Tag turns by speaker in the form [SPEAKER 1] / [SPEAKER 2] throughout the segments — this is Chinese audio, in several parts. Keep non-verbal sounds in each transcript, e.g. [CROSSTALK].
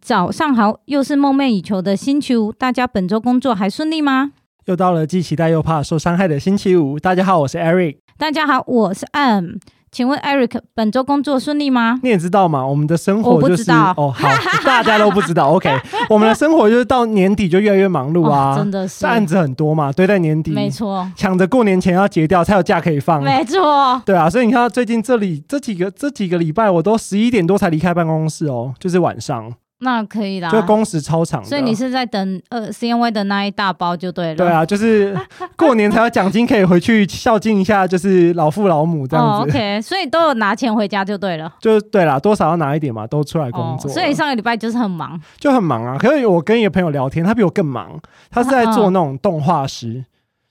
[SPEAKER 1] 早上好，又是梦寐以求的星期五，大家本周工作还顺利吗？
[SPEAKER 2] 又到了既期待又怕受伤害的星期五。大家好，我是 Eric。
[SPEAKER 1] 大家好，我是 M，请问 Eric 本周工作顺利吗？
[SPEAKER 2] 你也知道嘛，我们的生活
[SPEAKER 1] 我不
[SPEAKER 2] 就
[SPEAKER 1] 知
[SPEAKER 2] 是
[SPEAKER 1] 道
[SPEAKER 2] 哦，好， [LAUGHS] 大家都不知道。OK，
[SPEAKER 1] [LAUGHS]
[SPEAKER 2] 我们的生活就是到年底就越来越忙碌啊，
[SPEAKER 1] 哦 [LAUGHS] 真的是
[SPEAKER 2] 这，案子很多嘛，堆在年底，
[SPEAKER 1] 没，错，
[SPEAKER 2] 抢着过年前要结掉才有假可以放。
[SPEAKER 1] 没错，
[SPEAKER 2] 对啊，所以你看到最近这里这几个这几个礼拜，我都十一点多才离开办公室哦，就是晚上，
[SPEAKER 1] 那可以啦。
[SPEAKER 2] 就工时超长的。
[SPEAKER 1] 啊所以你是在等呃 CNY 的那一大包就对了。
[SPEAKER 2] 啊对，啊，就是过年才有奖金可以回去孝敬一下，就是老父老母这样
[SPEAKER 1] 哦
[SPEAKER 2] 子。
[SPEAKER 1] ，OK，所以都有拿钱回家就对了。
[SPEAKER 2] 就是对啦，多少要拿一点嘛，都出来工
[SPEAKER 1] 哦，
[SPEAKER 2] 作了、
[SPEAKER 1] 所以上个礼拜就是很忙
[SPEAKER 2] 就很忙啊。可是我跟一个朋友聊天，他比我更忙，他是在做那种动画师，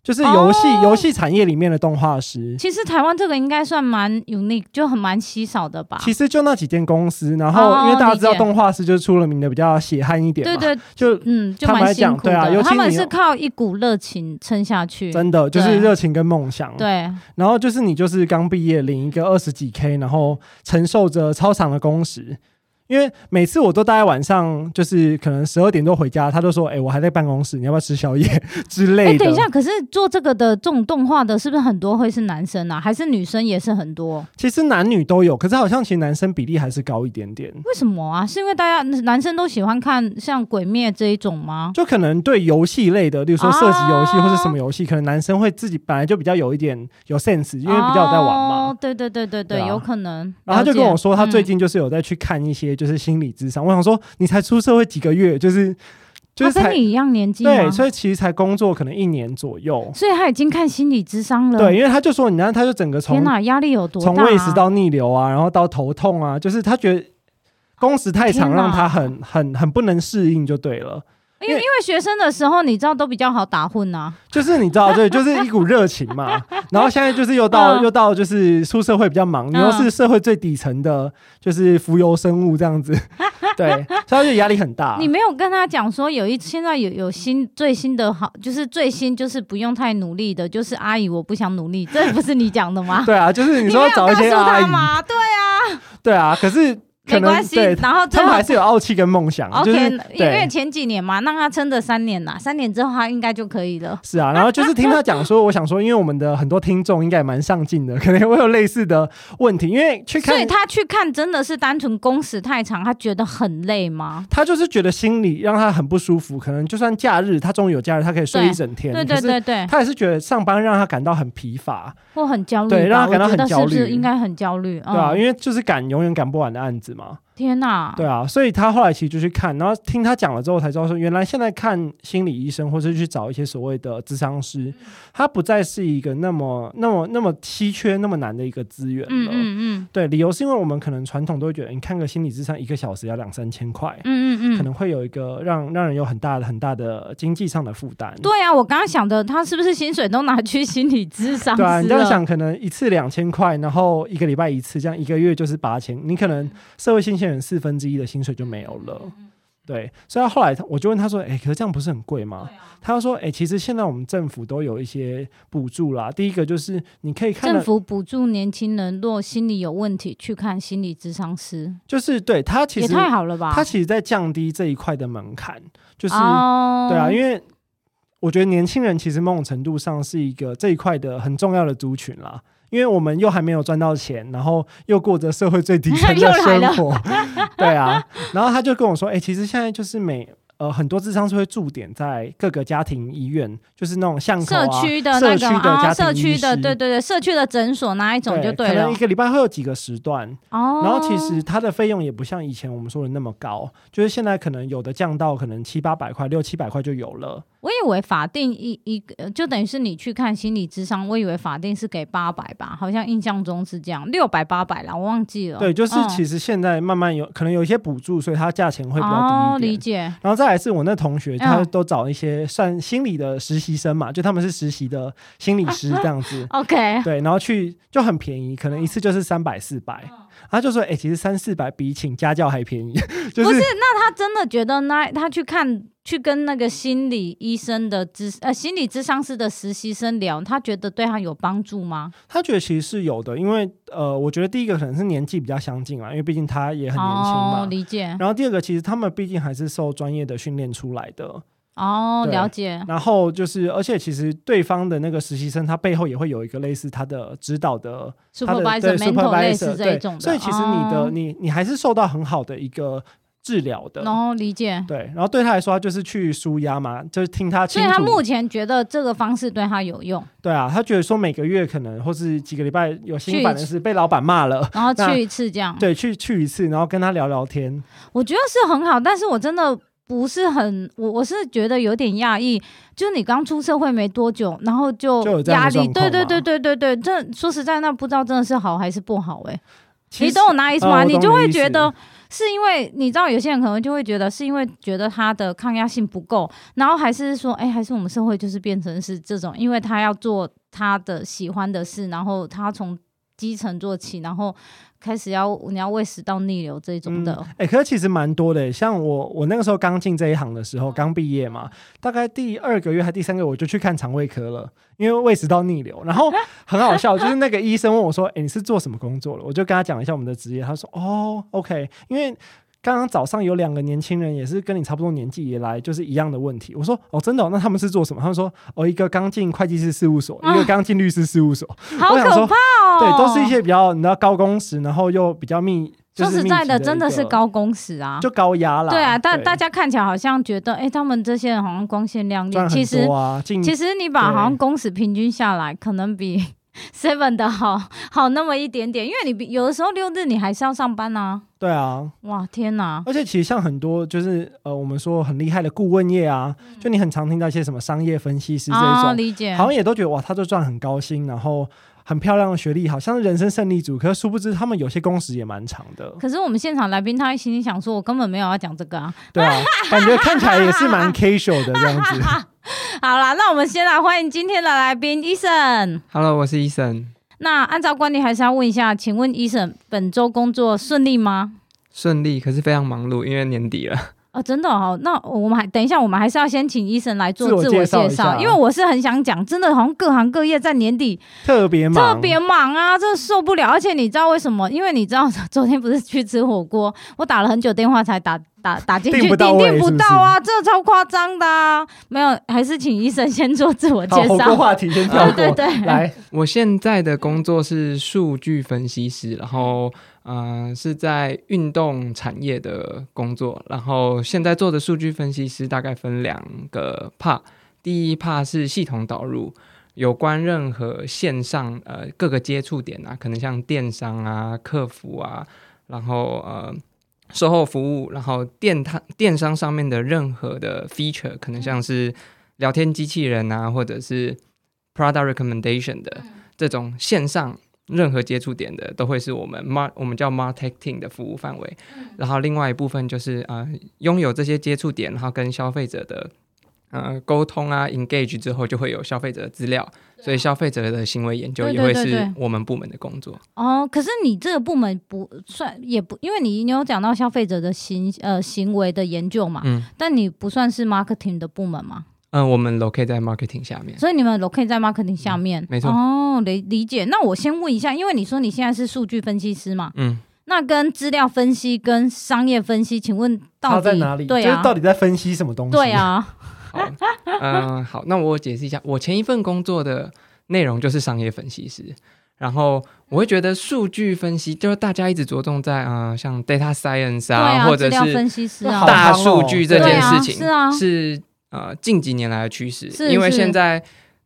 [SPEAKER 2] 就是游戏
[SPEAKER 1] 哦
[SPEAKER 2] 游戏产业里面的动画师。
[SPEAKER 1] 其实台湾这个应该算蛮 unique，就很蛮稀少的吧？
[SPEAKER 2] 其实就那几间公司，然
[SPEAKER 1] 哦
[SPEAKER 2] 后因为大家知道
[SPEAKER 1] 理解
[SPEAKER 2] 动画师就是出了名的比较血汗一点
[SPEAKER 1] 对
[SPEAKER 2] 嘛，
[SPEAKER 1] 对，
[SPEAKER 2] 就
[SPEAKER 1] 嗯，就
[SPEAKER 2] 坦白
[SPEAKER 1] 蛮辛
[SPEAKER 2] 讲
[SPEAKER 1] 苦
[SPEAKER 2] 对啊
[SPEAKER 1] 的。
[SPEAKER 2] 尤其
[SPEAKER 1] 他们
[SPEAKER 2] 你
[SPEAKER 1] 是
[SPEAKER 2] 有
[SPEAKER 1] 靠一股热情撑下去。
[SPEAKER 2] 真的就
[SPEAKER 1] 对
[SPEAKER 2] 是热情跟梦想。
[SPEAKER 1] 对，
[SPEAKER 2] 然后就是你就是刚毕业领一个二十几 K，然后承受着超长的工时。因为每次我都大概晚上就是可能十二点多回家，他就说：“哎、我还在办公室，你要不要吃宵夜之类
[SPEAKER 1] 哎，
[SPEAKER 2] 的？”
[SPEAKER 1] 等一下，可是做这个的这种动画的，是不是很多会是男生啊？还是女生也是很多？
[SPEAKER 2] 其实男女都有，可是好像其实男生比例还是高一点点，
[SPEAKER 1] 为什么啊？是因为大家男生都喜欢看像《鬼灭》这一种吗？
[SPEAKER 2] 就可能对游戏类的，例如说射击游戏
[SPEAKER 1] 哦
[SPEAKER 2] 或是什么游戏，可能男生会自己本来就比较有一点有 sense，因为比较有在玩嘛。
[SPEAKER 1] 哦，对对对对对，
[SPEAKER 2] 对啊
[SPEAKER 1] 有可能。
[SPEAKER 2] 然后他就
[SPEAKER 1] 了解
[SPEAKER 2] 跟我说，他最、
[SPEAKER 1] 嗯
[SPEAKER 2] 近就是有在去看一些就是心理智商。我想说，你才出社会几个月，就是就是
[SPEAKER 1] 他
[SPEAKER 2] 才
[SPEAKER 1] 跟哦你一样年纪吗
[SPEAKER 2] 对，所以其实才工作可能一年左右。
[SPEAKER 1] 所以他已经看心理智商了。
[SPEAKER 2] 对，，因为他就说，你看他就整个
[SPEAKER 1] 天
[SPEAKER 2] 从
[SPEAKER 1] 哪，压力有多大、
[SPEAKER 2] 从
[SPEAKER 1] 啊？
[SPEAKER 2] 胃食道逆流啊，然后到头痛啊，就是他觉得工时太长，
[SPEAKER 1] 天哪
[SPEAKER 2] 让他很很很不能适应就对了。
[SPEAKER 1] 因为因为学生的时候，你知道都比较好打混啊。
[SPEAKER 2] 就是你知道，对，就是一股热情
[SPEAKER 1] [LAUGHS]
[SPEAKER 2] 嘛。然后现在就是又到、
[SPEAKER 1] 嗯
[SPEAKER 2] 又到就是出社会比较忙，你又是社会最底层的，就是浮游生物这样
[SPEAKER 1] [LAUGHS]
[SPEAKER 2] 子，对，所以他就压力很大。
[SPEAKER 1] 你没有跟他讲说有一现在有有新最新的好，就是最新就是不用太努力的，就是阿姨我不想努力，这不是你讲的吗？
[SPEAKER 2] [LAUGHS] 对啊，就是你说
[SPEAKER 1] 没有
[SPEAKER 2] 找一些
[SPEAKER 1] 告诉
[SPEAKER 2] 阿
[SPEAKER 1] 他
[SPEAKER 2] 姨，
[SPEAKER 1] 吗？对啊，
[SPEAKER 2] 对啊，可是可
[SPEAKER 1] 没
[SPEAKER 2] 能
[SPEAKER 1] 关系
[SPEAKER 2] 对。
[SPEAKER 1] 然后最
[SPEAKER 2] 他们
[SPEAKER 1] 后
[SPEAKER 2] 还是有傲气跟梦想
[SPEAKER 1] OK，
[SPEAKER 2] 就是
[SPEAKER 1] 因为
[SPEAKER 2] 对，
[SPEAKER 1] 前几年嘛，让他撑的三年啦，三年之后他应该就可以了。
[SPEAKER 2] 是啊。然后就是听他讲说，我想说，因为我们的很多听众应该也蛮上进的，可能会有类似的问题，因为去
[SPEAKER 1] 所以
[SPEAKER 2] 看
[SPEAKER 1] 他去看真的是单纯工时太长，他觉得很累吗？
[SPEAKER 2] 他就是觉得心里让他很不舒服，可能就算假日，他终于有假日，他可以睡一整天，
[SPEAKER 1] 对
[SPEAKER 2] 可
[SPEAKER 1] 对
[SPEAKER 2] 是
[SPEAKER 1] 对对，
[SPEAKER 2] 他也是觉得上班让他感到很疲乏，
[SPEAKER 1] 或很焦虑吧，
[SPEAKER 2] 对让他感到
[SPEAKER 1] 我觉得
[SPEAKER 2] 很焦虑
[SPEAKER 1] 是不是应该很焦虑？
[SPEAKER 2] 对啊，
[SPEAKER 1] 嗯
[SPEAKER 2] 因为就是赶永远赶不完的案子嘛，
[SPEAKER 1] 天哪，
[SPEAKER 2] 对啊，所以他后来其实就去看，然后听他讲了之后才知道说，原来现在看心理医生或是去找一些所谓的咨商
[SPEAKER 1] 嗯
[SPEAKER 2] 师，他不再是一个那么那么那么稀缺、那么难的一个资源
[SPEAKER 1] 嗯
[SPEAKER 2] 了。
[SPEAKER 1] 嗯嗯
[SPEAKER 2] 对，理由是因为我们可能传统都会觉得，你看个心理咨商一个小时要两三千块，
[SPEAKER 1] 嗯嗯
[SPEAKER 2] 可
[SPEAKER 1] 嗯。
[SPEAKER 2] 能会有一个让让人有很大的很大的经济上的负担。
[SPEAKER 1] 对啊，我刚刚想的，他是不是薪水都拿去心理咨商？
[SPEAKER 2] 对啊，你这样，想，可能一次两千块，然后一个礼拜一次，这样一个月就是八千，你
[SPEAKER 1] 嗯
[SPEAKER 2] 可能社会新鲜人四分之一的薪水就没有了。对，所以他后来我就问他说：“哎、可是这样不是很贵吗？”
[SPEAKER 1] 啊
[SPEAKER 2] 他就说：“哎、其实现在我们政府都有一些补助啦。第一个就是你可以看
[SPEAKER 1] 政
[SPEAKER 2] 到，
[SPEAKER 1] 府补助年轻人若心理有问题去看心理咨商师，
[SPEAKER 2] 就是对他其
[SPEAKER 1] 也
[SPEAKER 2] 实
[SPEAKER 1] 太好了吧？
[SPEAKER 2] 他其实在降低这一块的门槛，就是、
[SPEAKER 1] 哦，
[SPEAKER 2] 对啊，因为我觉得年轻人其实某种程度上是一个这一块的很重要的族群啦，因为我们又还没有赚到钱，然后又过着社会最底层
[SPEAKER 1] [LAUGHS] 又
[SPEAKER 2] 的
[SPEAKER 1] 来了
[SPEAKER 2] 生活，对啊。然后他就跟我说，哎、其实现在就是每呃很多智商是会驻点在各个家庭医院，就是那种巷口、
[SPEAKER 1] 社
[SPEAKER 2] 啊、
[SPEAKER 1] 区的那
[SPEAKER 2] 社
[SPEAKER 1] 种
[SPEAKER 2] 区的
[SPEAKER 1] 啊，
[SPEAKER 2] 家
[SPEAKER 1] 社
[SPEAKER 2] 庭医
[SPEAKER 1] 区
[SPEAKER 2] 师
[SPEAKER 1] 的对对对，社区的诊所那一种就
[SPEAKER 2] 对，可
[SPEAKER 1] 了
[SPEAKER 2] 能一。个礼拜会有几个时段，
[SPEAKER 1] 哦，
[SPEAKER 2] 然后其实它的费用也不像以前我们说的那么高，就是现在可能有的降到可能七八百块、六七百块就有了。
[SPEAKER 1] 我以为法定一一个呃就等于是你去看心理咨商，我以为法定是给八百吧，好像印象中是这样，六百八百啦，我忘记了。
[SPEAKER 2] 对，就是
[SPEAKER 1] 嗯
[SPEAKER 2] 其实现在慢慢有可能有一些补助，所以它价钱会比
[SPEAKER 1] 哦
[SPEAKER 2] 较，低一
[SPEAKER 1] 理
[SPEAKER 2] 点。
[SPEAKER 1] 解。
[SPEAKER 2] 然后再来是我那同学，他
[SPEAKER 1] 嗯，
[SPEAKER 2] 都找一些算心理的实习生嘛，就他们是实习的心理师这样子
[SPEAKER 1] OK， [LAUGHS]
[SPEAKER 2] 对，然后去就很便宜，可能一次就是三百四
[SPEAKER 1] 嗯
[SPEAKER 2] 百，他就说，哎、其实三四百比请家教还便宜，就
[SPEAKER 1] 不是
[SPEAKER 2] 是
[SPEAKER 1] 那他真的觉得那他去看去跟那个心理医生的咨呃心理咨商师的实习生聊，他觉得对他有帮助吗？
[SPEAKER 2] 他觉得其实是有的，因为呃，我觉得第一个可能是年纪比较相近嘛，因为毕竟他也很年轻嘛。
[SPEAKER 1] 哦，理解。
[SPEAKER 2] 然后第二个，其实他们毕竟还是受专业的训练出来的。
[SPEAKER 1] 哦，
[SPEAKER 2] 对
[SPEAKER 1] 了解。
[SPEAKER 2] 然后就是，而且其实对方的那个实习生，他背后也会有一个类似他的指导的，他的
[SPEAKER 1] supervisor
[SPEAKER 2] 对
[SPEAKER 1] mentor 类似
[SPEAKER 2] supervisor
[SPEAKER 1] 这一
[SPEAKER 2] 对
[SPEAKER 1] 种的，
[SPEAKER 2] 所以其实你的、
[SPEAKER 1] 哦
[SPEAKER 2] 你你还是受到很好的一个治疗的。
[SPEAKER 1] 然后哦理解。
[SPEAKER 2] 对，然后对他来说，他就是去舒压嘛，就是听他
[SPEAKER 1] 所
[SPEAKER 2] 倾
[SPEAKER 1] 以
[SPEAKER 2] 吐。
[SPEAKER 1] 他目前觉得这个方式对他有用，
[SPEAKER 2] 对啊，他觉得说每个月可能或是几个礼拜有
[SPEAKER 1] 去
[SPEAKER 2] 新版的是被老板骂了，
[SPEAKER 1] 然后
[SPEAKER 2] 那
[SPEAKER 1] 去一次这样，
[SPEAKER 2] 对，去去一次，然后跟他聊聊天。
[SPEAKER 1] 我觉得是很好，但是我真的不是很，我我是觉得有点讶异，就是你刚出社会没多久，然后就
[SPEAKER 2] 就有这
[SPEAKER 1] 压
[SPEAKER 2] 样的
[SPEAKER 1] 力，
[SPEAKER 2] 状
[SPEAKER 1] 对
[SPEAKER 2] 况
[SPEAKER 1] 对
[SPEAKER 2] 嘛
[SPEAKER 1] 对对对对，这说实在，那不知道真的是好还是不好哎、
[SPEAKER 2] 其
[SPEAKER 1] 你
[SPEAKER 2] 实
[SPEAKER 1] 懂我哪意思
[SPEAKER 2] 嗯
[SPEAKER 1] 吗？
[SPEAKER 2] 我懂
[SPEAKER 1] 你就
[SPEAKER 2] 你的
[SPEAKER 1] 会
[SPEAKER 2] 意
[SPEAKER 1] 觉
[SPEAKER 2] 思
[SPEAKER 1] 得是因为你知道，有些人可能就会觉得是因为觉得他的抗压性不够，然后还是说，哎、还是我们社会就是变成是这种，因为他要做他的喜欢的事，然后他从基层做起，然后开始要你要喂食到逆流这种的。
[SPEAKER 2] 哎、可是其实蛮多的耶。欸像我，我那个时候刚进这一行的时候，刚毕业嘛，大概第二个月还第三个月，我就去看肠胃科了，因为胃食道逆流。
[SPEAKER 1] [LAUGHS]
[SPEAKER 2] 然后很好笑，就是那个医生问我说：“哎、你是做什么工作的？”我就跟他讲了一下我们的职业，他说：“哦，OK，因为。”刚刚早上有两个年轻人，也是跟你差不多年纪，也来就是一样的问题。我说哦，真的哦、那他们是做什么？他们说哦，一个刚进会计师事务所，一
[SPEAKER 1] 啊
[SPEAKER 2] 个刚进律师事务所。
[SPEAKER 1] 好
[SPEAKER 2] 我想
[SPEAKER 1] 可
[SPEAKER 2] 说
[SPEAKER 1] 怕哦！
[SPEAKER 2] 对，都是一些比较你知道高工时，然后又比较密。就
[SPEAKER 1] 说
[SPEAKER 2] 是
[SPEAKER 1] 实
[SPEAKER 2] 密
[SPEAKER 1] 在
[SPEAKER 2] 集
[SPEAKER 1] 的，
[SPEAKER 2] 一
[SPEAKER 1] 真的是
[SPEAKER 2] 个
[SPEAKER 1] 高工时啊。
[SPEAKER 2] 就高压啦。
[SPEAKER 1] 对啊，大大家看起来好像觉得，哎、他们这些人好像光鲜亮丽，
[SPEAKER 2] 赚
[SPEAKER 1] 其
[SPEAKER 2] 很
[SPEAKER 1] 实
[SPEAKER 2] 多啊，进
[SPEAKER 1] 其实你把
[SPEAKER 2] 对
[SPEAKER 1] 好像工时平均下来，可能比 [LAUGHS] seven 的好好那么一点点，因为你比有的时候六日你还是要上班啊。
[SPEAKER 2] 对啊，
[SPEAKER 1] 哇，天哪！
[SPEAKER 2] 而且其实像很多就是呃，我们说很厉害的顾问业啊，就你很常听到一些什么商业分析师这
[SPEAKER 1] 啊，
[SPEAKER 2] 一种，
[SPEAKER 1] 嗯理解
[SPEAKER 2] 好。像也都觉得哇，他就赚很高薪，然后很漂亮的学历，好像是人生胜利组。可是殊不知他们有些工时也蛮长的，
[SPEAKER 1] 可是我们现场来宾他心里想说，我根本没有要讲这个啊。
[SPEAKER 2] 对啊，感觉看起来也是蛮 casual 的这样子。
[SPEAKER 1] 好啦，那我们先来欢迎今天的来宾医生。
[SPEAKER 3] Hello，我是医生，
[SPEAKER 1] 那按照惯例还是要问一下，请问医生本周工作顺利吗？
[SPEAKER 3] 顺利，可是非常忙碌，因为年底了。 [LAUGHS]
[SPEAKER 1] 哦，真的哦，那我们还等一下，我们还是要先请医生来做
[SPEAKER 2] 自我
[SPEAKER 1] 自
[SPEAKER 2] 介
[SPEAKER 1] 我
[SPEAKER 2] 绍
[SPEAKER 1] 介
[SPEAKER 2] 一下
[SPEAKER 1] 绍，因为我是很想讲，真的好像各行各业在年底
[SPEAKER 2] 特别忙，
[SPEAKER 1] 特别忙啊，这受不了。而且你知道为什么？因为你知道昨天不是去吃火锅，我打了很久电话才打打打进去，
[SPEAKER 2] 订不到位
[SPEAKER 1] 订不到啊，这超夸张的、啊。没有，还是请医生先做自我
[SPEAKER 2] 好，
[SPEAKER 1] 介
[SPEAKER 2] 火锅
[SPEAKER 1] 绍。
[SPEAKER 2] 话题先跳
[SPEAKER 1] 对
[SPEAKER 2] 过，
[SPEAKER 1] 对对，
[SPEAKER 2] 来，
[SPEAKER 3] 我现在的工作是数据分析师，然后嗯、呃是在运动产业的工作，然后现在做的数据分析师大概分两个 part，第一 part 是系统导入。有关任何线上呃各个接触点啊，可能像电商啊、客服啊，然后呃售后服务，然后电它电商上面的任何的 feature，可能像是聊天机器人啊，或者是 product recommendation 的
[SPEAKER 1] 嗯
[SPEAKER 3] 这种线上任何接触点的，都会是我们 mar 我们叫 marketing 的服务范围。
[SPEAKER 1] 嗯
[SPEAKER 3] 然后另外一部分就是啊，呃拥、有这些接触点，然后跟消费者的。呃，沟通啊，engage 之后就会有消费者的资料，所以消费者的行为研究
[SPEAKER 1] 啊对
[SPEAKER 3] 也
[SPEAKER 1] 对
[SPEAKER 3] 会
[SPEAKER 1] 对
[SPEAKER 3] 是
[SPEAKER 1] 对
[SPEAKER 3] 我们部门的工作。
[SPEAKER 1] 哦，可是你这个部门不算，也不，因为你你有讲到消费者的行呃行为的研究嘛，
[SPEAKER 3] 嗯
[SPEAKER 1] 但你不算是 marketing 的部门嘛，
[SPEAKER 3] 嗯、我们 locate 在 marketing 下面。
[SPEAKER 1] 所以你们都可以在 marketing 下面。
[SPEAKER 3] 嗯没错
[SPEAKER 1] 哦，理理解。那我先问一下，因为你说你现在是数据分析师嘛，
[SPEAKER 3] 嗯，
[SPEAKER 1] 那跟资料分析跟商业分析，请问到
[SPEAKER 2] 他
[SPEAKER 1] 底
[SPEAKER 2] 在哪里？
[SPEAKER 1] 对
[SPEAKER 2] 就是
[SPEAKER 1] 啊，
[SPEAKER 2] 到底在分析什么东西？
[SPEAKER 3] [LAUGHS]
[SPEAKER 1] 对，啊，
[SPEAKER 3] 好，嗯、好，那我解释一下，我前一份工作的内容就是商业分析师，然后我会觉得数据分析就是大家一直着重在啊、呃像 data science
[SPEAKER 1] 对
[SPEAKER 3] 啊，
[SPEAKER 1] 啊，
[SPEAKER 3] 或
[SPEAKER 1] 资
[SPEAKER 3] 者
[SPEAKER 1] 料
[SPEAKER 3] 是
[SPEAKER 1] 分析师啊，
[SPEAKER 2] 好
[SPEAKER 3] 大
[SPEAKER 2] 夯哦
[SPEAKER 3] 数据这件事情，
[SPEAKER 1] 对啊是啊
[SPEAKER 3] 呃近几年来的趋势，
[SPEAKER 1] 是
[SPEAKER 3] 因为
[SPEAKER 1] 是
[SPEAKER 3] 现在。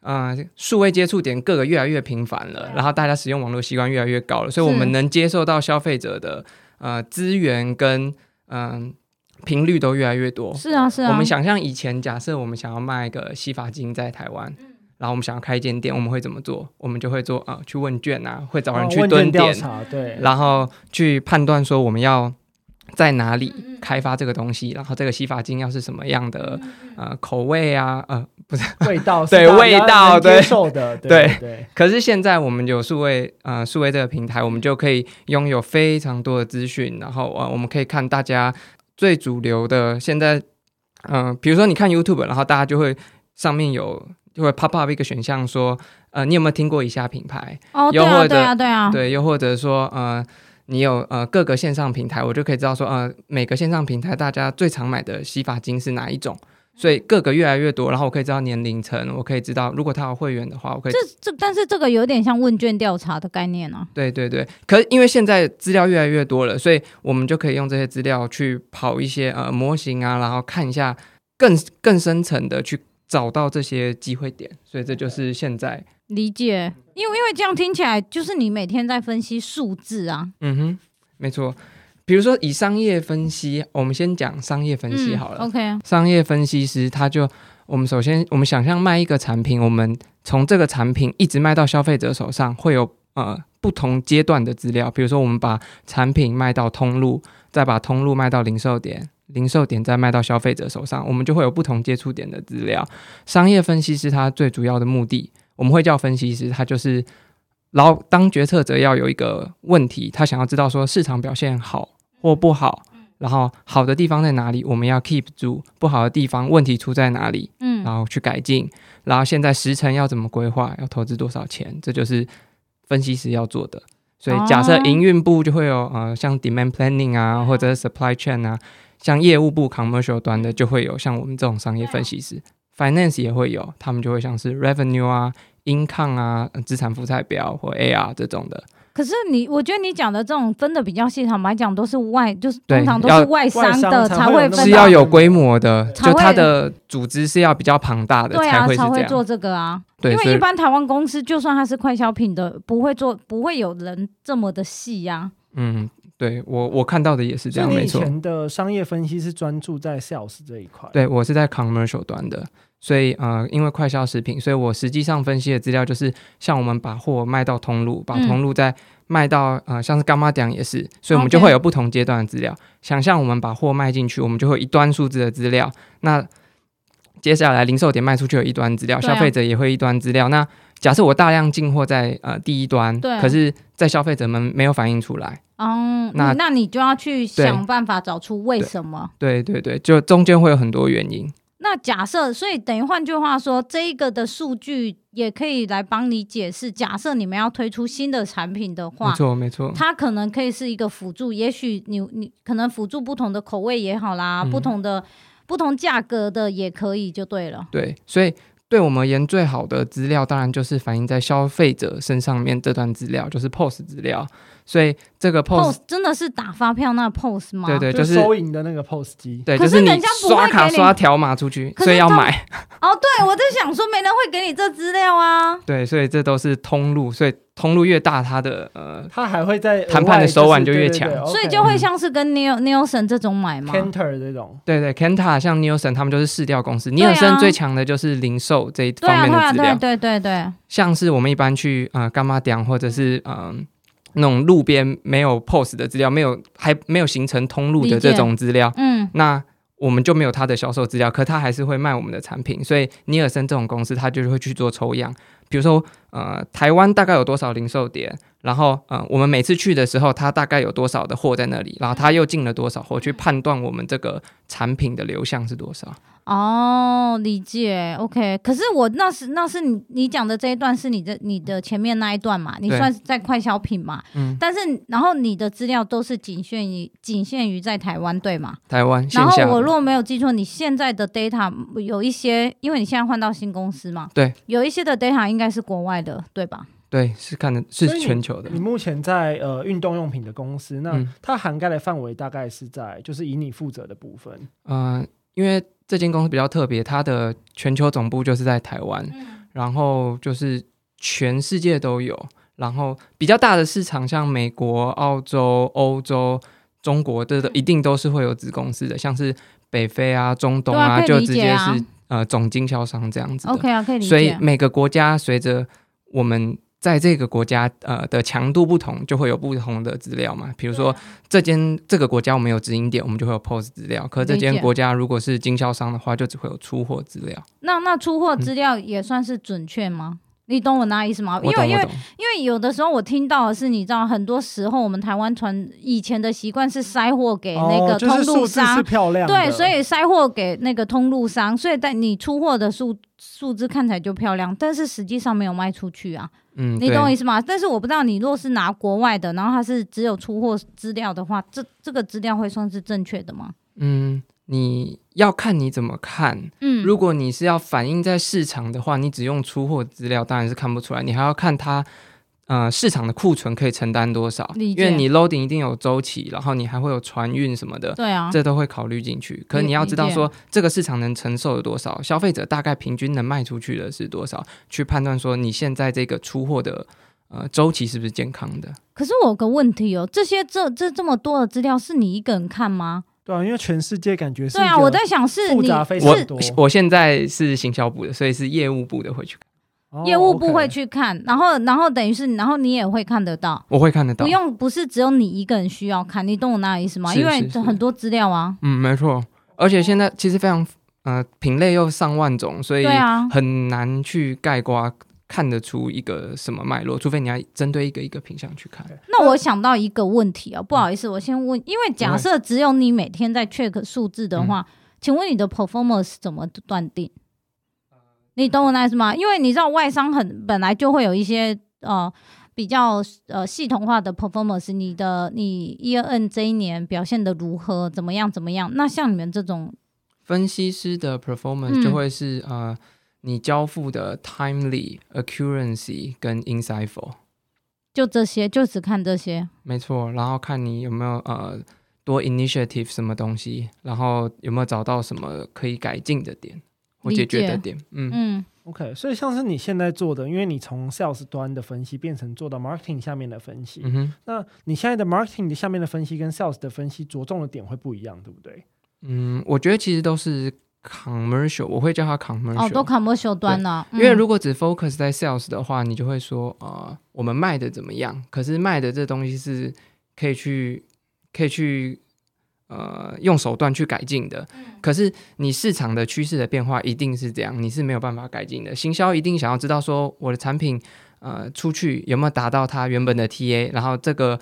[SPEAKER 3] 呃，数位接触点各个越来越频繁了，然后大家使用网络习惯越来越高了，所以我
[SPEAKER 1] 啊是
[SPEAKER 3] 们能接受到消费者的呃资源跟嗯、频率都越来越多。
[SPEAKER 1] [LAUGHS] 是啊是啊，
[SPEAKER 3] 我们想象以前，假设我们想要卖个洗发精在台湾，
[SPEAKER 2] 嗯
[SPEAKER 3] 然后我们想要开一间店，我们会怎么做？我们就会做啊、呃去问卷啊，会找人去
[SPEAKER 2] 哦问
[SPEAKER 3] 蹲
[SPEAKER 2] 卷调
[SPEAKER 3] 点，
[SPEAKER 2] 查，对，
[SPEAKER 3] 然后去判断说我们要在哪里
[SPEAKER 2] 嗯
[SPEAKER 3] 开发这个东西，然后这个洗发精要是什么样的呃口味啊，呃，
[SPEAKER 2] 味道是
[SPEAKER 3] [LAUGHS] 对
[SPEAKER 2] 大家
[SPEAKER 3] 味道
[SPEAKER 2] 能接
[SPEAKER 3] 对
[SPEAKER 2] 受
[SPEAKER 3] [LAUGHS]
[SPEAKER 2] 的，对
[SPEAKER 3] 对
[SPEAKER 2] 对对。
[SPEAKER 3] 可是现在我们有数位呃数位这个平台，我们就可以拥有非常多的资讯，然后呃我们可以看大家最主流的现在嗯、比如说你看 YouTube，然后大家就会上面有就会 pop up 一个选项说，呃，你有没有听过以下品牌？
[SPEAKER 1] 哦，对
[SPEAKER 3] 又
[SPEAKER 1] 啊，
[SPEAKER 3] 或者
[SPEAKER 1] 对啊，对啊，
[SPEAKER 3] 对，又或者说，呃，你有呃各个线上平台，我就可以知道说，呃，每个线上平台大家最常买的洗发精是哪一种。所以各个越来越多，然后我可以知道年龄层，我可以知道如果他有会员的话，我可以
[SPEAKER 1] 这但是这个有点像问卷调查的概念啊。
[SPEAKER 3] 对对对，可是因为现在资料越来越多了，所以我们就可以用这些资料去跑一些呃模型啊，然后看一下更更深层的去找到这些机会点，所以这就是现在，
[SPEAKER 1] 理解，因为因为这样听起来就是你每天在分析数字啊。
[SPEAKER 3] 嗯哼，没错。比如说以商业分析，我们先讲商业分析
[SPEAKER 1] 嗯
[SPEAKER 3] 好了。
[SPEAKER 1] OK，
[SPEAKER 3] 商业分析师他就，我们首先我们想象卖一个产品，我们从这个产品一直卖到消费者手上，会有呃不同阶段的资料，比如说我们把产品卖到通路，再把通路卖到零售点。零售点再卖到消费者手上，我们就会有不同接触点的资料。商业分析师他最主要的目的，我们会叫分析师，他就是，然后当决策者要有一个问题，他想要知道说市场表现好或不好，然后好的地方在哪里，我们要 keep 住；不好的地方，问题出在哪里，
[SPEAKER 1] 嗯，
[SPEAKER 3] 然后去改进。然后现在时程要怎么规划，要投资多少钱，这就是分析师要做的。所以假设
[SPEAKER 1] 哦
[SPEAKER 3] 营运部就会有呃像 demand planning 啊，或者是 supply chain 啊，像业务部 commercial 端的就会有像我们这种商业分析师，finance
[SPEAKER 1] 啊
[SPEAKER 3] 也会有，他们就会像是 revenue 啊、income 啊、呃资产负债表或 AR 这种的。
[SPEAKER 1] 可是你，我觉得你讲的这种分的比较细，坦白讲都是外，就是
[SPEAKER 3] 对
[SPEAKER 1] 通常都
[SPEAKER 3] 要
[SPEAKER 1] 是外商的
[SPEAKER 2] 外商才会
[SPEAKER 1] 会
[SPEAKER 2] 有那么
[SPEAKER 1] 分
[SPEAKER 3] 是
[SPEAKER 1] 到
[SPEAKER 3] 要有规模的，
[SPEAKER 1] 才会
[SPEAKER 3] 就它的组织是要比较庞大的
[SPEAKER 1] 对
[SPEAKER 3] 才
[SPEAKER 1] 啊，
[SPEAKER 3] 会是
[SPEAKER 1] 才
[SPEAKER 3] 这
[SPEAKER 1] 会做
[SPEAKER 3] 样。
[SPEAKER 1] 这个啊。
[SPEAKER 3] 对，
[SPEAKER 1] 因
[SPEAKER 3] 所
[SPEAKER 1] 为
[SPEAKER 3] 以
[SPEAKER 1] 一般台湾公司就算它是快消品的，不会做，不会有人这么的细啊呀、
[SPEAKER 3] 嗯，对我我看到的也是这
[SPEAKER 2] 所以
[SPEAKER 3] 样，
[SPEAKER 2] 你
[SPEAKER 3] 没
[SPEAKER 2] 以
[SPEAKER 3] 错。
[SPEAKER 2] 前的商业分析是专注在 sales 这一块，，
[SPEAKER 3] 对我是在 commercial 端的，所以呃，因为快消食品，所以我实际上分析的资料就是，像我们把货卖到通路，把
[SPEAKER 1] 嗯
[SPEAKER 3] 通路再卖到、呃，像是干妈讲也是，所以我们
[SPEAKER 1] OK
[SPEAKER 3] 就会有不同阶段的资料。想象我们把货卖进去，我们就会有一端数字的资料，那接下来零售点卖出去有一端资料，
[SPEAKER 1] 对啊
[SPEAKER 3] 消费者也会一端资料。那假设我大量进货在呃第一端，
[SPEAKER 1] 对啊
[SPEAKER 3] 可是，在消费者们没有反映出来。
[SPEAKER 1] 嗯，
[SPEAKER 3] 那
[SPEAKER 1] 那你就要去
[SPEAKER 3] 对
[SPEAKER 1] 想办法找出为什么。
[SPEAKER 3] 对对对，就中间会有很多原因。
[SPEAKER 1] 那假设，所以等于换句话说，这一个的数据也可以来帮你解释。假设你们要推出新的产品的
[SPEAKER 3] 没
[SPEAKER 1] 话，
[SPEAKER 3] 错没错，
[SPEAKER 1] 它可能可以是一个辅助，也许你你可能辅助不同的口味也好啦，
[SPEAKER 3] 嗯
[SPEAKER 1] 不同的不同价格的也可以，就对了。
[SPEAKER 3] 对，所以对我们而言，最好的资料当然就是反映在消费者身上面这段资料，就是 POS 资料。所以这个 POS，
[SPEAKER 1] POS 真的是打发票那 POS 吗？
[SPEAKER 3] 对对，
[SPEAKER 2] 就
[SPEAKER 3] 就是是
[SPEAKER 2] 收银的那个 POS 机，
[SPEAKER 3] 对，
[SPEAKER 1] 可
[SPEAKER 3] 就是你
[SPEAKER 1] 人家不会
[SPEAKER 3] 刷卡
[SPEAKER 1] 给你
[SPEAKER 3] 刷条码出去，
[SPEAKER 1] 可是
[SPEAKER 3] 所以要
[SPEAKER 1] 他们
[SPEAKER 3] 买。 [LAUGHS]
[SPEAKER 1] 哦，对，我在想说，没人会给你这资料啊。
[SPEAKER 3] 对，所以这都是通路，所以通路越大，它的呃，
[SPEAKER 2] 他还会在额外
[SPEAKER 3] 谈判的手腕
[SPEAKER 2] 就是
[SPEAKER 3] 就越
[SPEAKER 2] 对对对
[SPEAKER 3] 强
[SPEAKER 1] 所以
[SPEAKER 2] OK
[SPEAKER 1] 就会像是跟 Neil Nielsen 这种买嘛，
[SPEAKER 2] Canter 这种，
[SPEAKER 3] 对对，Kenta 像 Nielsen 他们就是市调公司、n
[SPEAKER 1] 对
[SPEAKER 3] i e
[SPEAKER 1] 啊
[SPEAKER 3] l s e n 最强的就是零售这一
[SPEAKER 1] 对啊
[SPEAKER 3] 方面
[SPEAKER 1] 对
[SPEAKER 3] 的
[SPEAKER 1] 啊
[SPEAKER 3] 资料。
[SPEAKER 1] 对对对对，
[SPEAKER 3] 像是我们一般去呃干妈店或者是嗯、呃那种路边没有 POS 的资料，没有还没有形成通路
[SPEAKER 1] 理
[SPEAKER 3] 的
[SPEAKER 1] 解
[SPEAKER 3] 这种资料，
[SPEAKER 1] 嗯，
[SPEAKER 3] 那我们就没有它的销售资料，可它还是会卖我们的产品。所以尼尔森这种公司，它就会去做抽样，比如说呃台湾大概有多少零售点，然后呃我们每次去的时候，它大概有多少的货在那里，然后它又进了多少货，去判断我们这个产品的流向是多少。
[SPEAKER 1] 哦，理解，OK。可是我那是那是你你讲的这一段是你的你的前面那一段嘛，你
[SPEAKER 3] 对
[SPEAKER 1] 算是在快消品嘛，
[SPEAKER 3] 嗯，
[SPEAKER 1] 但是然后你的资料都是仅限于仅限于在台湾对吗？
[SPEAKER 3] 台湾线
[SPEAKER 1] 然后
[SPEAKER 3] 下
[SPEAKER 1] 我
[SPEAKER 3] 的
[SPEAKER 1] 若没有记错，你现在的 data 有一些，因为你现在换到新公司嘛，
[SPEAKER 3] 对，
[SPEAKER 1] 有一些的 data 应该是国外的，对吧？
[SPEAKER 3] 对是看的
[SPEAKER 2] 所以
[SPEAKER 3] 是
[SPEAKER 2] 你
[SPEAKER 3] 全球的
[SPEAKER 2] 你。目前在呃运动用品的公司，那
[SPEAKER 3] 嗯
[SPEAKER 2] 它涵盖的范围大概是在就是以你负责的部分，
[SPEAKER 3] 嗯，因为这间公司比较特别，它的全球总部就是在台湾，然后就是全世界都有，然后比较大的市场像美国、澳洲、欧洲、中国，这都一定都是会有子公司的，像是北非啊、中东
[SPEAKER 1] 对啊可以
[SPEAKER 3] 就
[SPEAKER 1] 理
[SPEAKER 3] 直
[SPEAKER 1] 解
[SPEAKER 3] 接
[SPEAKER 1] 啊
[SPEAKER 3] 是呃总经销商这样子的。
[SPEAKER 1] OK 啊，可以理
[SPEAKER 3] 所以嗯
[SPEAKER 1] 解。
[SPEAKER 3] 每个国家随着我们在这个国家呃的强度不同，就会有不同的资料嘛。比如
[SPEAKER 1] 啊
[SPEAKER 3] 说这间这个国家我们有直营店，我们就会有 POS 资料；可这
[SPEAKER 1] 理
[SPEAKER 3] 间
[SPEAKER 1] 解
[SPEAKER 3] 国家如果是经销商的话，就只会有出货资料。
[SPEAKER 1] 那那出货资料也算是准确吗？你懂我那意思吗？因
[SPEAKER 3] 我
[SPEAKER 1] 为
[SPEAKER 3] 懂，
[SPEAKER 1] 因
[SPEAKER 3] 我
[SPEAKER 1] 为
[SPEAKER 3] 懂。
[SPEAKER 1] 因为有的时候我听到的是，你知道，很多时候我们台湾传以前的习惯是塞货给哎那
[SPEAKER 2] 哦
[SPEAKER 1] 个
[SPEAKER 2] 就是
[SPEAKER 1] 通
[SPEAKER 2] 数
[SPEAKER 1] 路
[SPEAKER 2] 字
[SPEAKER 1] 商，
[SPEAKER 2] 是漂亮的，
[SPEAKER 1] 对，所以塞货给那个通路商，所以在你出货的数数字看起来就漂亮，但是实际上没有卖出去啊，
[SPEAKER 3] 嗯，
[SPEAKER 1] 你懂我
[SPEAKER 3] 对
[SPEAKER 1] 意思吗？但是我不知道你若是拿国外的，然后它是只有出货资料的话，这这个资料会算是正确的吗？
[SPEAKER 3] 嗯，你要看你怎么看。
[SPEAKER 1] 嗯，
[SPEAKER 3] 如果你是要反映在市场的话，你只用出货资料当然是看不出来，你还要看它。呃，市场的库存可以承担多少？
[SPEAKER 1] 理
[SPEAKER 3] 因
[SPEAKER 1] 解
[SPEAKER 3] 为你 loading 一定有周期，然后你还会有船运什么的，
[SPEAKER 1] 对啊，
[SPEAKER 3] 这都会考虑进去。可是
[SPEAKER 1] 理
[SPEAKER 3] 你要知道
[SPEAKER 1] 理解
[SPEAKER 3] 说这个市场能承受的多少，消费者大概平均能卖出去的是多少，去判断说你现在这个出货的呃周期是不是健康的。
[SPEAKER 1] 可是我有个问题哦，这些这这这么多的资料是你一个人看吗？
[SPEAKER 2] 对啊，因为全世界感觉是
[SPEAKER 1] 对啊，
[SPEAKER 2] 一个
[SPEAKER 1] 我在想是
[SPEAKER 2] 复
[SPEAKER 1] 你
[SPEAKER 2] 杂非常
[SPEAKER 1] 是
[SPEAKER 2] 多，
[SPEAKER 3] 我现在是行销部的，所以是业务部的会去看，
[SPEAKER 2] 哦
[SPEAKER 1] 业务部会
[SPEAKER 2] OK
[SPEAKER 1] 去看，然后然后等于是然后你也会看得到，
[SPEAKER 3] 我会看得到。
[SPEAKER 1] 不用不是只有你一个人需要看，你懂我那意思吗？
[SPEAKER 3] 是
[SPEAKER 1] 因为
[SPEAKER 3] 是是
[SPEAKER 1] 很多资料啊，
[SPEAKER 3] 嗯，没错。而且现在其实非常呃品类又上万种，所以
[SPEAKER 1] 哦对啊
[SPEAKER 3] 很难去概括看得出一个什么脉络，除非你要针对一个一个品相去看。
[SPEAKER 1] 那我想到一个问题哦，不好意思，我先问，因为假设只有你每天在 check 数字
[SPEAKER 3] 嗯
[SPEAKER 1] 的话，请问你的 performance 怎么断定？你懂我那意思吗？因为你知道外商很本来就会有一些呃比较呃系统化的 performance，你的你 E N 这一年表现的如何，怎么样怎么样？那像你们这种
[SPEAKER 3] 分析师的
[SPEAKER 1] 嗯
[SPEAKER 3] performance 就会是、呃，你交付的 timely、accuracy 跟 insightful，
[SPEAKER 1] 就这些，就只看这些，
[SPEAKER 3] 没错。然后看你有没有呃多 initiative 什么东西，然后有没有找到什么可以改进的点或
[SPEAKER 1] 理
[SPEAKER 3] 解决
[SPEAKER 1] 解
[SPEAKER 3] 的点。嗯，
[SPEAKER 1] 嗯
[SPEAKER 2] OK，所以像是你现在做的，因为你从 sales 端的分析变成做到 marketing 下面的分析，
[SPEAKER 3] 嗯哼，
[SPEAKER 2] 那你现在的 marketing 的下面的分析跟 sales 的分析着重的点会不一样，对不对？
[SPEAKER 3] 嗯，我觉得其实都是 commercial，我会叫它
[SPEAKER 1] 哦，
[SPEAKER 3] commercial，、
[SPEAKER 1] 都 commercial 端了，
[SPEAKER 3] 因为
[SPEAKER 1] 嗯
[SPEAKER 3] 如果只 focus 在 sales 的话，你就会说，呃，我们卖的怎么样？可是卖的这东西是可以去，可以去，呃，用手段去改进的。可是你市场的趋势的变化一定是这样，你是没有办法改进的。行销一定想要知道说，我的产品，呃，出去有没有达到它原本的 TA，然后这个。呃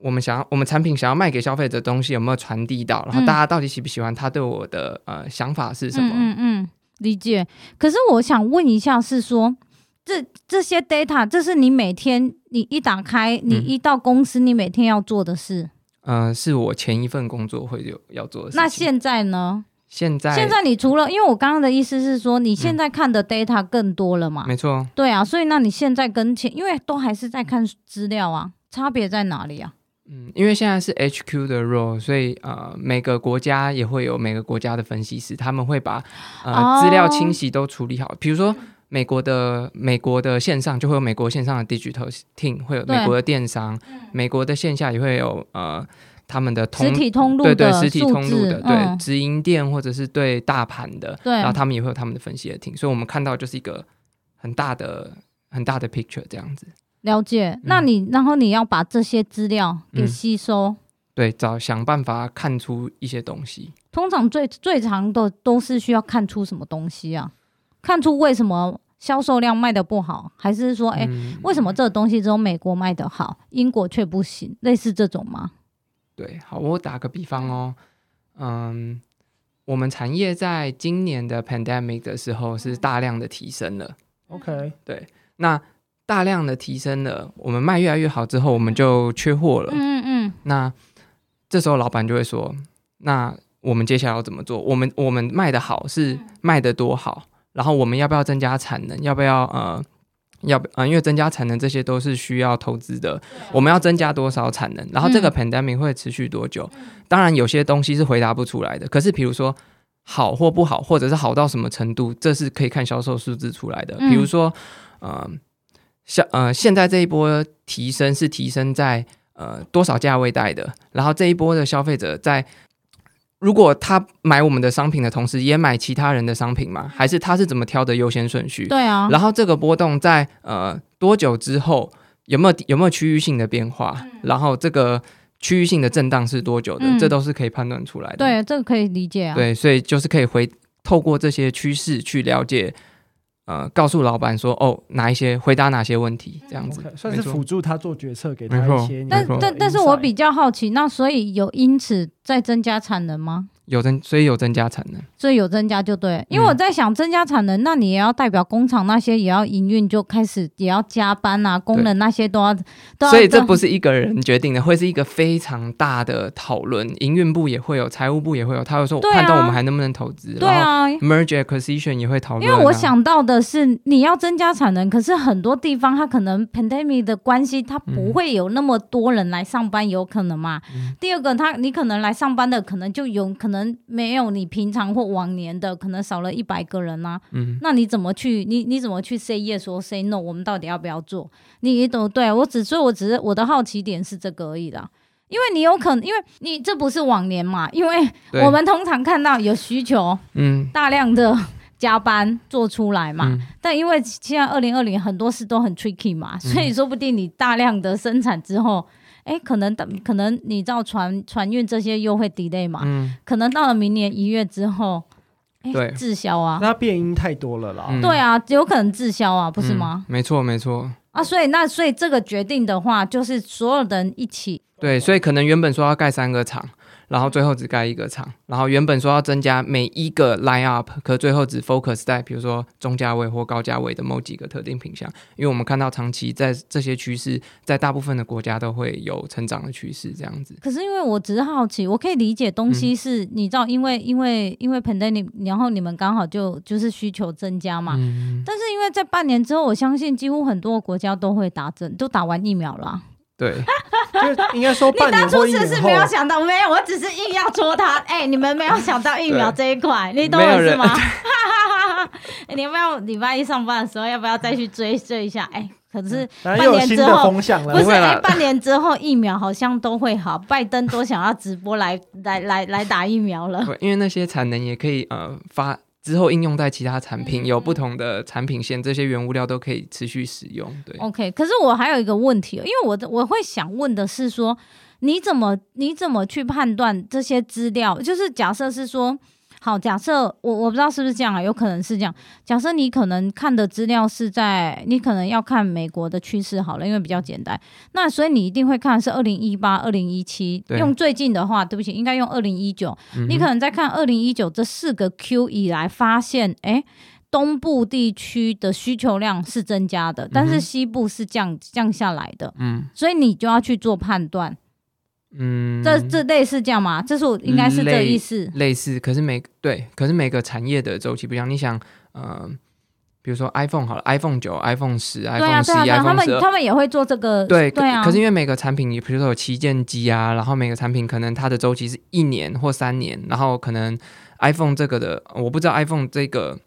[SPEAKER 3] 我们想要，我们产品想要卖给消费者的东西有没有传递到？然后
[SPEAKER 1] 嗯
[SPEAKER 3] 大家到底喜不喜欢？他对我的呃想法是什么？
[SPEAKER 1] 嗯嗯嗯，理解。可是我想问一下，是说这这些 data，这是你每天你一打开，你
[SPEAKER 3] 嗯
[SPEAKER 1] 一到公司，你每天要做的事。
[SPEAKER 3] 嗯，是我前一份工作会有要做的事情。
[SPEAKER 1] 那现在呢？
[SPEAKER 3] 现在嗯
[SPEAKER 1] 现在你除了，因为我刚刚的意思是说，你现在看的 data 更多了嘛？
[SPEAKER 3] 没错，
[SPEAKER 1] 对啊，所以那你现在跟前，因为都还是在看资料啊，差别在哪里啊？
[SPEAKER 3] 嗯，因为现在是 HQ 的 role，所以呃，每个国家也会有每个国家的分析师，他们会把
[SPEAKER 1] 哦
[SPEAKER 3] 呃资料清洗都处理好。比如说美国的美国的线上就会有美国线上的 digital team，会有
[SPEAKER 1] 对嗯
[SPEAKER 3] 美国的电商，美国的线下也会有呃他们的
[SPEAKER 1] 实
[SPEAKER 3] 通
[SPEAKER 1] 体通路
[SPEAKER 3] 对对
[SPEAKER 1] 的
[SPEAKER 3] 实体
[SPEAKER 1] 数
[SPEAKER 3] 通路
[SPEAKER 1] 字
[SPEAKER 3] 的对
[SPEAKER 1] 嗯
[SPEAKER 3] 直营店或者是对大盘的，
[SPEAKER 1] 对
[SPEAKER 3] 然后他们也会有他们的分析的 team，所以我们看到就是一个很大的很大的 picture 这样子。
[SPEAKER 1] 了解。那你然后你要把这些资料给
[SPEAKER 3] 嗯
[SPEAKER 1] 吸收，
[SPEAKER 3] 对，找想办法看出一些东西。
[SPEAKER 1] 通常最最长的都是需要看出什么东西啊？看出为什么销售量卖的不好，还是说，哎、
[SPEAKER 3] 嗯
[SPEAKER 1] 为什么这个东西只有美国卖的好，英国却不行？类似这种吗？
[SPEAKER 3] 对，好，我打个比方哦，嗯，我们产业在今年的 pandemic 的时候是大量的提升了，
[SPEAKER 1] 嗯
[SPEAKER 2] OK，
[SPEAKER 3] 那大量的提升了，我们卖越来越好之后，我们就缺货了。
[SPEAKER 1] 嗯嗯
[SPEAKER 3] 那这时候老板就会说，那我们接下来要怎么做？我们我们卖的好是卖的多好，然后我们要不要增加产能？要不要呃？要不，呃，因为增加产能这些都是需要投资的，我们要增加多少产能？然后这个 pandemic 会持续多久？当然有些东西是回答不出来的，可是比如说好或不好，或者是好到什么程度，这是可以看销售数字出来的。
[SPEAKER 1] 嗯
[SPEAKER 3] 比如说，呃，像呃，现在这一波提升是提升在呃多少价位带的，然后这一波的消费者在。如果他买我们的商品的同时，也买其他人的商品吗？还是他是怎么挑的优先顺序
[SPEAKER 1] 嗯，？对啊，
[SPEAKER 3] 然后这个波动在呃多久之后有没有有没有区域性的变化？然后这个区域性的震荡是多久的？
[SPEAKER 1] 嗯
[SPEAKER 3] 这都是可以判断出来的。
[SPEAKER 1] 对，这个可以理解啊。
[SPEAKER 3] 对所以就是可以回透过这些趋势去了解呃告诉老板说哦哪一些回答哪些问题这样子
[SPEAKER 2] 嗯 OK，算是
[SPEAKER 3] 没错
[SPEAKER 2] 辅助他做决策，给
[SPEAKER 3] 没
[SPEAKER 2] 他
[SPEAKER 3] 错
[SPEAKER 2] 一些你
[SPEAKER 3] 没
[SPEAKER 1] 但
[SPEAKER 3] 错
[SPEAKER 2] 的
[SPEAKER 1] 但但是我
[SPEAKER 2] insight
[SPEAKER 1] 比较好奇，那所以有因此在增加产能吗？
[SPEAKER 3] 有增所以有增加产能。
[SPEAKER 1] 所以有增加就对了，因为
[SPEAKER 3] 嗯
[SPEAKER 1] 我在想增加产能，那你也要代表工厂那些也要营运，就开始也要加班啊，工人那些都要都要。
[SPEAKER 3] 所以这不是一个人决定的，会是一个非常大的讨论。营运部也会有，财务部也会有，他会说
[SPEAKER 1] 对啊
[SPEAKER 3] 判断我们还能不能投资。
[SPEAKER 1] 对
[SPEAKER 3] 然后
[SPEAKER 1] 啊，
[SPEAKER 3] ，merge acquisition 也会讨论、啊
[SPEAKER 1] 因为我，想到的是，你要增加产能，可是很多地方它可能 pandemic 的关系，它不会有那么多人来上班，有可能嘛？
[SPEAKER 3] 嗯
[SPEAKER 1] 第二个，他你可能来上班的，可能就有可能没有你平常或往年的，可能少了一百个人啊。
[SPEAKER 3] 嗯，
[SPEAKER 1] 那你怎么去？你你怎么去 say yes 说 say no？我们到底要不要做？你你懂？对我只所以我只是我的好奇点是这个而已啦。因为你有可能，因为你这不是往年嘛，因为
[SPEAKER 3] 对，
[SPEAKER 1] 我们通常看到有需求，
[SPEAKER 3] 嗯
[SPEAKER 1] 大量的加班做出来嘛。
[SPEAKER 3] 嗯
[SPEAKER 1] 但因为现在二零二零很多事都很 tricky 嘛，所
[SPEAKER 3] 嗯
[SPEAKER 1] 以说不定你大量的生产之后。哎，可能可能你造船船运这些又会 delay 嘛？
[SPEAKER 3] 嗯，
[SPEAKER 1] 可能到了明年一月之后，哎
[SPEAKER 3] 对，
[SPEAKER 1] 滞销啊，
[SPEAKER 2] 那变音太多了啦。
[SPEAKER 3] 嗯
[SPEAKER 1] 对啊，有可能滞销啊，不是吗？
[SPEAKER 3] 嗯没错，没错。
[SPEAKER 1] 啊，所以那所以这个决定的话，就是所有人一起，
[SPEAKER 3] 对，所以可能原本说要盖三个厂，然后最后只盖一个厂，然后原本说要增加每一个 line up，可最后只 focus 在比如说中价位或高价位的某几个特定品项，因为我们看到长期在这些趋势，在大部分的国家都会有成长的趋势，这样子。
[SPEAKER 1] 可是因为我只是好奇，我可以理解东西是，你知道，因为因为因为 pandemic，然后你们刚好就就是需求增加嘛，
[SPEAKER 3] 嗯，
[SPEAKER 1] 但是因为在半年之后，我相信几乎很多国家都会打针，都打完疫苗了。 [LAUGHS]
[SPEAKER 3] 对，
[SPEAKER 2] [LAUGHS] 就应该说
[SPEAKER 1] 你
[SPEAKER 2] 半
[SPEAKER 1] 当
[SPEAKER 2] 年
[SPEAKER 1] 初
[SPEAKER 2] 或一
[SPEAKER 1] 是不
[SPEAKER 2] 年
[SPEAKER 1] 是
[SPEAKER 2] 后
[SPEAKER 1] 没，有想到？没有，我只是硬要戳他。哎、你们没有想到疫
[SPEAKER 3] [LAUGHS]
[SPEAKER 1] 苗这一块，你懂
[SPEAKER 3] 没
[SPEAKER 1] 我
[SPEAKER 3] 有
[SPEAKER 1] 是
[SPEAKER 3] 人
[SPEAKER 1] 吗？ [LAUGHS] 你要不要礼拜一上班的时候，要不要再去追追一下？哎、可是
[SPEAKER 2] 当然又有
[SPEAKER 1] 半年
[SPEAKER 2] 新
[SPEAKER 1] 之
[SPEAKER 2] 的
[SPEAKER 1] 后
[SPEAKER 2] 风向了
[SPEAKER 1] 不。是
[SPEAKER 3] 会啦
[SPEAKER 1] 哎、半年之后疫苗好像都会好，拜登都想要直播来 [LAUGHS] 来来来打疫苗了。
[SPEAKER 3] 对因为那些产能也可以呃发。之后应用在其他产品，有不同的产品线，这些原物料都可以持续使用。对，
[SPEAKER 1] OK，可是我还有一个问题，因为我的我会想问的是说，你怎么你怎么去判断这些资料？就是假设是说，好，假设我我不知道是不是这样啊，有可能是这样。假设你可能看的资料是在，你可能要看美国的趋势好了，因为比较简单。那所以你一定会看是二零一八、二零一七，
[SPEAKER 3] 对
[SPEAKER 1] 用最近的话，对不起，应该用二零一九。
[SPEAKER 3] 嗯
[SPEAKER 1] 你可能在看二零一九这四个 Q 以来，发现哎。诶东部地区的需求量是增加的，但是西部是降降下来的，
[SPEAKER 3] 嗯
[SPEAKER 1] 所以你就要去做判断。
[SPEAKER 3] 嗯，
[SPEAKER 1] 这这类似这样嘛？这是我应该是这意思。
[SPEAKER 3] 类似，可是每对，可是每个产业的周期不一样。你想，呃，比如说 iPhone 好了，iPhone 九、iPhone 十、
[SPEAKER 1] 对啊，
[SPEAKER 3] iPhone 十
[SPEAKER 1] 对
[SPEAKER 3] 一、
[SPEAKER 1] 啊，对啊，他
[SPEAKER 3] iPhone 十
[SPEAKER 1] 们
[SPEAKER 3] 二。
[SPEAKER 1] 他们也会做这个。
[SPEAKER 3] 对，可
[SPEAKER 1] 对啊。
[SPEAKER 3] 可是因为每个产品，你比如说有旗舰机啊，然后每个产品可能它的周期是一年或三年，然后可能 iPhone 这个的，我不知道 iPhone 这个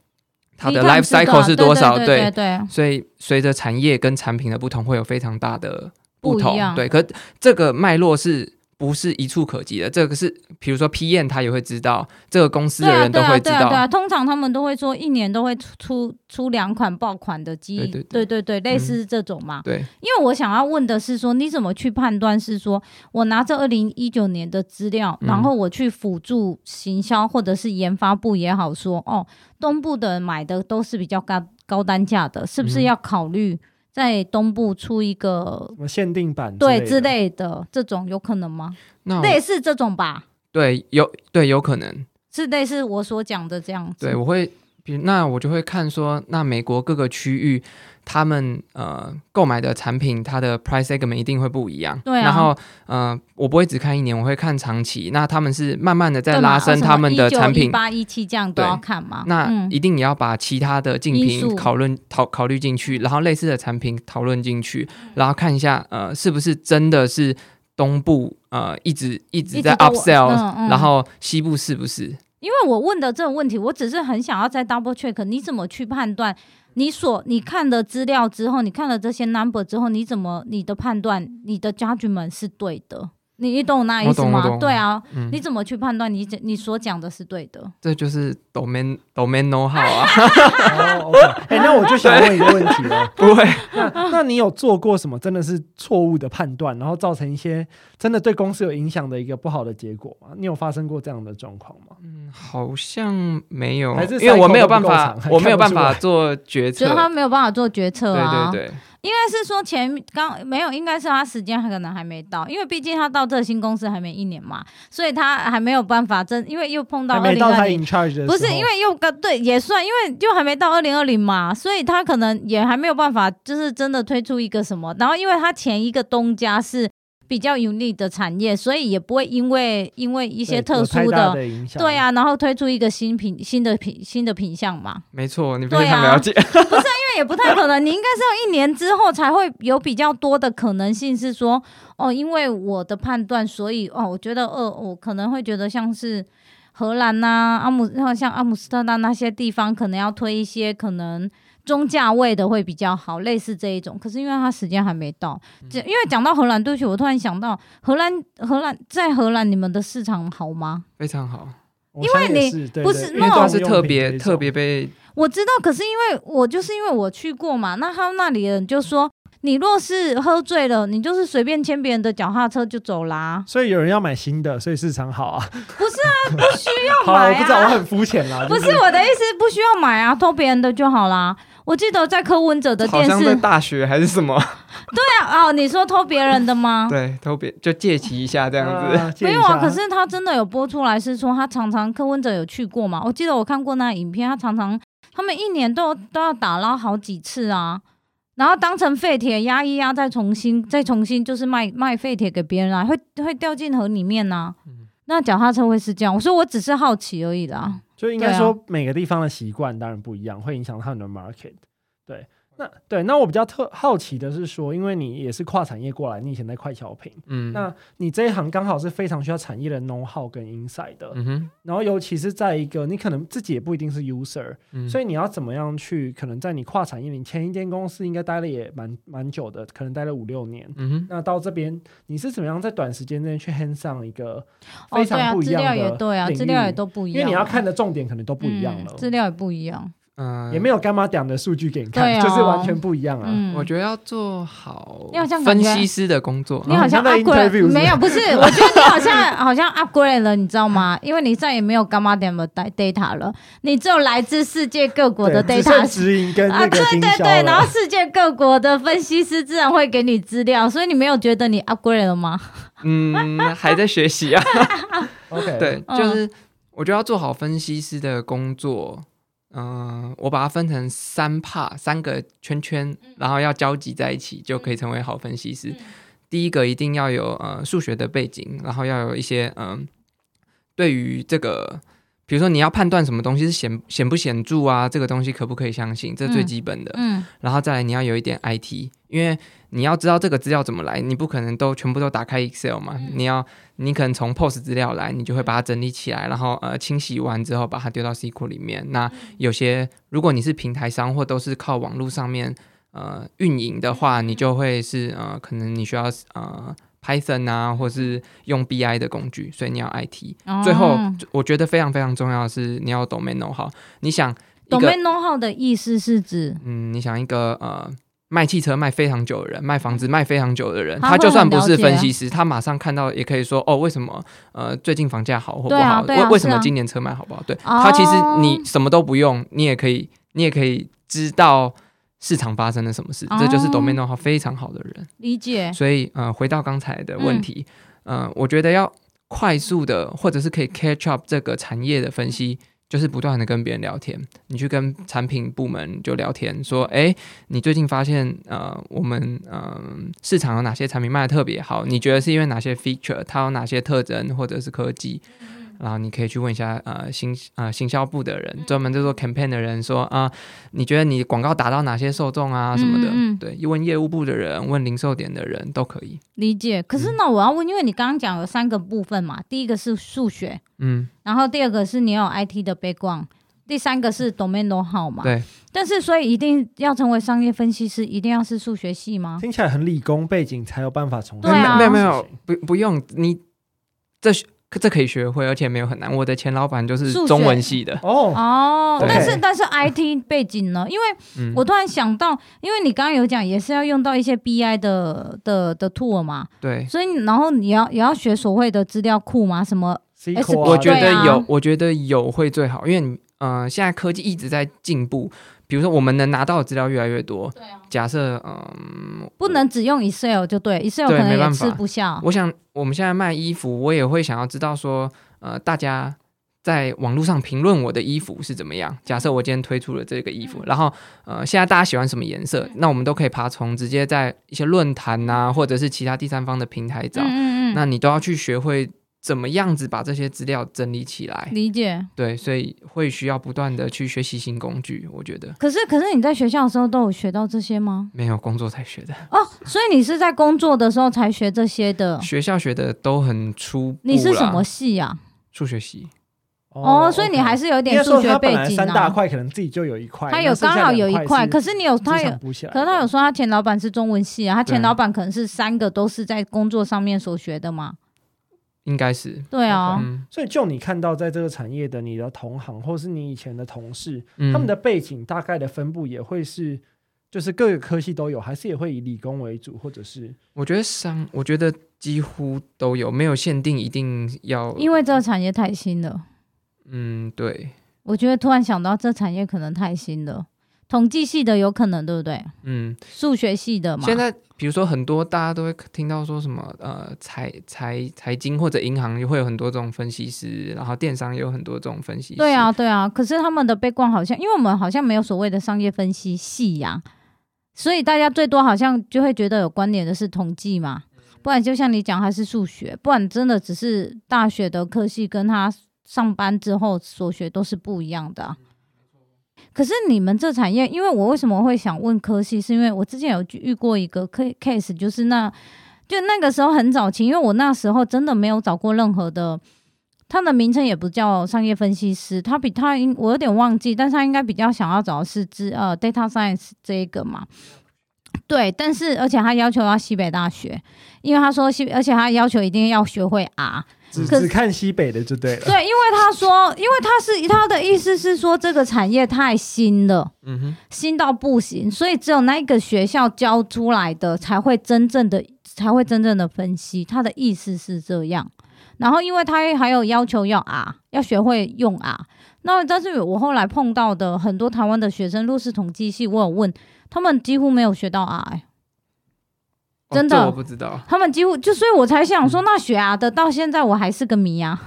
[SPEAKER 3] 它的
[SPEAKER 1] 你
[SPEAKER 3] life
[SPEAKER 1] 看这个
[SPEAKER 3] cycle 是多少，
[SPEAKER 1] 对对对对
[SPEAKER 3] 所以随着产业跟产品的不同，会有非常大的不
[SPEAKER 1] 不一
[SPEAKER 3] 同。
[SPEAKER 1] 样
[SPEAKER 3] 对，可这个脉络是不是一触可及的？这个是，比如说 P N 他也会知道，这个公司
[SPEAKER 1] 对
[SPEAKER 3] 的
[SPEAKER 1] 啊
[SPEAKER 3] 人都
[SPEAKER 1] 对啊
[SPEAKER 3] 会知
[SPEAKER 1] 对啊对啊，
[SPEAKER 3] 道。
[SPEAKER 1] 通常他们都会说一年都会出出出两款爆款的机，
[SPEAKER 3] 对对
[SPEAKER 1] 对对对，类似这种嘛。
[SPEAKER 3] 对，
[SPEAKER 1] 因为我想要问的是说，你怎么去判断是说我拿着二零一九年的资料，
[SPEAKER 3] 嗯
[SPEAKER 1] 然后我去辅助行销或者是研发部也好说，哦，东部的买的都是比较高高单价的，是不
[SPEAKER 3] 嗯
[SPEAKER 1] 是要考虑在东部出一个
[SPEAKER 2] 什么限定版
[SPEAKER 1] 对
[SPEAKER 2] 之
[SPEAKER 1] 之
[SPEAKER 2] 类的，
[SPEAKER 1] 类的这种有可能吗？
[SPEAKER 3] 那我
[SPEAKER 1] 类似这种吧，
[SPEAKER 3] 对有对有可能，
[SPEAKER 1] 是类似我所讲的这样子。
[SPEAKER 3] 对我会，比那我就会看说，那美国各个区域他们呃购买的产品，它的 price segment 一定会不一样。
[SPEAKER 1] 对啊
[SPEAKER 3] 然后呃，我不会只看一年，我会看长期。那他们是慢慢的在
[SPEAKER 1] 对嘛
[SPEAKER 3] 拉升他们的产品
[SPEAKER 1] 一八一七这样都
[SPEAKER 3] 对
[SPEAKER 1] 要看嘛？
[SPEAKER 3] 那
[SPEAKER 1] 嗯
[SPEAKER 3] 一定也要把其他的竞
[SPEAKER 1] 因素
[SPEAKER 3] 品讨论讨考虑进去，然后类似的产品讨论进去，
[SPEAKER 1] 嗯
[SPEAKER 3] 然后看一下呃是不是真的是东部呃一直一直
[SPEAKER 1] 一直
[SPEAKER 3] 在
[SPEAKER 1] 都
[SPEAKER 3] upsell，、
[SPEAKER 1] 嗯嗯
[SPEAKER 3] 然后西部是不是？
[SPEAKER 1] 因为我问的这个问题，我只是很想要再 double check，你怎么去判断你所你看的资料之后，你看了这些 number 之后，你怎么你的判断、你的 judgment 是对的？你你懂我那意
[SPEAKER 3] 我
[SPEAKER 1] 思
[SPEAKER 3] 懂我
[SPEAKER 1] 吗？
[SPEAKER 3] 懂
[SPEAKER 1] 对啊，
[SPEAKER 3] 嗯
[SPEAKER 1] 你，怎么去判断你你所讲的是对的？
[SPEAKER 3] 这就是 domain domain know
[SPEAKER 1] [LAUGHS]
[SPEAKER 3] how 啊，
[SPEAKER 2] 哦，OK，哎、那我就想问一个问题了，
[SPEAKER 3] 不会，
[SPEAKER 1] [LAUGHS]
[SPEAKER 2] 那那你有做过什么真的是错误的判断，然后造成一些真的对公司有影响的一个不好的结果吗？你有发生过这样的状况吗？
[SPEAKER 3] 好像没有
[SPEAKER 2] 还是，
[SPEAKER 3] 因为我没有办
[SPEAKER 2] cycle 都
[SPEAKER 3] 法
[SPEAKER 2] 不够，长
[SPEAKER 3] 我没有办
[SPEAKER 2] 看不
[SPEAKER 3] 法
[SPEAKER 2] 出来
[SPEAKER 3] 做
[SPEAKER 1] 觉
[SPEAKER 3] 决策
[SPEAKER 1] 得，他没有办法做决策啊。
[SPEAKER 3] 对对对，
[SPEAKER 1] 应该是说前刚没有，应该是他时间还可能还没到，因为毕竟他到这个新公司还没一年嘛，所以他还没有办法真，因为又碰到
[SPEAKER 2] 还
[SPEAKER 1] 二
[SPEAKER 2] 没
[SPEAKER 1] 零
[SPEAKER 2] 到
[SPEAKER 1] 二
[SPEAKER 2] 他
[SPEAKER 1] 零
[SPEAKER 2] in。charge 的时候，
[SPEAKER 1] 不是因为又跟对也算，因为就还没到二零二零嘛，所以他可能也还没有办法，就是真的推出一个什么。然后因为他前一个东家是比较 unique 的产业，所以也不会因为因为一
[SPEAKER 2] 一
[SPEAKER 1] 些特殊
[SPEAKER 2] 的
[SPEAKER 1] 的
[SPEAKER 2] 的影响，
[SPEAKER 1] 对啊呀、然后推出一个新品新的品新的品相嘛，
[SPEAKER 3] 没错，你非
[SPEAKER 1] 对
[SPEAKER 3] 常
[SPEAKER 1] 啊
[SPEAKER 2] [LAUGHS]
[SPEAKER 3] 了解，
[SPEAKER 1] 那也不太可能，你应该是要一年之后才会有比较多的可能性是说，哦，因为我的判断，所以哦，我觉得呃，我可能会觉得像是荷兰呐、阿姆像阿姆斯特丹那些地方，可能要推一些可能中价位的会比较好，类似这一种。可是因为它时间还没到，这因为讲到荷兰，对不起，我突然想到荷兰，荷兰在荷兰你们的市场好吗？
[SPEAKER 3] 非常好，
[SPEAKER 2] 我想
[SPEAKER 1] 因为
[SPEAKER 2] 也
[SPEAKER 1] 你
[SPEAKER 2] 是，对
[SPEAKER 1] 不
[SPEAKER 2] 对
[SPEAKER 1] 是
[SPEAKER 2] 运
[SPEAKER 1] 那
[SPEAKER 2] 动
[SPEAKER 1] 种
[SPEAKER 3] 算
[SPEAKER 1] 种
[SPEAKER 3] 是
[SPEAKER 2] 用品
[SPEAKER 3] 特
[SPEAKER 2] 这
[SPEAKER 3] 别
[SPEAKER 2] 一
[SPEAKER 3] 特
[SPEAKER 2] 种，
[SPEAKER 3] 别被
[SPEAKER 1] 我知道，可是因为我就是因为我去过嘛，那他们那里的人就说，你若是喝醉了，你就是随便牵别人的脚踏车就走啦
[SPEAKER 2] 所以有人要买新的，所以市场好啊。
[SPEAKER 1] [LAUGHS] 不需要
[SPEAKER 2] 好啦，我
[SPEAKER 1] 买
[SPEAKER 2] 不知道，我
[SPEAKER 1] 啊。
[SPEAKER 2] 很肤浅啦。
[SPEAKER 1] 不
[SPEAKER 2] 就是
[SPEAKER 1] 我的意思，不需要买啊，偷别人的就好啦。我记得在柯文哲的
[SPEAKER 3] 好
[SPEAKER 1] 电
[SPEAKER 3] 像
[SPEAKER 1] 视，
[SPEAKER 3] 在大学还是什么，
[SPEAKER 1] 对啊哦，你说偷别人的
[SPEAKER 2] [LAUGHS]
[SPEAKER 1] 吗？
[SPEAKER 3] 对，都别就借题一下这样子，
[SPEAKER 2] 啊借
[SPEAKER 1] 没
[SPEAKER 2] 一
[SPEAKER 1] 有啊，
[SPEAKER 2] 下
[SPEAKER 1] 可是他真的有播出来，是说他常常柯文哲有去过嘛？我记得我看过那影片，他常常他们一年都有都要打捞好几次啊，然后当成废铁压一压，再重新再重新就是卖卖废铁给别人啊，会会掉进河里面呐、
[SPEAKER 2] 嗯
[SPEAKER 1] 那脚踏车会是这样，我说我只是好奇而已啦。
[SPEAKER 2] 就应该
[SPEAKER 1] 对啊
[SPEAKER 2] 说每个地方的习惯当然不一样，会影响他们的 market。对，那对，那我比较特好奇的是说，因为你也是跨产业过来，你以前在快消品，
[SPEAKER 3] [LAUGHS] 嗯，
[SPEAKER 2] 那你这一行刚好是非常需要产业的 know how 跟 insight 的，
[SPEAKER 3] 嗯哼，
[SPEAKER 2] 然后尤其是在一个你可能自己也不一定是 user，、
[SPEAKER 3] 嗯
[SPEAKER 2] 所以你要怎么样去可能在你跨产业，你前一间公司应该待了也蛮蛮久的，可能待了五六年。
[SPEAKER 3] 嗯哼，
[SPEAKER 2] 那到这边，你是怎么样在短时间内去 hand 上一个
[SPEAKER 1] 哦，
[SPEAKER 2] 非
[SPEAKER 1] 对
[SPEAKER 2] 常
[SPEAKER 1] 啊，
[SPEAKER 2] 不一
[SPEAKER 1] 资
[SPEAKER 2] 样的、
[SPEAKER 1] 料也对啊，资料也都不一
[SPEAKER 2] 因
[SPEAKER 1] 样，
[SPEAKER 2] 为你要看的重点可能都不一样
[SPEAKER 1] 嗯
[SPEAKER 2] 了，
[SPEAKER 1] 资、料也不一样，
[SPEAKER 3] 嗯，
[SPEAKER 2] 也没有干妈讲的数据给你看，
[SPEAKER 1] 对啊
[SPEAKER 2] 就是完全不一样啊。
[SPEAKER 1] 嗯，
[SPEAKER 3] 我觉得要做好
[SPEAKER 1] 你好像感
[SPEAKER 3] 分
[SPEAKER 1] 觉
[SPEAKER 3] 析师的工作，
[SPEAKER 1] 你好像
[SPEAKER 2] 哦你看到
[SPEAKER 1] upgrade
[SPEAKER 2] interview 是不是
[SPEAKER 1] 没有？不
[SPEAKER 2] [LAUGHS]
[SPEAKER 1] 是，我觉得你好像好像 upgrade 了，你知道吗？因为你再也没有 gamma 点的 data 了，你只有来自世界各国的
[SPEAKER 2] 对只剩
[SPEAKER 1] data。
[SPEAKER 2] 直营跟那
[SPEAKER 1] 啊，
[SPEAKER 2] 个
[SPEAKER 1] 对
[SPEAKER 2] 经
[SPEAKER 1] 对
[SPEAKER 2] 销
[SPEAKER 1] 对，
[SPEAKER 2] 了
[SPEAKER 1] 然后世界各国的分析师自然会给你资料，所以你没有觉得你 upgrade 了吗？
[SPEAKER 3] 嗯，还在学习啊，
[SPEAKER 2] OK，
[SPEAKER 3] 对，
[SPEAKER 1] 嗯
[SPEAKER 3] 就是我觉得要做好分析师的工作。嗯，我把它分成三帕三个圈圈，
[SPEAKER 1] 嗯
[SPEAKER 3] 然后要交集在一起，就可以成为好分析师。第一个一定要有呃数学的背景，然后要有一些嗯、对于这个，比如说你要判断什么东西是显显不显著啊，这个东西可不可以相信，这最
[SPEAKER 1] 嗯
[SPEAKER 3] 基本的。
[SPEAKER 1] 嗯，
[SPEAKER 3] 然后再来你要有一点 IT，因为你要知道这个资料怎么来，你不可能都全部都打开 Excel 嘛，
[SPEAKER 1] 嗯
[SPEAKER 3] 你要你可能从 POST 资料来，你就会把它整理起来，然后呃清洗完之后把它丢到 SQL 里面。
[SPEAKER 1] 嗯
[SPEAKER 3] 那有些如果你是平台商或都是靠网络上面呃运营的
[SPEAKER 1] 嗯
[SPEAKER 3] 话，你就会是呃可能你需要呃 Python 啊，或是用 BI 的工具，所以你要 IT。
[SPEAKER 1] 哦
[SPEAKER 3] 最后我觉得非常非常重要的是你要 domain know how，你想一个
[SPEAKER 1] domain know how 的意思是指
[SPEAKER 3] 嗯，你想一个呃卖汽车卖非常久的人，卖房子卖非常久的人，
[SPEAKER 1] 他
[SPEAKER 3] 他
[SPEAKER 1] 会
[SPEAKER 3] 就算
[SPEAKER 1] 很
[SPEAKER 3] 不
[SPEAKER 1] 了
[SPEAKER 3] 是
[SPEAKER 1] 解
[SPEAKER 3] 分
[SPEAKER 1] 啊
[SPEAKER 3] 析师，他马上看到也可以说哦，为什么呃最近房价好或不
[SPEAKER 1] 对啊
[SPEAKER 3] 好？
[SPEAKER 1] 对啊
[SPEAKER 3] 为为什
[SPEAKER 1] 是
[SPEAKER 3] 么
[SPEAKER 1] 啊
[SPEAKER 3] 今年车卖好不好？对，他其实你
[SPEAKER 1] 哦
[SPEAKER 3] 什么都不用，你也可以你也可以知道市场发生了什么事，这就是
[SPEAKER 1] 哦
[SPEAKER 3] domain know how 非常好的人。
[SPEAKER 1] 理解，
[SPEAKER 3] 所以呃，回到刚才的问题，呃，我觉得要快速的，或者是可以 catch up 这个产业的分析，就是不断的跟别人聊天，你去跟产品部门就聊天，说，哎，你最近发现呃，我们呃市场有哪些产品卖的特别好？你觉得是因为哪些 feature？它有哪些特征或者是科技？然后你可以去问一下呃行呃行销部的人，
[SPEAKER 1] 嗯
[SPEAKER 3] 专门就做 campaign 的人说啊、你觉得你广告打到哪些受众啊什么的？
[SPEAKER 1] 嗯嗯嗯
[SPEAKER 3] 对，问业务部的人，问零售点的人都可以。
[SPEAKER 1] 理解。可
[SPEAKER 2] 嗯
[SPEAKER 1] 是呢，我要问，因为你刚刚讲有三个部分嘛，第一个是数学，
[SPEAKER 3] 嗯，
[SPEAKER 1] 然后第二个是你有 IT 的 background，第三个是 domain know how 嘛。
[SPEAKER 3] 对。
[SPEAKER 1] 但是，所以一定要成为商业分析师，一定要是数学系吗？
[SPEAKER 2] 听起来很理工背景才有办法从
[SPEAKER 1] 对啊
[SPEAKER 3] 没有没有，不不用你这这可以学会，而且没有很难。我的前老板就是
[SPEAKER 1] 数学
[SPEAKER 3] 中文系的，
[SPEAKER 2] 哦，
[SPEAKER 1] 哦，
[SPEAKER 3] 对
[SPEAKER 1] 但是但是 IT 背景呢？因为
[SPEAKER 3] 嗯，
[SPEAKER 1] 我突然想到，因为你刚刚有讲也是要用到一些 BI 的的的 tool 嘛，
[SPEAKER 3] 对，
[SPEAKER 1] 所以你然后你要也要学所谓的资料库嘛，什么
[SPEAKER 2] SQL 啊
[SPEAKER 3] 我觉
[SPEAKER 1] 对
[SPEAKER 3] 得
[SPEAKER 1] 啊
[SPEAKER 3] 有，我觉得有会最好，因为你呃，现在科技一直在进步，比如说我们能拿到的资料越来越多。
[SPEAKER 1] 啊
[SPEAKER 3] 假设嗯、
[SPEAKER 1] 不能只用 Excel 就对，Excel 可
[SPEAKER 3] 对
[SPEAKER 1] 能
[SPEAKER 3] 没
[SPEAKER 1] 也
[SPEAKER 3] 办法
[SPEAKER 1] 吃不下。
[SPEAKER 3] 我想我们现在卖衣服，我也会想要知道说，呃，大家在网络上评论我的衣服是怎么样。假设我今天推出了这个衣
[SPEAKER 1] 嗯
[SPEAKER 3] 服，然后呃，现在大家喜欢什么颜色，那我们都可以爬虫直接在一些论坛呐，或者是其他第三方的平台找。
[SPEAKER 1] 嗯嗯嗯，
[SPEAKER 3] 那你都要去学会怎么样子把这些资料整理起来。
[SPEAKER 1] 理解。
[SPEAKER 3] 对，所以会需要不断的去学习新工具。我觉得
[SPEAKER 1] 可是可是你在学校的时候都有学到这些吗？
[SPEAKER 3] 没有工作才学的，
[SPEAKER 1] 哦，所以你是在工作的时候才学这些的。
[SPEAKER 3] [LAUGHS] 学校学的都很初步啦。
[SPEAKER 1] 嗯你是什么系呀、
[SPEAKER 3] 数学系？
[SPEAKER 1] 哦，所以你还是有一
[SPEAKER 2] 应
[SPEAKER 1] 点
[SPEAKER 2] 该
[SPEAKER 1] 数
[SPEAKER 2] 说
[SPEAKER 1] 学
[SPEAKER 2] 他
[SPEAKER 1] 背
[SPEAKER 2] 本来
[SPEAKER 1] 景
[SPEAKER 2] 三大
[SPEAKER 1] 啊。
[SPEAKER 2] 块可能自己就有一块，
[SPEAKER 1] 他有
[SPEAKER 2] 那剩
[SPEAKER 1] 刚
[SPEAKER 2] 下
[SPEAKER 1] 好有一
[SPEAKER 2] 两
[SPEAKER 1] 块，
[SPEAKER 2] 块，
[SPEAKER 1] 可是你有他有
[SPEAKER 2] 补起来
[SPEAKER 1] 可
[SPEAKER 2] 的，
[SPEAKER 1] 是他有说他前老板是中文系啊，他前
[SPEAKER 3] 对
[SPEAKER 1] 老板可能是三个都是在工作上面所学的嘛。
[SPEAKER 3] 应该是。
[SPEAKER 1] 对啊，
[SPEAKER 3] 嗯
[SPEAKER 2] 所以就你看到在这个产业的你的同行或是你以前的同事，
[SPEAKER 3] 嗯
[SPEAKER 2] 他们的背景大概的分布也会是，就是各个科系都有，还是也会以理工为主，或者是
[SPEAKER 3] 我觉得商，我觉得几乎都有，没有限定一定要。
[SPEAKER 2] 嗯
[SPEAKER 1] 因为这个产业太新了，
[SPEAKER 3] 嗯，对，
[SPEAKER 1] 我觉得突然想到这产业可能太新了。统计系的有可能对不对？
[SPEAKER 3] 嗯，
[SPEAKER 1] 数学系的嘛，
[SPEAKER 3] 现在比如说很多大家都会听到说什么呃财财财经或者银行也会有很多这种分析师，然后电商也有很多这种分析师。
[SPEAKER 1] 对啊，对啊。可是他们的背光好像，因为我们好像没有所谓的商业分析系呀、所以大家最多好像就会觉得有关联的是统计嘛，不然就像你讲，它是数学，不然真的只是大学的科系跟他上班之后所学都是不一样的啊、可是你们这产业，因为我为什么会想问科系，是因为我之前有遇过一个 ca- case，就是那就那个时候很早期，因为我那时候真的没有找过任何的，他的名称也不叫商业分析师，他比他应我有点忘记，但是他应该比较想要找的是知呃 data science 这一个嘛。对，但是而且他要求要西北大学，因为他说西，而且他要求一定要学会 R。
[SPEAKER 2] 只
[SPEAKER 1] 可是
[SPEAKER 2] 只看西北的就对了。
[SPEAKER 1] 对，因为他说，因为他是他的意思是说这个产业太新了，
[SPEAKER 3] 嗯哼，
[SPEAKER 1] 新到不行，所以只有那一个学校教出来的才会真正的才会真正的分析，他的意思是这样。然后，因为他还有要求要 R，要学会用 R。那但是我后来碰到的很多台湾的学生，若是统计系，我有问他们，几乎没有学到 R，、欸、
[SPEAKER 3] 哦
[SPEAKER 1] 真的
[SPEAKER 3] 这我不知道。
[SPEAKER 1] [LAUGHS] 他们几乎就，所以我才想说，那学 R 的到现在我还是个谜啊，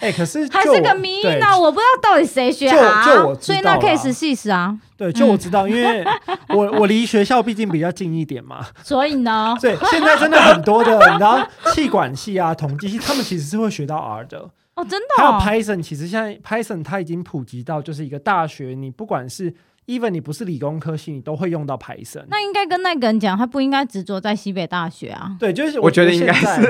[SPEAKER 2] 哎、可是
[SPEAKER 1] 还
[SPEAKER 2] 就是
[SPEAKER 1] 个
[SPEAKER 2] 我
[SPEAKER 1] 谜啊
[SPEAKER 2] 对
[SPEAKER 1] 呢、我不知道到底谁学
[SPEAKER 2] 就
[SPEAKER 1] R，
[SPEAKER 2] 就我知
[SPEAKER 1] 所以那
[SPEAKER 2] 道啦
[SPEAKER 1] case 细死啊，
[SPEAKER 2] 对，就我知道，因为我我离学校毕竟比较近一点嘛，
[SPEAKER 1] 所以呢，
[SPEAKER 2] 所以现在真的很多的，你知道，气管系啊、统计系，他们其实是会学到 R 的。
[SPEAKER 1] 哦，真
[SPEAKER 2] 还
[SPEAKER 1] 的、
[SPEAKER 2] 有
[SPEAKER 1] 哦，
[SPEAKER 2] Python，其实现在 Python 它已经普及到就是一个大学，你不管是 even 你不是理工科系，你都会用到 Python。
[SPEAKER 1] 那应该跟那个人讲，他不应该执着在西北大学啊。
[SPEAKER 2] 对，就是
[SPEAKER 3] 我觉得应该
[SPEAKER 2] 是。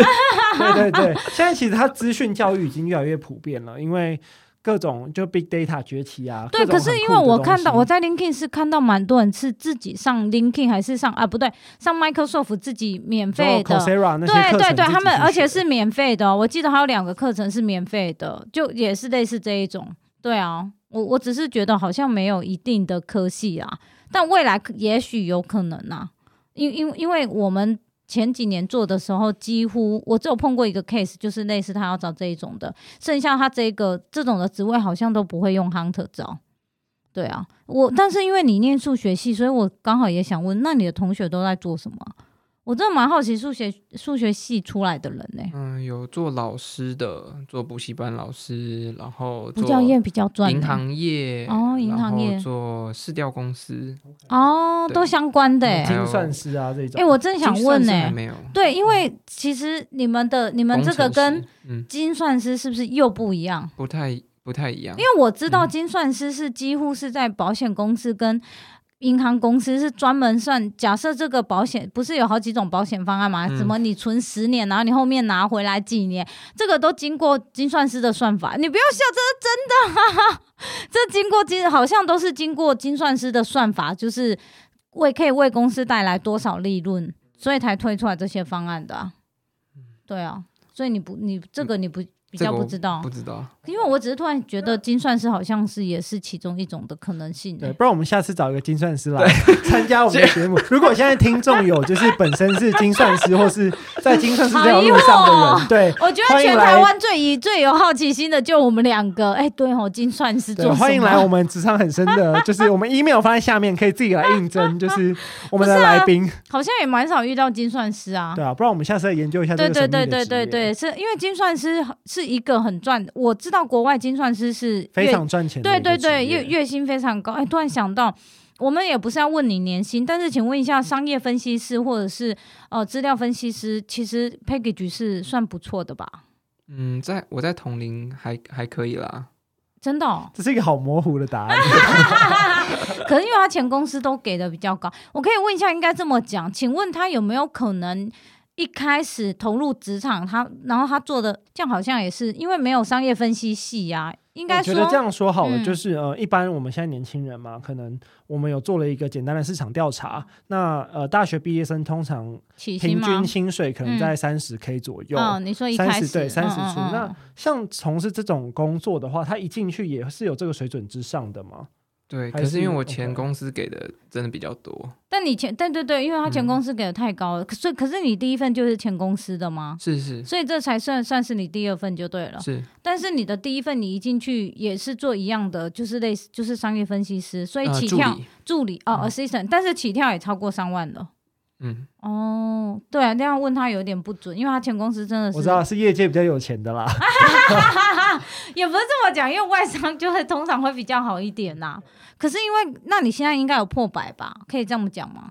[SPEAKER 2] 对对对，现在其实它资讯教育已经越来越普遍了，因为各种就 big data 崛起啊。
[SPEAKER 1] 对，
[SPEAKER 2] 各种
[SPEAKER 1] 可
[SPEAKER 2] 很
[SPEAKER 1] 是因
[SPEAKER 2] 酷
[SPEAKER 1] 为
[SPEAKER 2] 的
[SPEAKER 1] 我
[SPEAKER 2] 东
[SPEAKER 1] 看到
[SPEAKER 2] 西
[SPEAKER 1] 我在 LinkedIn 是看到蛮多人是自己上 LinkedIn 还是上啊不对上 Microsoft 自己免
[SPEAKER 2] 然后
[SPEAKER 1] 费的，
[SPEAKER 2] Coursera 那些
[SPEAKER 1] 对对
[SPEAKER 2] 课程
[SPEAKER 1] 对，
[SPEAKER 2] 自己
[SPEAKER 1] 他们
[SPEAKER 2] 去
[SPEAKER 1] 而且
[SPEAKER 2] 学
[SPEAKER 1] 是免费的哦、我记得还有两个课程是免费的，就也是类似这一种。对啊，我我只是觉得好像没有一定的科系啊，但未来可也许有可能啊，因因因为我们。前几年做的时候，几乎我只有碰过一个 case，就是类似他要找这一种的，剩下他这个这种的职位好像都不会用 hunter 招。对啊，我但是因为你念数学系，所以我刚好也想问，那你的同学都在做什么啊？我真的蛮好奇数学数学系出来的人呢、
[SPEAKER 3] 嗯，有做老师的，做补习班老师，然后
[SPEAKER 1] 补
[SPEAKER 3] 做
[SPEAKER 1] 教业比较赚欸、
[SPEAKER 3] 银行业
[SPEAKER 1] 哦银
[SPEAKER 3] 然
[SPEAKER 1] 行
[SPEAKER 3] 后
[SPEAKER 1] 业
[SPEAKER 3] 做市调公司。
[SPEAKER 1] 哦，
[SPEAKER 3] 对
[SPEAKER 1] 都相关的、欸。
[SPEAKER 3] 还
[SPEAKER 2] 精
[SPEAKER 3] 有
[SPEAKER 2] 算师啊这
[SPEAKER 1] 哎、
[SPEAKER 2] 种。
[SPEAKER 1] 我真想问
[SPEAKER 3] 呢、
[SPEAKER 1] 呢、
[SPEAKER 3] 还没有，
[SPEAKER 1] 对，因为其实你们的你们
[SPEAKER 3] 工
[SPEAKER 1] 这个
[SPEAKER 3] 程
[SPEAKER 1] 跟
[SPEAKER 3] 师嗯
[SPEAKER 1] 精算师是不是又不一样？
[SPEAKER 3] 不太不太一样
[SPEAKER 1] 因，为我知道
[SPEAKER 3] 嗯
[SPEAKER 1] 精算师是几乎是在保险公司跟银行公司是专门算，假设这个保险不是有好几种保险方案吗？
[SPEAKER 3] 嗯
[SPEAKER 1] 什么你存十年，然后你后面拿回来几年，这个都经过精算师的算法。你不要笑，这是真的、啊， [LAUGHS] 这经过精好像都是经过精算师的算法，就是为可以为公司带来多少利润，所以才推出来这些方案的、啊。对啊，所以你不你这个你不。比
[SPEAKER 3] 嗯这
[SPEAKER 1] 较
[SPEAKER 3] 个
[SPEAKER 1] 不
[SPEAKER 3] 我
[SPEAKER 1] 知道，
[SPEAKER 3] 不知道，
[SPEAKER 1] 因为我只是突然觉得精算师好像是也是其中一种的可能性、
[SPEAKER 2] 对，
[SPEAKER 1] 欸。
[SPEAKER 2] 不然我们下次找一个精算师来参加我们的
[SPEAKER 1] [LAUGHS]
[SPEAKER 2] 节目。如果现在听众有就是本身是精算师，或是在精算师这条路上
[SPEAKER 1] 哎
[SPEAKER 2] 的人，对。
[SPEAKER 1] 我觉得全台湾最以最有好奇心的就我们两个，哎、对哦，精算师做
[SPEAKER 2] 对，
[SPEAKER 1] 什么？
[SPEAKER 2] 欢迎来我们职场很深的，就是我们 email 放在下面，可以自己来应征，就是我们的来
[SPEAKER 1] [LAUGHS]
[SPEAKER 2] 宾，
[SPEAKER 1] 好像也蛮少遇到精算师啊。
[SPEAKER 2] 对啊，不然我们下次来研究一下
[SPEAKER 1] 对
[SPEAKER 2] 这个
[SPEAKER 1] 对
[SPEAKER 2] 神秘
[SPEAKER 1] 对
[SPEAKER 2] 的
[SPEAKER 1] 对
[SPEAKER 2] 职
[SPEAKER 1] 对
[SPEAKER 2] 业
[SPEAKER 1] 对，是因为精算师是一个很赚，我知道国外精算师是
[SPEAKER 2] 非
[SPEAKER 1] 月
[SPEAKER 2] 常赚钱的一
[SPEAKER 1] 对
[SPEAKER 2] 个职业，，
[SPEAKER 1] 对对，月月薪非常高。哎，突然想到，我们也不是要问你年薪，但是请问一下，商业分析师或者是呃资料分析师，其实 package 是算不错的吧？
[SPEAKER 3] 嗯，在我在同龄还还可以啦，
[SPEAKER 1] 真的、哦
[SPEAKER 2] 这是一个好模糊的答案。
[SPEAKER 1] 可是因为他前公司都给的比较高，我可以问一下，应该这么讲，请问他有没有可能一开始投入职场，他然后他做的这样好像也是因为没有商业分析系呀、应该
[SPEAKER 2] 我觉得这
[SPEAKER 1] 说
[SPEAKER 2] 样说好了，
[SPEAKER 1] 嗯
[SPEAKER 2] 就是呃，一般我们现在年轻人嘛，可能我们有做了一个简单的市场调查。那呃，大学毕业生通常
[SPEAKER 1] 起薪
[SPEAKER 2] 平
[SPEAKER 1] 吗
[SPEAKER 2] 均？薪水可能在三十 K 左右。
[SPEAKER 1] 嗯，你说一
[SPEAKER 2] 三
[SPEAKER 1] 开
[SPEAKER 2] 十
[SPEAKER 1] 始
[SPEAKER 2] 对三十出，
[SPEAKER 1] 嗯嗯
[SPEAKER 2] 那
[SPEAKER 1] 嗯
[SPEAKER 2] 像从事这种工作的话，他一进去也是有这个水准之上的嘛。
[SPEAKER 3] 对，
[SPEAKER 2] 还
[SPEAKER 3] 可是因
[SPEAKER 2] 是
[SPEAKER 3] 为我
[SPEAKER 2] OK
[SPEAKER 3] 前公司给的真的比较多，
[SPEAKER 1] 但你前对对对，因为他
[SPEAKER 2] 嗯
[SPEAKER 1] 前公司给的太高了，可所以可是你第一份就是前公司的吗？
[SPEAKER 3] 是是
[SPEAKER 1] 所以这才算算是你第二份就对了。
[SPEAKER 3] 是，
[SPEAKER 1] 但是你的第一份你一进去也是做一样的，就是类似就是商业分析师，所以
[SPEAKER 3] 呃
[SPEAKER 1] 起
[SPEAKER 3] 助
[SPEAKER 1] 跳
[SPEAKER 3] 理，
[SPEAKER 1] 助理
[SPEAKER 2] 嗯
[SPEAKER 1] 哦、assistant，但是起跳也超过三万了。
[SPEAKER 3] 嗯，
[SPEAKER 1] 哦，对啊，那样问他有点不准，因为他前公司真的是
[SPEAKER 2] 我知道是业界比较有钱的啦，
[SPEAKER 1] [LAUGHS] 也不是这么讲，因为外商就会通常会比较好一点啦。可是因为，那你现在应该有破百吧？可以这么讲吗？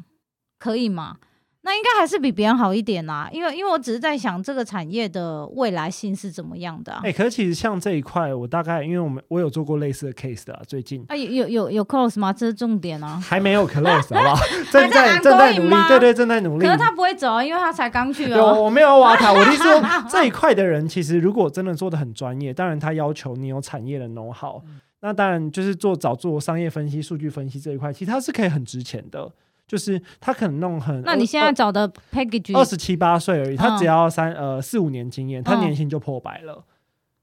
[SPEAKER 1] 可以吗？那应该还是比别人好一点啦，因为因为我只是在想这个产业的未来性是怎么样的啊。
[SPEAKER 2] [LAUGHS] 哎、可是其实像这一块，我大概因为我们我有做过类似的 case 的、啊，最近
[SPEAKER 1] 啊，有有有有 close 吗？这是重点啊。
[SPEAKER 2] 还没有 close 好不好？正在
[SPEAKER 1] [LAUGHS] 还在
[SPEAKER 2] 正在
[SPEAKER 1] ongoing
[SPEAKER 2] 努力
[SPEAKER 1] 吗，
[SPEAKER 2] 对对，正在努力。
[SPEAKER 1] 可是他不会走啊，因为他才刚去
[SPEAKER 2] 有，
[SPEAKER 1] 哦。
[SPEAKER 2] 我没有挖他。我的意思说，这一块的人其实如果真的做的很专业，当然他要求你有产业的 know how，、那
[SPEAKER 1] 嗯
[SPEAKER 2] 当然就是做早做商业分析、数据分析这一块，其实它是可以很值钱的。就是他可能弄很，
[SPEAKER 1] 那你现在找的
[SPEAKER 2] 二
[SPEAKER 1] package
[SPEAKER 2] 十七八岁而已，他只要三、呃四五年经验，他
[SPEAKER 1] 嗯
[SPEAKER 2] 年薪就破百了。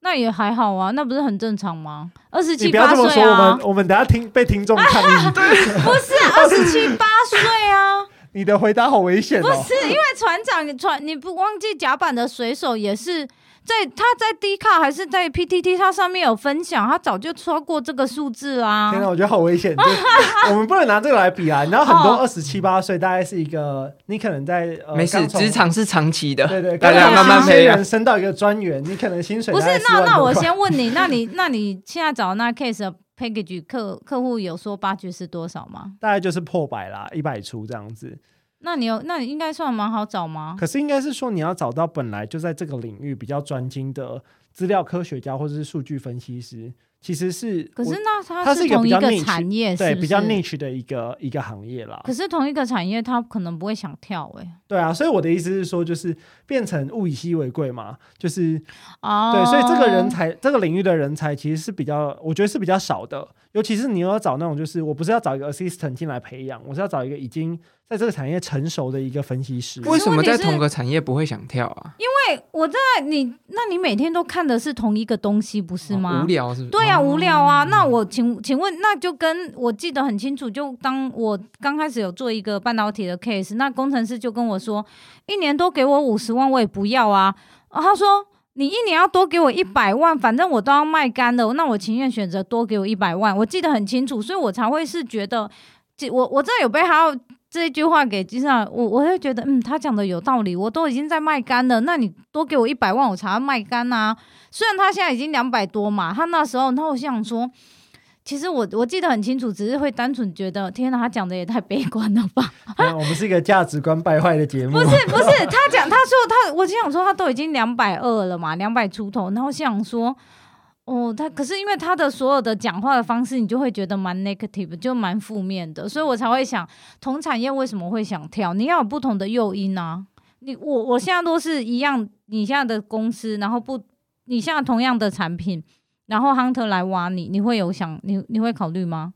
[SPEAKER 1] 那也还好啊，那不是很正常吗？二十
[SPEAKER 2] 你
[SPEAKER 1] 七
[SPEAKER 2] 不要
[SPEAKER 1] 八
[SPEAKER 2] 这么
[SPEAKER 1] 岁
[SPEAKER 2] 说，我
[SPEAKER 1] 啊
[SPEAKER 2] 们， [LAUGHS] 我们等下听被听众抗
[SPEAKER 3] [LAUGHS]
[SPEAKER 2] 议。
[SPEAKER 1] [LAUGHS] 不是二十七八岁
[SPEAKER 2] [LAUGHS]
[SPEAKER 1] 啊。
[SPEAKER 2] 你的回答好危险
[SPEAKER 1] 不 [LAUGHS]
[SPEAKER 2] 哦。
[SPEAKER 1] 是因为船长船，你不忘记甲板的水手也是在他在 D 卡还是在 PTT，他上面有分享，他早就超过这个数字啊啦、
[SPEAKER 2] 天哪，我啊觉得好危险！就是我们不能拿这个来比啊。你知道，很多
[SPEAKER 1] 哦
[SPEAKER 2] 二十七八岁，大概是一个你可能在呃
[SPEAKER 3] 没事，
[SPEAKER 2] 刚从
[SPEAKER 3] 职场是长期的，
[SPEAKER 2] [LAUGHS] 对对，
[SPEAKER 3] 大
[SPEAKER 1] 刚
[SPEAKER 3] 家
[SPEAKER 1] 才
[SPEAKER 3] 慢慢
[SPEAKER 1] 新
[SPEAKER 3] 培
[SPEAKER 2] 新
[SPEAKER 3] 养
[SPEAKER 2] 人。升到一个专员，你可能薪水
[SPEAKER 1] 不是
[SPEAKER 2] 大概，
[SPEAKER 1] 那
[SPEAKER 2] 10,000
[SPEAKER 1] 那
[SPEAKER 2] 多
[SPEAKER 1] 我
[SPEAKER 2] 块
[SPEAKER 1] 先问
[SPEAKER 2] [LAUGHS]
[SPEAKER 1] 你，那你那你现在找的那 case 的 package 客客户有说八局是多少吗？
[SPEAKER 2] 大概就是破百啦，一百出这样子。
[SPEAKER 1] 那你有那你应该算蛮好找吗？
[SPEAKER 2] 可是应该是说你要找到本来就在这个领域比较专精的资料科学家或者是数据分析师，其实是
[SPEAKER 1] 可是
[SPEAKER 2] 我
[SPEAKER 1] 那他
[SPEAKER 2] 它是一个
[SPEAKER 1] 同
[SPEAKER 2] 比
[SPEAKER 1] 一
[SPEAKER 2] 较
[SPEAKER 1] 个
[SPEAKER 2] niche，
[SPEAKER 1] 产业，
[SPEAKER 2] 对
[SPEAKER 1] 是不
[SPEAKER 2] 比较
[SPEAKER 1] 是
[SPEAKER 2] niche 的一个一个行业啦。
[SPEAKER 1] 可是同一个产业，他可能不会想跳哎、
[SPEAKER 2] 对啊，所以我的意思是说，就是变成物以稀为贵嘛，就是
[SPEAKER 1] 哦，
[SPEAKER 2] 对，所以这个人才，这个领域的人才其实是比较，我觉得是比较少的。尤其是你要找那种，就是我不是要找一个 assistant 进来培养，我是要找一个已经在这个产业成熟的一个分析师。
[SPEAKER 1] 可是
[SPEAKER 3] 为什么
[SPEAKER 1] 问题
[SPEAKER 3] 在
[SPEAKER 1] 是
[SPEAKER 3] 同个产业不会想跳啊？
[SPEAKER 1] 对，我在你，那你每天都看的是同一个东西，不
[SPEAKER 2] 啊
[SPEAKER 1] 是吗？
[SPEAKER 3] 无聊是不是？
[SPEAKER 1] 对呀、
[SPEAKER 3] 哦
[SPEAKER 1] 无聊啊。那我请请问，那就跟我记得很清楚，就当我刚开始有做一个半导体的 case，那工程师就跟我说，一年多给我五十万，我也不要啊。啊他说。你一年要多给我一百万，反正我都要卖干的，那我情愿选择多给我一百万。我记得很清楚，所以我才会是觉得，这我我真的有被他这一句话给击上，我我会觉得，嗯，他讲的有道理，我都已经在卖干了，那你多给我一百万，我才要卖干啊。虽然他现在已经两百多嘛，他那时候，那我想说，其实我我记得很清楚，只是会单纯觉得，天哪，啊他讲的也太悲观了吧？
[SPEAKER 2] 嗯我们是一个价值观败坏的节目
[SPEAKER 1] 不，是不是，他讲他说他，我就想说他都已经两百二了嘛，两百出头，然后想说。哦，他可是因为他的所有的讲话的方式，你就会觉得蛮 negative，就蛮负面的，所以我才会想，同产业为什么会想跳？你要有不同的诱因啊。你我我现在都是一样，你现在的公司，然后不，你现在同样的产品，然后 hunter 来挖你，你会有想你你会考虑吗？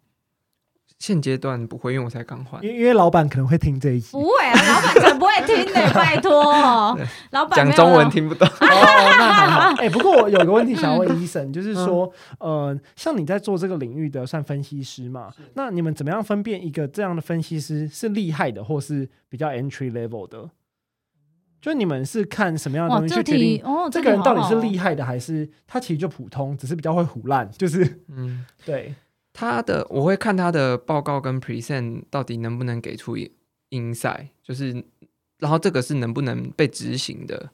[SPEAKER 3] 现阶段不会，因为我才刚换。
[SPEAKER 2] 因为因为老板可能会听这一集
[SPEAKER 1] 不，会啊，老板才不会听的，拜托， [LAUGHS] 老板
[SPEAKER 3] [LAUGHS] 讲
[SPEAKER 1] 没有
[SPEAKER 3] 中文听不懂，
[SPEAKER 2] 哦，那还
[SPEAKER 3] [LAUGHS]
[SPEAKER 2] 好。哎、不过我有个问题想要问
[SPEAKER 1] 嗯
[SPEAKER 2] 医生，就是
[SPEAKER 3] 嗯
[SPEAKER 2] 说，呃，像你在做这个领域的算分析师嘛，那你们怎么样分辨一个这样的分析师是厉害的，或是比较 entry level 的？就你们是看什么样的
[SPEAKER 1] 哇，
[SPEAKER 2] 东西
[SPEAKER 1] 这
[SPEAKER 2] 去决定
[SPEAKER 1] 题哦，
[SPEAKER 2] 这个人到底是
[SPEAKER 1] 害？
[SPEAKER 2] 厉害的，还是他其实就普通，只是比较会胡烂？就是
[SPEAKER 1] [LAUGHS]
[SPEAKER 3] 嗯。
[SPEAKER 2] 对，
[SPEAKER 3] 他的我会看他的报告跟 present 到底能不能给出 insight，就是然后这个是能不能被执行的，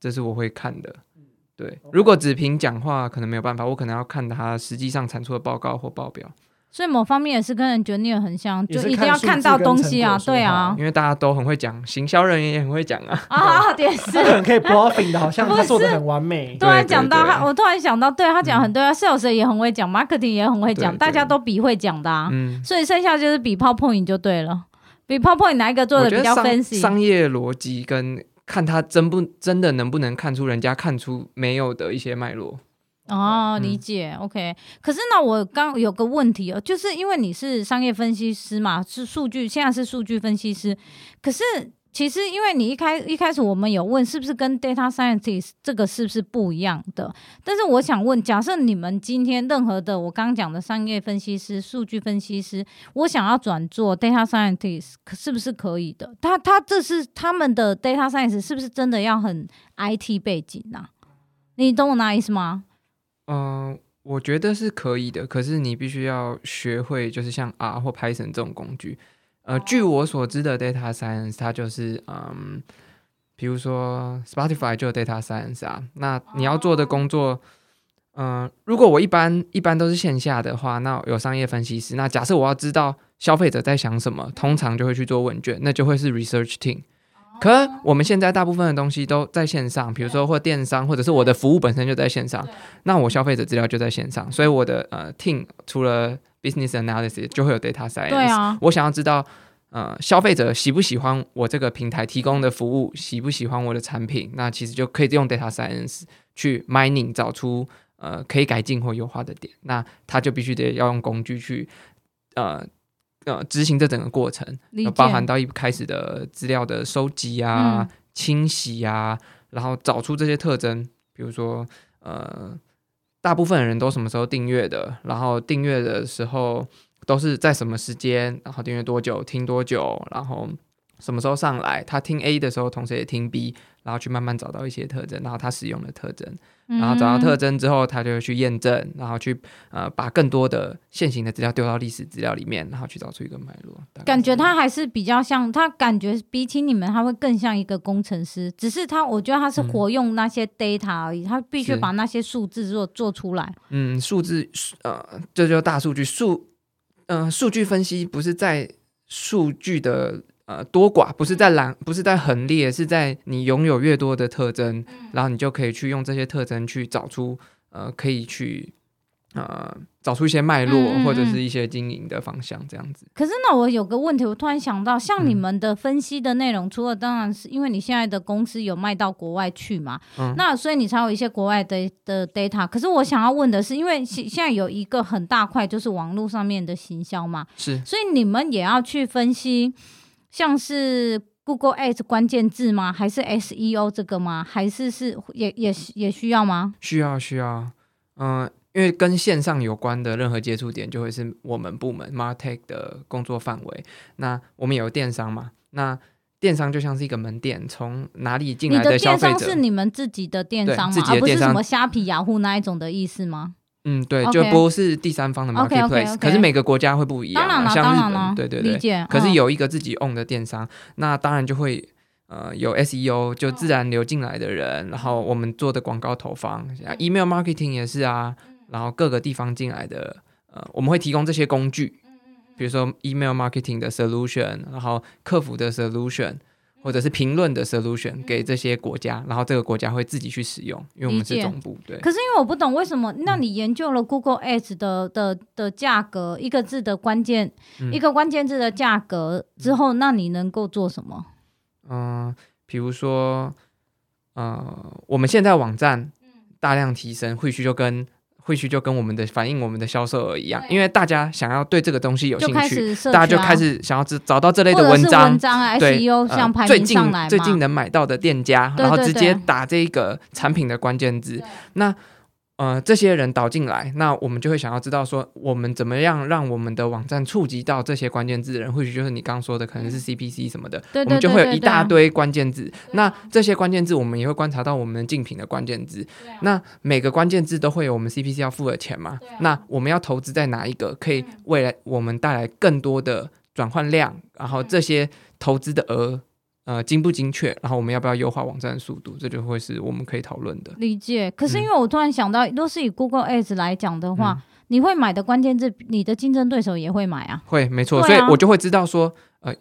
[SPEAKER 3] 这是我会看的。对，如果只凭讲话可能没有办法，我可能要看他实际上产出的报告或报表，
[SPEAKER 1] 所以某方面也是跟人觉得你也很像，
[SPEAKER 2] 也
[SPEAKER 1] 就是一定要看到东西啊，
[SPEAKER 2] 看数字跟
[SPEAKER 1] 对啊，
[SPEAKER 3] 因为大家都很会讲，行销人员也很会讲啊。
[SPEAKER 1] [LAUGHS]
[SPEAKER 2] [LAUGHS]
[SPEAKER 1] 啊，也是
[SPEAKER 2] 他。可能可以 bluffing 的，好像他做的很完
[SPEAKER 1] [LAUGHS]
[SPEAKER 2] 美。
[SPEAKER 1] 突然
[SPEAKER 3] 对
[SPEAKER 1] 讲到
[SPEAKER 3] 对
[SPEAKER 1] 他，我突然想到，对他讲
[SPEAKER 3] 嗯
[SPEAKER 1] 很对啊，sales 也很会讲，marketing 也很会讲，
[SPEAKER 3] 对
[SPEAKER 1] 大家
[SPEAKER 3] 对
[SPEAKER 1] 都比会讲的啊，
[SPEAKER 3] 嗯，
[SPEAKER 1] 所以剩下就是比 PowerPoint 就对了，比 PowerPoint 哪一个做
[SPEAKER 3] 我
[SPEAKER 1] 的
[SPEAKER 3] 觉
[SPEAKER 1] 比
[SPEAKER 3] 得
[SPEAKER 1] 较
[SPEAKER 3] 商
[SPEAKER 1] fancy？
[SPEAKER 3] 商业逻辑跟看他真不真的能不能看出人家看出没有的一些脉络。
[SPEAKER 1] 哦，
[SPEAKER 3] 嗯
[SPEAKER 1] 理解，OK。可是呢，我刚有个问题哦，就是因为你是商业分析师嘛，是数据，现在是数据分析师，可是。其实，因为你一开一开始我们有问，是不是跟 data scientist 这个是不是不一样的？但是我想问，假设你们今天任何的我刚刚讲的商业分析师、数据分析师，我想要转做 data scientist，可是不是可以的？他他这是他们的 data science 是不是真的要很 IT 背景啊？你懂我那意思吗？
[SPEAKER 3] 嗯，我觉得是可以的，可是你必须要学会，就是像 R 或 Python 这种工具。呃，据我所知的 data science，它就是嗯，比如说 Spotify 就有 data science 啊。那你要做的工作，嗯、如果我一般一般都是线下的话，那有商业分析师。那假设我要知道消费者在想什么，通常就会去做问卷，那就会是 research team。可我们现在大部分的东西都在线上，比如说或电商，或者是我的服务本身就在线上，那我消费者资料就在线上，所以我的呃 team 除了 business analysis 就会有 data science。
[SPEAKER 1] 对啊，
[SPEAKER 3] 我想要知道，呃，消费者喜不喜欢我这个平台提供的服务，喜不喜欢我的产品，那其实就可以用 data science 去 mining 找出呃可以改进或优化的点。那他就必须得要用工具去呃呃执行这整个过程，
[SPEAKER 1] 理解。
[SPEAKER 3] 包含到一开始的资料的收集啊、
[SPEAKER 1] 嗯
[SPEAKER 3] 清洗啊，然后找出这些特征，比如说呃，大部分人都什么时候订阅的，然后订阅的时候都是在什么时间，然后订阅多久，听多久，然后什么时候上来，他听 A 的时候，同时也听 B，然后去慢慢找到一些特征，然后他使用的特征。然后找到特
[SPEAKER 1] 嗯
[SPEAKER 3] 征之后，他就会去验证，然后去呃把更多的现行的资料丢到历史资料里面，然后去找出一个脉络。大概
[SPEAKER 1] 感
[SPEAKER 3] 是
[SPEAKER 1] 觉
[SPEAKER 3] 这样
[SPEAKER 1] 他还是比较像，他感觉比起你们，他会更像一个工程师。只是他，我觉得他是
[SPEAKER 3] 嗯
[SPEAKER 1] 活用那些 data 而已，他必须
[SPEAKER 3] 是
[SPEAKER 1] 把那些数字做做出来。
[SPEAKER 3] 嗯数字数呃这就是大数据数嗯、数据分析不是在数据的呃多寡，不是在
[SPEAKER 1] 嗯
[SPEAKER 3] 栏不是在横列，是在你拥有越多的特征，
[SPEAKER 1] 嗯
[SPEAKER 3] 然后你就可以去用这些特征去找出呃可以去呃找出一些脉络
[SPEAKER 1] 嗯嗯
[SPEAKER 3] 或者
[SPEAKER 1] 嗯
[SPEAKER 3] 是一些经营的方向这样子。
[SPEAKER 1] 可是那我有个问题，我突然想到，像你
[SPEAKER 3] 嗯
[SPEAKER 1] 们的分析的内容，除了当然是因为你现在的公司有卖到国外去嘛，
[SPEAKER 3] 嗯
[SPEAKER 1] 那所以你才有一些国外的的 data。可是我想要问的是，因为现现在有一个很大块就是网络上面的行销嘛，
[SPEAKER 3] 是
[SPEAKER 1] 所以你们也要去分析，像是 Google Ads 关键字吗？还是 SEO 这个吗？还是是也也也需要吗？
[SPEAKER 3] 需要需要，嗯、因为跟线上有关的任何接触点，就会是我们部门 Martech 的工作范围。那我们有电商嘛？那电商就像是一个门店，从哪里进
[SPEAKER 1] 你
[SPEAKER 3] 来
[SPEAKER 1] 的
[SPEAKER 3] 消
[SPEAKER 1] 电
[SPEAKER 3] 费
[SPEAKER 1] 商是
[SPEAKER 3] 者，
[SPEAKER 1] 你们自己的电商
[SPEAKER 3] 对
[SPEAKER 1] 吗
[SPEAKER 3] 自？己的
[SPEAKER 1] 而不是
[SPEAKER 3] 电商
[SPEAKER 1] 什么虾皮、雅虎那一种的意思吗？
[SPEAKER 3] 嗯，对，就
[SPEAKER 1] OK
[SPEAKER 3] 不是第三方的
[SPEAKER 1] OK，OK，OK
[SPEAKER 3] marketplace。可是每个国家会不一样
[SPEAKER 1] 当然
[SPEAKER 3] 啊，
[SPEAKER 1] 了，
[SPEAKER 3] 像
[SPEAKER 1] 当然
[SPEAKER 3] 日
[SPEAKER 1] 了
[SPEAKER 3] 本，，对对
[SPEAKER 1] 理
[SPEAKER 3] 对，
[SPEAKER 1] 解。
[SPEAKER 3] 可是
[SPEAKER 1] 嗯
[SPEAKER 3] 有一个自己 own 的电商，那当然就会呃有 SEO 就自然流进来的
[SPEAKER 1] 嗯
[SPEAKER 3] 人，然后我们做的广告投放、啊、，email marketing 也是啊，
[SPEAKER 1] 嗯
[SPEAKER 3] 然后各个地方进来的呃，我们会提供这些
[SPEAKER 1] 嗯
[SPEAKER 3] 工
[SPEAKER 1] 嗯
[SPEAKER 3] 具，比如说 email marketing 的 solution，然后客服的 solution。或者是评论的 solution 给这些国家，然后这个国家会自己去使用，因为我们是
[SPEAKER 1] 理解
[SPEAKER 3] 总部，对。
[SPEAKER 1] 可是因为我不懂为什
[SPEAKER 3] 嗯
[SPEAKER 1] 么，那你研究了 Google Ads 的的的价格，一个字的关键，
[SPEAKER 3] 嗯
[SPEAKER 1] 一个关键字的价格之后，那你能够做什么？
[SPEAKER 3] 嗯，比如说，呃，我们现在网站
[SPEAKER 1] 嗯
[SPEAKER 3] 大量提升，会去就跟会去就跟我们的反映我们的销售额一样，
[SPEAKER 1] 对
[SPEAKER 3] 因为大家想要对这个东西有
[SPEAKER 1] 就
[SPEAKER 3] 兴
[SPEAKER 1] 开
[SPEAKER 3] 趣，
[SPEAKER 1] 始社、啊，
[SPEAKER 3] 大家就开始想要知找到这类
[SPEAKER 1] 或
[SPEAKER 3] 的
[SPEAKER 1] 者是
[SPEAKER 3] 章
[SPEAKER 1] 文。章啊
[SPEAKER 3] 对
[SPEAKER 1] ，SEO
[SPEAKER 3] 呃
[SPEAKER 1] 像排
[SPEAKER 3] 最
[SPEAKER 1] 名
[SPEAKER 3] 近
[SPEAKER 1] 上来嘛，
[SPEAKER 3] 最近能买到的店家，
[SPEAKER 1] 对
[SPEAKER 3] 然后
[SPEAKER 1] 对
[SPEAKER 3] 直
[SPEAKER 1] 对
[SPEAKER 3] 接打这个产品的关键字
[SPEAKER 1] 对。
[SPEAKER 3] 那呃，这些人导进来，那我们就会想要知道说，我们怎么样让我们的网站触及到这些关键字的人，或许就是你刚说的，可能
[SPEAKER 1] 嗯
[SPEAKER 3] 是 CPC 什么的，
[SPEAKER 1] 对
[SPEAKER 3] 我
[SPEAKER 1] 对
[SPEAKER 3] 们就
[SPEAKER 1] 对
[SPEAKER 3] 会有
[SPEAKER 1] 对
[SPEAKER 3] 一
[SPEAKER 1] 对
[SPEAKER 3] 大
[SPEAKER 1] 啊
[SPEAKER 3] 堆关键字。那这些关键字，我们也会观察到我们的竞品的关键字。那每个关键字都会有我们 CPC 要付的钱嘛？
[SPEAKER 1] 啊
[SPEAKER 3] 那我们要投资在哪一个，可
[SPEAKER 1] 嗯
[SPEAKER 3] 以未来我们带来更多的转换量？然后这些投资的额，呃，精不精确？然后我们要不要优化网站的速度？这就会是我们可以讨论的。
[SPEAKER 1] 理解。可
[SPEAKER 3] 嗯
[SPEAKER 1] 是因为我突然想到，若是以 Google Ads 来讲的话，你会买的关键字，你的竞争对手也会买啊。
[SPEAKER 3] 会，没错，所
[SPEAKER 1] 对啊
[SPEAKER 3] 以我就会知道说，呃，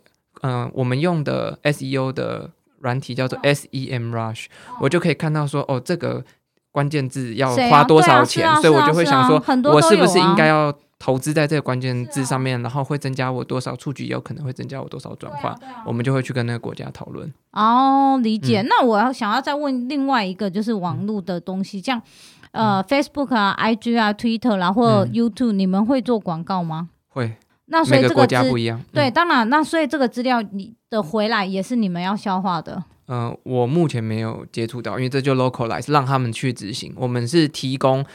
[SPEAKER 3] 嗯、我们用的 SEO 的软体叫做
[SPEAKER 1] 嗯
[SPEAKER 3] SEM Rush，、我就可以看到说，哦，这个关键字要
[SPEAKER 1] 谁啊
[SPEAKER 3] 花多
[SPEAKER 1] 对啊
[SPEAKER 3] 少
[SPEAKER 1] 是
[SPEAKER 3] 钱，
[SPEAKER 1] 啊
[SPEAKER 3] 所以
[SPEAKER 1] 是
[SPEAKER 3] 我
[SPEAKER 1] 啊
[SPEAKER 3] 就会
[SPEAKER 1] 是
[SPEAKER 3] 想
[SPEAKER 1] 啊
[SPEAKER 3] 说，
[SPEAKER 1] 很多
[SPEAKER 3] 我
[SPEAKER 1] 都
[SPEAKER 3] 是不
[SPEAKER 1] 有
[SPEAKER 3] 是应
[SPEAKER 1] 啊
[SPEAKER 3] 该要投资在这个关键字上面，然后会增加我多少触及，有可能会增加我多少
[SPEAKER 1] 啊
[SPEAKER 3] 转化，我们就会去跟那个国家讨论。
[SPEAKER 1] 哦，理解。
[SPEAKER 3] 嗯
[SPEAKER 1] 那我要想要再问另外一个，就是网络的东西，像呃、Facebook 啊、IG 啊、Twitter 啦、或
[SPEAKER 3] 嗯
[SPEAKER 1] YouTube，、你们会做广告吗？
[SPEAKER 3] 会，
[SPEAKER 1] 那啊所以
[SPEAKER 3] 每个
[SPEAKER 1] 这
[SPEAKER 3] 国
[SPEAKER 1] 个
[SPEAKER 3] 家不
[SPEAKER 1] 资
[SPEAKER 3] 一样。嗯
[SPEAKER 1] 对，当然，那所以这个资料你的回来也是你们要消化的。
[SPEAKER 3] 嗯、呃我目前没有接触到，因为这就 localize，让他们去执行。我们是提供，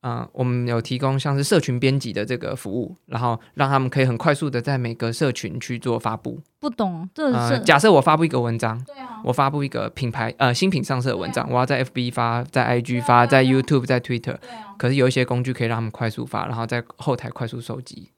[SPEAKER 3] 呃，我们有提供像是社群编辑的这个服务，然后让他们可以很快速的在每个社群去做发布。
[SPEAKER 1] 不懂，这嗯是、啊
[SPEAKER 3] 呃，假设我发布一个文章，我发布一个品牌呃新品上市的文章，我要在 FB 发，在
[SPEAKER 1] 啊
[SPEAKER 3] IG 发，在 YouTube，在 Twitter。可是有一些工具可以让他们快速发，然后在后台快速收集，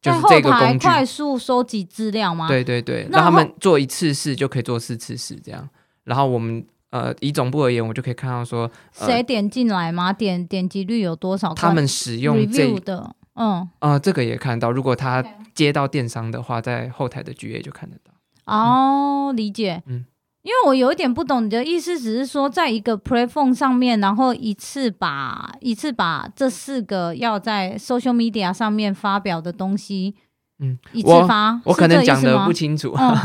[SPEAKER 3] 就
[SPEAKER 1] 在
[SPEAKER 3] 是
[SPEAKER 1] 后
[SPEAKER 3] 这个
[SPEAKER 1] 台
[SPEAKER 3] 工具。
[SPEAKER 1] 快速收集资料吗？
[SPEAKER 3] 对对对，
[SPEAKER 1] 那
[SPEAKER 3] 让他
[SPEAKER 1] 后
[SPEAKER 3] 们做一次试就可以做四次试这样。然后我们呃，以总部而言，我就可以看到说，呃
[SPEAKER 1] 谁点进来吗？点点击率有多少？
[SPEAKER 3] 他们使用这
[SPEAKER 1] review 的，嗯，
[SPEAKER 3] 啊、这个也看到。如果他接到电商的话，在后台的 GA 就看得到。
[SPEAKER 1] 哦，理解，
[SPEAKER 3] 嗯
[SPEAKER 1] 因为我有一点不懂你的意思，只是说在一个 platform 上面，然后一次把一次把这四个要在 social media 上面发表的东西，
[SPEAKER 3] 嗯，
[SPEAKER 1] 一次发，
[SPEAKER 3] 我
[SPEAKER 1] 是
[SPEAKER 3] 可能
[SPEAKER 1] 这意思
[SPEAKER 3] 讲的
[SPEAKER 1] 吗
[SPEAKER 3] 不清楚，
[SPEAKER 1] 嗯，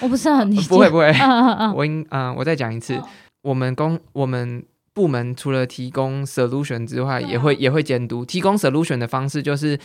[SPEAKER 1] 我不是很理解，
[SPEAKER 3] [LAUGHS] 不会不会，
[SPEAKER 1] [LAUGHS] 嗯嗯嗯，
[SPEAKER 3] 我应啊、我再讲一次，
[SPEAKER 1] 嗯
[SPEAKER 3] 我们公我们部门除了提供 solution 之外，
[SPEAKER 1] 对啊
[SPEAKER 3] 也会也会监督。提供 solution 的方式就是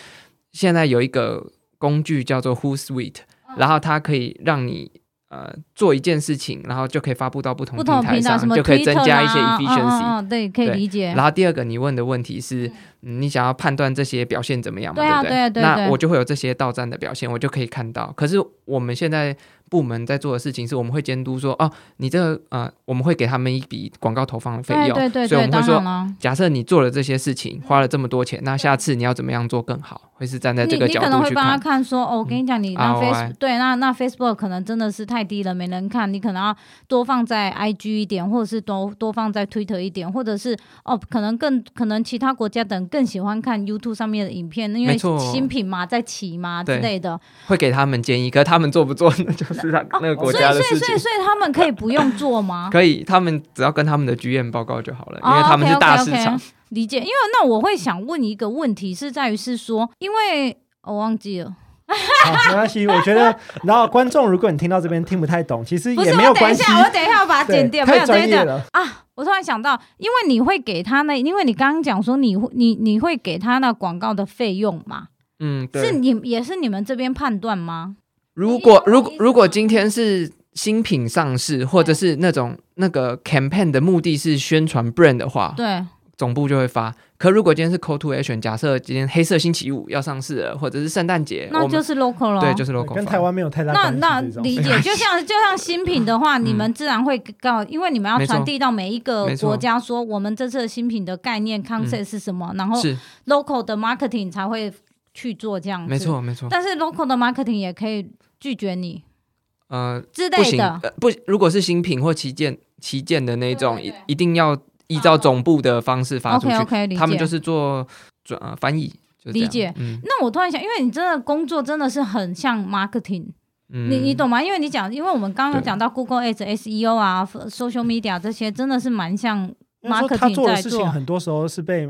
[SPEAKER 3] 现在有一个工具叫做 WhoSuite，、然
[SPEAKER 1] 嗯
[SPEAKER 3] 后它可以让你。呃，做一件事情，然后就可以发布到不同
[SPEAKER 1] 不同
[SPEAKER 3] 平
[SPEAKER 1] 的
[SPEAKER 3] 台
[SPEAKER 1] 平
[SPEAKER 3] 上，
[SPEAKER 1] 台什么
[SPEAKER 3] 就可以增
[SPEAKER 1] Twitter
[SPEAKER 3] 加一些
[SPEAKER 1] 啦
[SPEAKER 3] efficiency。
[SPEAKER 1] 嗯嗯嗯对，可以
[SPEAKER 3] 对
[SPEAKER 1] 理解
[SPEAKER 3] 然，后第二个你问的问题是，嗯你想要判断这些表现怎么样嘛？
[SPEAKER 1] 对啊
[SPEAKER 3] 不
[SPEAKER 1] 对啊对啊对
[SPEAKER 3] 那
[SPEAKER 1] 啊
[SPEAKER 3] 我就会有这些到站的表现，我就可以看到。可是我们现在部门在做的事情是，我们会监督说，哦，你这个呃，我们会给他们一笔广告投放的费
[SPEAKER 1] 对
[SPEAKER 3] 用，
[SPEAKER 1] 对对
[SPEAKER 3] 所以我
[SPEAKER 1] 对，
[SPEAKER 3] 们会
[SPEAKER 1] 当
[SPEAKER 3] 说
[SPEAKER 1] 然。了。
[SPEAKER 3] 假设你做了这些事情，花了这么多钱，那下次你要怎么样做更好？会是站在这个
[SPEAKER 1] 你你
[SPEAKER 3] 角
[SPEAKER 1] 可能
[SPEAKER 3] 度
[SPEAKER 1] 会
[SPEAKER 3] 去
[SPEAKER 1] 帮他
[SPEAKER 3] 看，嗯啊
[SPEAKER 1] 看说，哦，我跟你讲，你那
[SPEAKER 3] ROI
[SPEAKER 1] Face 对那那 Facebook 可能真的是太低了，没人看，你可能要多放在 IG 一点，或者是多多放在 Twitter 一点，或者是哦，可能更可能其他国家等更喜欢看 YouTube 上面的影片，因为
[SPEAKER 3] 没错
[SPEAKER 1] 新品嘛，在起嘛之
[SPEAKER 3] 对
[SPEAKER 1] 类的，
[SPEAKER 3] 会给他们建议，可是他们做不做， [LAUGHS] 那就是他
[SPEAKER 1] 哦
[SPEAKER 3] 那个国
[SPEAKER 1] 所以
[SPEAKER 3] 家的
[SPEAKER 1] 所以
[SPEAKER 3] 事
[SPEAKER 1] 所以
[SPEAKER 3] 情。
[SPEAKER 1] 所以他们可以不用做
[SPEAKER 3] [LAUGHS]
[SPEAKER 1] 吗？
[SPEAKER 3] 可以，他们只要跟他们的剧院报告就好了，因为
[SPEAKER 1] 哦
[SPEAKER 3] 他们是大市
[SPEAKER 1] OK，OK，OK
[SPEAKER 3] 场。
[SPEAKER 1] 理解，因为那我会想问一个问题，是在于是说，因为我、忘记了，
[SPEAKER 2] 好，没关系。我觉得，然后观众，如果你听到这边听不太懂，其实
[SPEAKER 1] 不
[SPEAKER 2] 也
[SPEAKER 1] 是
[SPEAKER 2] 没有
[SPEAKER 1] 我等
[SPEAKER 2] 关
[SPEAKER 1] 一
[SPEAKER 2] 系。
[SPEAKER 1] 下，我等一下我把它
[SPEAKER 2] 对
[SPEAKER 1] 剪掉，没
[SPEAKER 2] 太
[SPEAKER 1] 有
[SPEAKER 2] 专
[SPEAKER 1] 对
[SPEAKER 2] 业
[SPEAKER 1] 的。
[SPEAKER 2] 了。
[SPEAKER 1] 啊，我突然想到，因为你会给他那，因为你刚刚讲说你会你你会给他那广告的费用嘛？
[SPEAKER 3] 嗯，对。
[SPEAKER 1] 是你也是你们这边判断吗？
[SPEAKER 3] 如果
[SPEAKER 1] 你懂我意
[SPEAKER 3] 如果
[SPEAKER 1] 思吗
[SPEAKER 3] 如果今天是新品上市，或者是那种那个 campaign 的目的是宣传 brand 的话，
[SPEAKER 1] 对，
[SPEAKER 3] 总部就会发。可如果今天是 call to action，假设今天黑色星期五要上市了，或者是圣诞节，
[SPEAKER 1] 那
[SPEAKER 3] 我
[SPEAKER 1] 就
[SPEAKER 3] 们
[SPEAKER 1] 是 local 了。啊
[SPEAKER 3] 对，就是 logo
[SPEAKER 2] 跟
[SPEAKER 3] 发
[SPEAKER 2] 台。湾没有太大
[SPEAKER 1] 那
[SPEAKER 2] 关系。
[SPEAKER 1] 那
[SPEAKER 2] 这种 [LAUGHS]
[SPEAKER 1] 理解，就像就像新品的话，你们自然会告，因为你们要
[SPEAKER 3] 嗯没错
[SPEAKER 1] 传递到每一个
[SPEAKER 3] 没错嗯
[SPEAKER 1] 国家，说我们这次的新品的概念 concept 是什么，然后
[SPEAKER 3] 是
[SPEAKER 1] local 的 marketing 才会去做这样子。
[SPEAKER 3] 没，错没错，
[SPEAKER 1] 但是 local 的 marketing 也可以拒绝你
[SPEAKER 3] 呃，
[SPEAKER 1] 之
[SPEAKER 3] 不
[SPEAKER 1] 类
[SPEAKER 3] 行，
[SPEAKER 1] 的。
[SPEAKER 3] 呃不，如果是新品或旗舰旗舰的那种，
[SPEAKER 1] 对对
[SPEAKER 3] 一
[SPEAKER 1] 对
[SPEAKER 3] 一定要依照总部的方式发出
[SPEAKER 1] OK
[SPEAKER 3] 去。
[SPEAKER 1] OK，理解。
[SPEAKER 3] 他们就是做转呃翻译，就这样
[SPEAKER 1] 理解
[SPEAKER 3] 嗯，
[SPEAKER 1] 那我突然想，因为你真的工作真的是很像 marketing，
[SPEAKER 3] 嗯
[SPEAKER 1] 你你懂吗？因为你讲，因为我们刚刚有讲到 Google Ads、SEO 啊、Social Media 这些，真的是蛮像
[SPEAKER 2] 因为说他
[SPEAKER 1] marketing
[SPEAKER 2] 做的
[SPEAKER 1] 在
[SPEAKER 2] 事情
[SPEAKER 1] 做。
[SPEAKER 2] 很多时候是被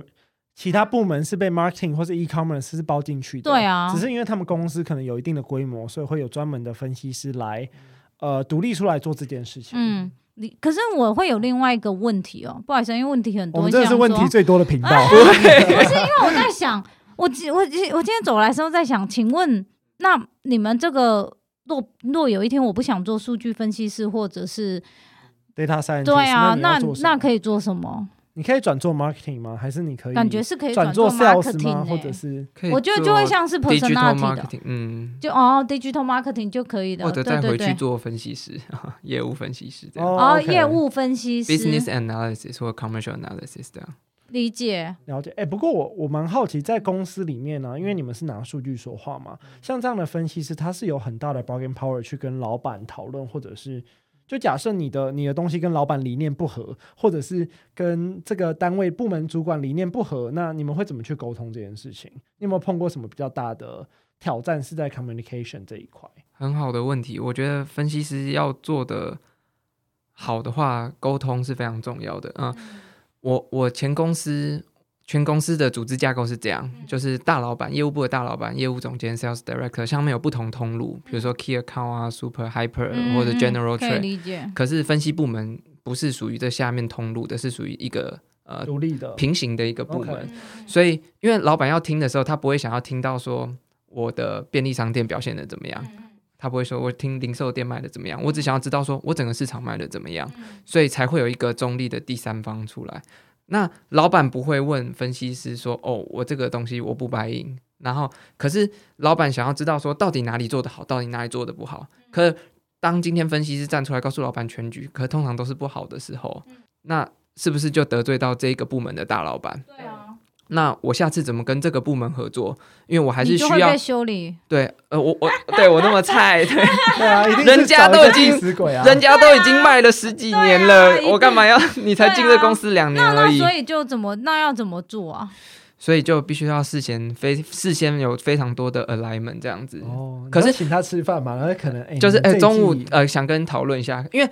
[SPEAKER 2] 其他部门是被 marketing 或是 e-commerce 是包进去的，
[SPEAKER 1] 对啊
[SPEAKER 2] 只是因为他们公司可能有一定的规模，所以会有专门的分析师来呃独立出来做这件事情。，
[SPEAKER 1] 嗯，你可是我会有另外一个问题哦，不好意思，因为问题很多。
[SPEAKER 2] 我们真的是
[SPEAKER 1] 像
[SPEAKER 2] 问题
[SPEAKER 1] 说
[SPEAKER 2] 最多的频
[SPEAKER 1] [LAUGHS]
[SPEAKER 2] 道，
[SPEAKER 1] 不是因为我在想，我今我今我今天走来的时候在想，请问那你们这个若若有一天我不想做数据分析师，或者是
[SPEAKER 2] data science。
[SPEAKER 1] 对啊，
[SPEAKER 2] 那
[SPEAKER 1] 那
[SPEAKER 2] 你要做什么
[SPEAKER 1] 那可以做什么？
[SPEAKER 2] 你可以转做 marketing 吗？还是你可以
[SPEAKER 1] 感觉是可以
[SPEAKER 2] 转
[SPEAKER 1] 做
[SPEAKER 2] sales 吗？
[SPEAKER 1] marketing，、欸、
[SPEAKER 2] 或者是
[SPEAKER 3] 可以
[SPEAKER 1] 我觉得就
[SPEAKER 3] 做
[SPEAKER 1] 会像是
[SPEAKER 3] digital
[SPEAKER 1] personality 的，
[SPEAKER 3] marketing，嗯，
[SPEAKER 1] 就哦 digital marketing 就可以的，
[SPEAKER 3] 或者
[SPEAKER 1] 对
[SPEAKER 3] 再
[SPEAKER 1] 对
[SPEAKER 3] 回去
[SPEAKER 1] 对。
[SPEAKER 3] 做分析师、 [LAUGHS] 业务分析师这样。
[SPEAKER 2] 哦
[SPEAKER 1] 哦，
[SPEAKER 2] ，OK
[SPEAKER 1] 业务分析师
[SPEAKER 3] Business analysis 或 commercial analysis 这样，
[SPEAKER 1] 理解，
[SPEAKER 2] 了解，哎、不过我我蛮好奇，在公司里面啊呢、因为你们是拿数据说话嘛，
[SPEAKER 1] 嗯
[SPEAKER 2] 像这样的分析师，他是有很大的 bargain power 去跟老板讨论，或者是就假设你的你的东西跟老板理念不合，或者是跟这个单位部门主管理念不合，那你们会怎么去沟通这件事情？你有没有碰过什么比较大的挑战是在 communication 这一块？
[SPEAKER 3] 很好的问题。我觉得分析师要做的好的话，沟通是非常重要的。嗯，我我前公司全公司的组织架构是这
[SPEAKER 1] 嗯
[SPEAKER 3] 样，就是大老板、业务部的大老板、业务总监、sales director 下面有不同通路，比如说 key account 啊、super hyper 或者
[SPEAKER 1] 嗯
[SPEAKER 3] general
[SPEAKER 1] 可以
[SPEAKER 3] trade。
[SPEAKER 1] 理解，
[SPEAKER 3] 可是分析部门不是属于这下面通路的，是属于一个呃
[SPEAKER 2] 独立的，
[SPEAKER 3] 平行的一个部
[SPEAKER 2] OK
[SPEAKER 3] 门。呃
[SPEAKER 1] 嗯
[SPEAKER 3] 所以，因为老板要听的时候，他不会想要听到说我的便利商店表现的怎么样，
[SPEAKER 1] 嗯
[SPEAKER 3] 他不会说我听零售店卖的怎么样，我只想要知道说我整个市场卖的怎么样，所以才会有一个中立的第三方出来。那老板不会问分析师说：“哦，我这个东西我不白银。”然后，可是老板想要知道说到底哪里做得好，到底哪里做得不好。可当今天分析师站出来告诉老板全局，可通常都是不好的时候，那是不是就得罪到这个部门的大老板？
[SPEAKER 1] 对啊，
[SPEAKER 3] 那我下次怎么跟这个部门合作？因为我还是
[SPEAKER 1] 你就
[SPEAKER 3] 需
[SPEAKER 1] 会
[SPEAKER 3] 要
[SPEAKER 1] 被修理，
[SPEAKER 3] 对，呃，我我对我那
[SPEAKER 1] [LAUGHS]
[SPEAKER 3] 么菜，对，
[SPEAKER 2] 对啊，一定
[SPEAKER 3] 人家都已经
[SPEAKER 2] 死鬼啊，
[SPEAKER 3] 人家都已经卖了十几年
[SPEAKER 1] 对啊
[SPEAKER 3] 了，
[SPEAKER 1] 一定
[SPEAKER 3] 我干嘛要你才进这公司两年
[SPEAKER 1] 那
[SPEAKER 3] 而
[SPEAKER 1] 那
[SPEAKER 3] 已？
[SPEAKER 1] 所以就怎么那要怎么做啊？
[SPEAKER 3] 所以就必须要事先非事先有非常多的 alignment 这样子，
[SPEAKER 2] 哦，
[SPEAKER 3] 可是
[SPEAKER 2] 你要请他吃饭嘛，然后可能、哎，
[SPEAKER 3] 就是
[SPEAKER 2] 哎、
[SPEAKER 3] 呃中午
[SPEAKER 2] 你
[SPEAKER 3] 呃想跟你讨论一下，因为。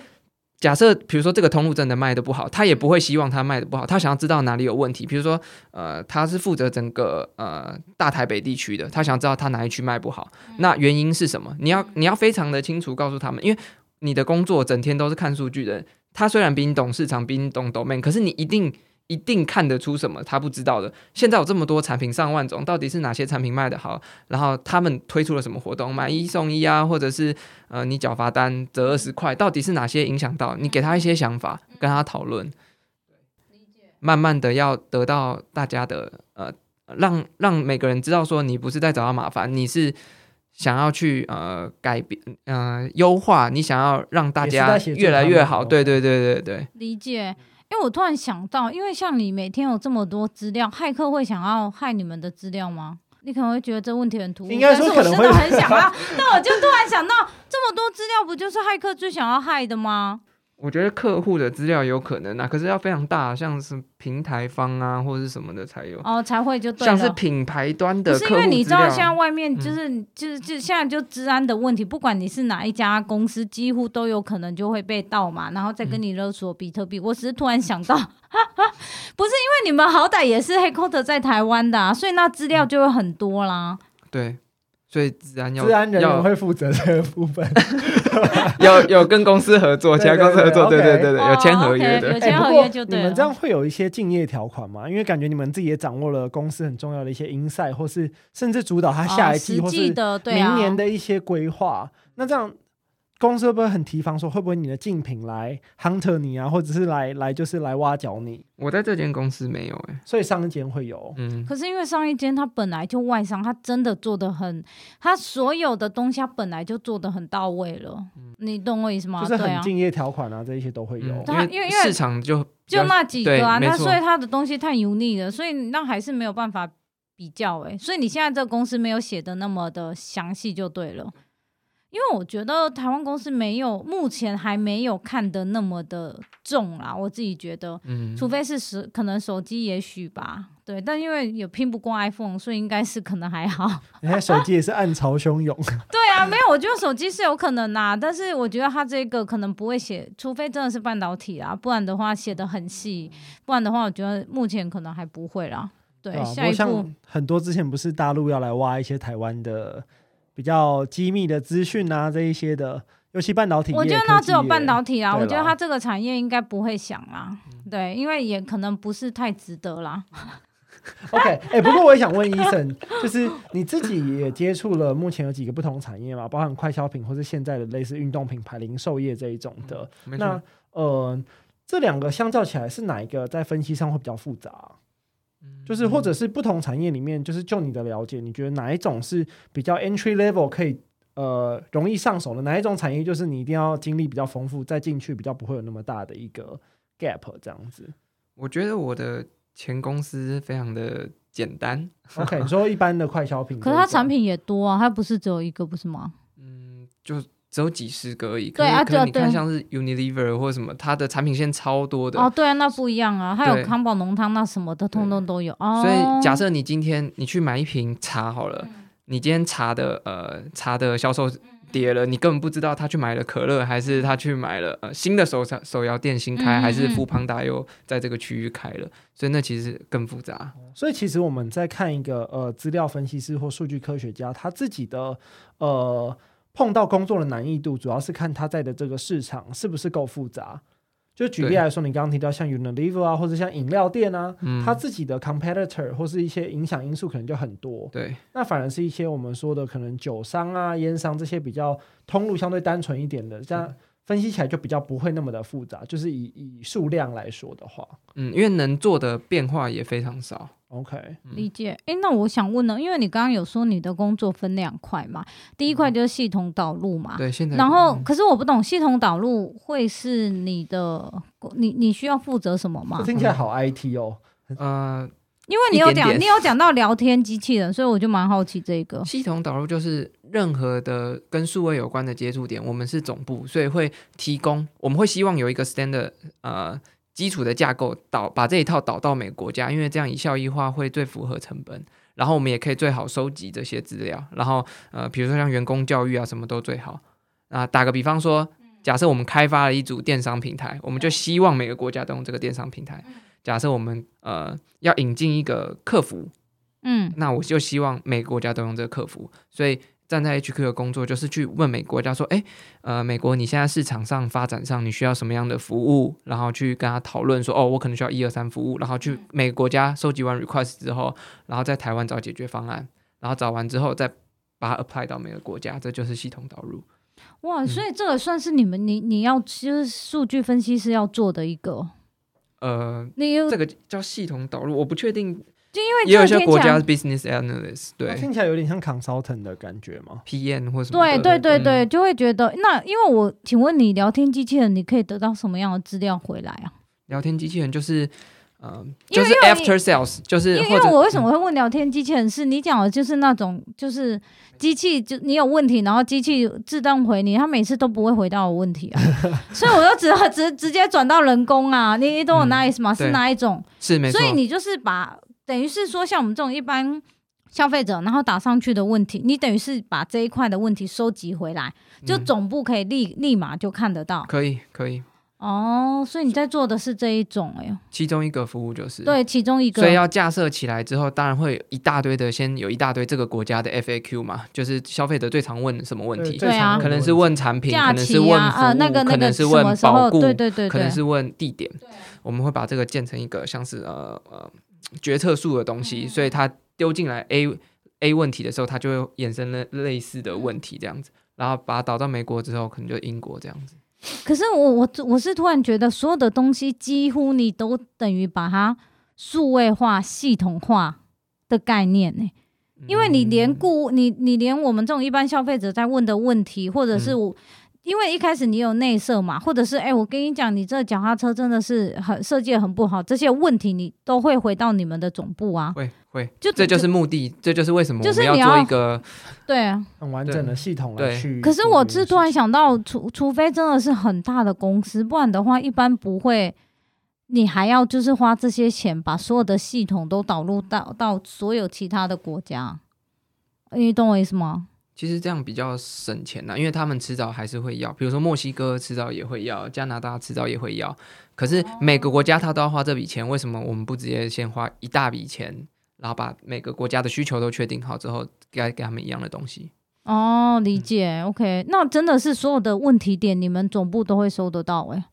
[SPEAKER 3] 假设比如说这个通路真的卖的不好，他也不会希望他卖的不好，他想要知道哪里有问题。比如说，呃，他是负责整个呃大台北地区的，他想知道他哪一区卖不好，那原因是什么？你要你要非常的清楚告诉他们，因为你的工作整天都是看数据的人，他虽然比你懂市场，比你懂 domain，可是你一定一定看得出什么他不知道的。现在有这么多产品上万种，到底是哪些产品卖的好？然后他们推出了什么活动，买一送一啊，或者是呃，你缴罚单折二十块，到底是哪些影响到？你给他一些想法，跟他讨论，慢慢的要得到大家的呃，让让每个人知道说，你不是在找他麻烦，你是想要去呃改变呃优化，你想要让大
[SPEAKER 2] 也是在
[SPEAKER 3] 家
[SPEAKER 2] 协助
[SPEAKER 3] 越来
[SPEAKER 2] 他
[SPEAKER 3] 越
[SPEAKER 2] 们
[SPEAKER 3] 好。
[SPEAKER 2] 哦
[SPEAKER 3] 对对对对对，
[SPEAKER 1] 理解。
[SPEAKER 2] 嗯
[SPEAKER 1] 因为我突然想到，因为像你每天有这么多资料，骇客会想要害你们的资料吗？你可能会觉得这问题很突兀，
[SPEAKER 2] 应该说
[SPEAKER 1] 但是我
[SPEAKER 2] 可
[SPEAKER 1] 真
[SPEAKER 2] 能
[SPEAKER 1] 的
[SPEAKER 2] 会 [LAUGHS]
[SPEAKER 1] 很想要。那我就突然想到，这么多资料不就是骇客最想要害的吗？
[SPEAKER 3] 我觉得客户的资料有可能啊，可是要非常大，像是平台方啊或者是什么的才有，
[SPEAKER 1] 哦，才会就对了。
[SPEAKER 3] 像是品牌端
[SPEAKER 1] 不
[SPEAKER 3] 的
[SPEAKER 1] 是因
[SPEAKER 3] 客户
[SPEAKER 1] 为你
[SPEAKER 3] 资
[SPEAKER 1] 知道，
[SPEAKER 3] 料。
[SPEAKER 1] 现在外面就是、
[SPEAKER 2] 嗯
[SPEAKER 1] 就是就现在就治安的问题，不管你是哪一家公司，几乎都有可能就会被盗嘛，然后再
[SPEAKER 2] 嗯
[SPEAKER 1] 跟你勒索比特币。我只是突然想到， [LAUGHS] 不是因为你们好歹也是黑 c o t 在台湾的、啊，所以那资
[SPEAKER 2] 嗯
[SPEAKER 1] 料就会很多
[SPEAKER 2] 啊
[SPEAKER 1] 啦。
[SPEAKER 3] 对，所以自然要
[SPEAKER 2] 治安人员
[SPEAKER 3] 要
[SPEAKER 2] 会负责这个部
[SPEAKER 1] [LAUGHS]
[SPEAKER 2] 分。 [LAUGHS]
[SPEAKER 3] 要有跟公司合作，
[SPEAKER 2] 对
[SPEAKER 3] 其他公司合作，
[SPEAKER 2] 对
[SPEAKER 3] 对
[SPEAKER 2] 对对
[SPEAKER 3] 对对
[SPEAKER 1] 哦
[SPEAKER 3] 对，有签合约
[SPEAKER 1] OK，有
[SPEAKER 3] 的。
[SPEAKER 1] 签
[SPEAKER 2] 哎不
[SPEAKER 1] 合
[SPEAKER 2] 过
[SPEAKER 1] 约就对啊了
[SPEAKER 2] 你们这样会有一些竞业条款吗？因为感觉你们自己也掌握了公司很重要的一些 insight，或是甚至主导他下一
[SPEAKER 1] 哦
[SPEAKER 2] 季、
[SPEAKER 1] 实
[SPEAKER 2] 或
[SPEAKER 1] 际
[SPEAKER 2] 是
[SPEAKER 1] 的对啊，
[SPEAKER 2] 明年的一些规划。那这样公司会不会很提防说，会不会你的竞品来 hunter 你啊，或者是来来就是来挖角你？
[SPEAKER 3] 我在这间公司没有哎、
[SPEAKER 2] 所以上一间会有。
[SPEAKER 3] 嗯，
[SPEAKER 1] 可是因为上一间他本来就外商，他真的做的很，他所有的东西他本来就做的很到位了，你懂我意思吗？
[SPEAKER 2] 嗯就是
[SPEAKER 1] 对
[SPEAKER 2] 很
[SPEAKER 1] 啊。
[SPEAKER 2] 敬业条款啊，这一些都会有。
[SPEAKER 1] 对啊因
[SPEAKER 3] 嗯因
[SPEAKER 1] 为
[SPEAKER 3] 为
[SPEAKER 1] 因为
[SPEAKER 3] 市场就
[SPEAKER 1] 就那几个啊，
[SPEAKER 3] 对
[SPEAKER 1] 那
[SPEAKER 3] 没错
[SPEAKER 1] 所以他的东西太油腻了，所以那还是没有办欸法比较哎、所以你现在这个公司没有写的那么的详细就对了。因为我觉得台湾公司没有，目前还没有看得那么的重啦，我自己觉得，
[SPEAKER 3] 嗯，
[SPEAKER 1] 除非是手可能手机也许吧，对，但因为有拼不过 iPhone，所以应该是可能还好。
[SPEAKER 2] 你看哎手机也是暗潮汹涌，
[SPEAKER 1] 对啊，没有，我觉得手机是有可能啦，但是我觉得它这个可能不会写，除非真的是半导体啦，不然的话写的很细，不然的话我觉得目前可能还不会啦。对，
[SPEAKER 2] 啊，不
[SPEAKER 1] 下
[SPEAKER 2] 过
[SPEAKER 1] 一步
[SPEAKER 2] 像很多之前不是大陆要来挖一些台湾的比较机密的资讯啊，这一些的，尤其半导体业，
[SPEAKER 1] 我觉得
[SPEAKER 2] 科
[SPEAKER 1] 那
[SPEAKER 2] 技
[SPEAKER 1] 只有
[SPEAKER 2] 业
[SPEAKER 1] 半导体啦，
[SPEAKER 2] 对
[SPEAKER 1] 我觉得
[SPEAKER 2] 啦嗯
[SPEAKER 1] 它这个产业应该不会想啦，对，因为也可能不是太值得啦。
[SPEAKER 2] OK，哎、不过我也想问医生， [LAUGHS] 就是你自己也接触了目前有几个不同产业嘛，包含快消品或是现在的类似运动品牌零售业这一种的。
[SPEAKER 3] 嗯没
[SPEAKER 2] 那
[SPEAKER 3] 错，
[SPEAKER 2] 呃，这两个相较起来，是哪一个在分析上会比较复杂啊？就是
[SPEAKER 3] 嗯
[SPEAKER 1] 嗯
[SPEAKER 2] 或者是不同产业里面，就是就你的了解，你觉得哪一种是比较 entry level 可以呃容易上手的？哪一种产业就是你一定要经历比较丰富，再进去比较不会有那么大的一个 gap 这样
[SPEAKER 1] [LAUGHS]
[SPEAKER 2] 子
[SPEAKER 3] 我觉得我的前公司非常的简单，
[SPEAKER 2] ？OK，你说一般的快消品这
[SPEAKER 1] 可
[SPEAKER 2] 一种，
[SPEAKER 1] 是它产品也多啊，它不是只有一个，不是吗？
[SPEAKER 3] 嗯，就只有几十个而已。可
[SPEAKER 1] 对
[SPEAKER 3] 是
[SPEAKER 1] 啊
[SPEAKER 3] 可是你
[SPEAKER 1] 对啊
[SPEAKER 3] 看
[SPEAKER 1] 对
[SPEAKER 3] 像是 Unilever 或者什么，它的产品线超多的。
[SPEAKER 1] 哦，对啊，那不一样啊，还有
[SPEAKER 3] 对
[SPEAKER 1] 康宝浓汤那什么的，通通都有。哦，
[SPEAKER 3] 所以假设你今天你去买一瓶茶好了，
[SPEAKER 1] 嗯
[SPEAKER 3] 你今天茶的呃茶的销售跌了，你根本不知道他去买了可乐，还是他去买了呃新的手手手摇店新
[SPEAKER 1] 嗯
[SPEAKER 3] 开，
[SPEAKER 1] 嗯
[SPEAKER 3] 还
[SPEAKER 1] 嗯
[SPEAKER 3] 是富邦达又在这个区域开了，所以那其实更复杂。
[SPEAKER 2] 所以其实我们在看一个呃资料分析师或数据科学家他自己的呃碰到工作的难易度，主要是看他在的这个市场是不是够复杂。就举例
[SPEAKER 3] 对
[SPEAKER 2] 来说，你刚刚提到像 Unilever 啊，或者像饮料店啊，
[SPEAKER 3] 嗯，
[SPEAKER 2] 他自己的 competitor 或是一些影响因素可能就很多。
[SPEAKER 3] 对
[SPEAKER 2] 那反而是一些我们说的可能酒商啊、烟商这些比较通路相对单纯一点的，这样分析起来就比较不会那么的复杂。就是以以数量来说的话
[SPEAKER 3] 嗯，因为能做的变化也非常少。
[SPEAKER 2] ，OK，
[SPEAKER 3] 嗯
[SPEAKER 1] 理解。诶，那我想问呢，因为你刚刚有说你的工作分两块嘛，第一块就是系统导入嘛，
[SPEAKER 3] 嗯对，嗯现在
[SPEAKER 1] 啊然后可是我不懂系统导入会是你的，你你需要负责什么吗
[SPEAKER 2] 这？听起来好 IT 哦。
[SPEAKER 3] 呃，
[SPEAKER 1] 因为你有
[SPEAKER 3] 一点
[SPEAKER 1] 讲
[SPEAKER 3] 点
[SPEAKER 1] 你有讲到聊天机器人，所以我就蛮好奇这个。
[SPEAKER 3] 系统导入就是任何的跟数位有关的接触点，我们是总部，所以会提供，我们会希望有一个 standard 呃基础的架构导把这一套导到每个国家，因为这样以效益化会最符合成本。然后我们也可以最好收集这些资料，然后呃，比如说像员工教育啊，什么都最好。啊，打个比方说，假设我们开发了一组电商平台，我们就希望每个国家都用这个电商平台。假设我们呃要引进一个客服，
[SPEAKER 1] 嗯，
[SPEAKER 3] 那我就希望每个国家都用这个客服，所以站在 HQ 的工作就是去问每个国家说，哎，呃，美国你现在市场上发展上你需要什么样的服务，然后去跟他讨论说，哦，我可能需要一二三服务，然后
[SPEAKER 1] 嗯
[SPEAKER 3] 去每个国家收集完 request 之后，然后在台湾找解决方案，然后找完之后再把它 apply 到每个国家，这就是系统导入。
[SPEAKER 1] 哇，
[SPEAKER 3] 嗯
[SPEAKER 1] 所以这个算是你们你你要就是数据分析师要做的一个，
[SPEAKER 3] 呃，
[SPEAKER 1] 你有
[SPEAKER 3] 这个叫系统导入，我不确定，
[SPEAKER 1] 就因为
[SPEAKER 3] 也有一
[SPEAKER 1] 这
[SPEAKER 3] 些
[SPEAKER 1] 个
[SPEAKER 3] 国
[SPEAKER 1] 听起来
[SPEAKER 3] 家 business analyst 对
[SPEAKER 2] 听起来有点像 consultant 的感觉嘛。
[SPEAKER 3] PM 或什么
[SPEAKER 1] 对
[SPEAKER 3] 的，
[SPEAKER 1] 对对
[SPEAKER 3] 嗯
[SPEAKER 1] 对，就会觉得那因为我请问你聊天机器人，你可以得到什么样的资料回来啊？
[SPEAKER 3] 聊天机器人就是，呃，
[SPEAKER 1] 因
[SPEAKER 3] 就
[SPEAKER 1] 为
[SPEAKER 3] 是
[SPEAKER 1] 因为
[SPEAKER 3] after sales，就是
[SPEAKER 1] 因为因
[SPEAKER 3] 或
[SPEAKER 1] 为
[SPEAKER 3] 者嗯
[SPEAKER 1] 我为什么会问聊天机器人是，你讲的就是那种就是机器就你有问题，然后机器自动回你，它每次都不会回答我问
[SPEAKER 3] [LAUGHS]
[SPEAKER 1] 题啊，所以我就只直直接转到人工啊，你你懂我那意思吗？
[SPEAKER 3] 嗯对
[SPEAKER 1] 是哪一种？
[SPEAKER 3] 嗯是没错
[SPEAKER 1] 所，以你就是把等于是说，像我们这种一般消费者，然后打上去的问题，你等于是把这一块的问题收集回来，就
[SPEAKER 3] 嗯
[SPEAKER 1] 总部可以立立马就看得到。
[SPEAKER 3] 可以可以，
[SPEAKER 1] 哦，所以你在做的是这一种哎、呦，
[SPEAKER 3] 其中一个服务就是，
[SPEAKER 1] 对，其中一个
[SPEAKER 3] 所以要架设起来之后，当然会有一大堆的，先有一大堆这个国家的 FAQ 嘛，就是消费者最常问什么问题，
[SPEAKER 1] 对啊
[SPEAKER 3] 可能是问产品，
[SPEAKER 1] 假
[SPEAKER 3] 可能是
[SPEAKER 1] 期
[SPEAKER 3] 问
[SPEAKER 1] 啊，
[SPEAKER 3] 服务，
[SPEAKER 1] 呃，那个那
[SPEAKER 3] 可
[SPEAKER 1] 个
[SPEAKER 3] 能
[SPEAKER 1] 什
[SPEAKER 3] 是
[SPEAKER 1] 么
[SPEAKER 3] 问
[SPEAKER 1] 时候？
[SPEAKER 3] 保固，
[SPEAKER 1] 对对对
[SPEAKER 3] 可能
[SPEAKER 1] 对，
[SPEAKER 3] 是问地点，我们会把这个建成一个像是呃呃决策树的东西，所以它丢进来 A A 问题的时候，它就会衍生了类似的问题这样子，然后把它导到美国之后，可能就英国这样子。
[SPEAKER 1] 可是我我我是突然觉得，所有的东西几乎你都等于把它数位化、系统化的概念呢、因为你连
[SPEAKER 3] 嗯
[SPEAKER 1] 顾你你连我们这种一般消费者在问的问题，或者是
[SPEAKER 3] 嗯
[SPEAKER 1] 我。因为一开始你有内设嘛，或者是哎、我跟你讲，你这脚踏车真的是很设计得很不好，这些问题你都会回到你们的总部啊。
[SPEAKER 3] 会会，
[SPEAKER 1] 就
[SPEAKER 3] 这就是目的，这就是为什么
[SPEAKER 1] 就
[SPEAKER 3] 我
[SPEAKER 1] 是
[SPEAKER 3] 们要
[SPEAKER 1] 你
[SPEAKER 3] 做
[SPEAKER 1] 要
[SPEAKER 3] 一个
[SPEAKER 1] 对啊，
[SPEAKER 2] 很完整的系统来
[SPEAKER 3] 对
[SPEAKER 2] 去做
[SPEAKER 1] 可
[SPEAKER 2] 这件事情。
[SPEAKER 1] 是我是突然想到，除除非真的是很大的公司，不然的话一般不会。你还要就是花这些钱把所有的系统都导入到到所有其他的国家，你懂我意思吗？
[SPEAKER 3] 其实这样比较省钱啦，因为他们迟早还是会要，比如说墨西哥迟早也会要，加拿大迟早也会要。可是
[SPEAKER 1] 哦
[SPEAKER 3] 每个国家他都要花这笔钱，为什么我们不直接先花一大笔钱，然后把每个国家的需求都确定好之后，该给他们一样的东西？
[SPEAKER 1] 哦，
[SPEAKER 2] 嗯
[SPEAKER 1] 理解。OK，那真的是所有的问题点，你们总部都会收得到诶、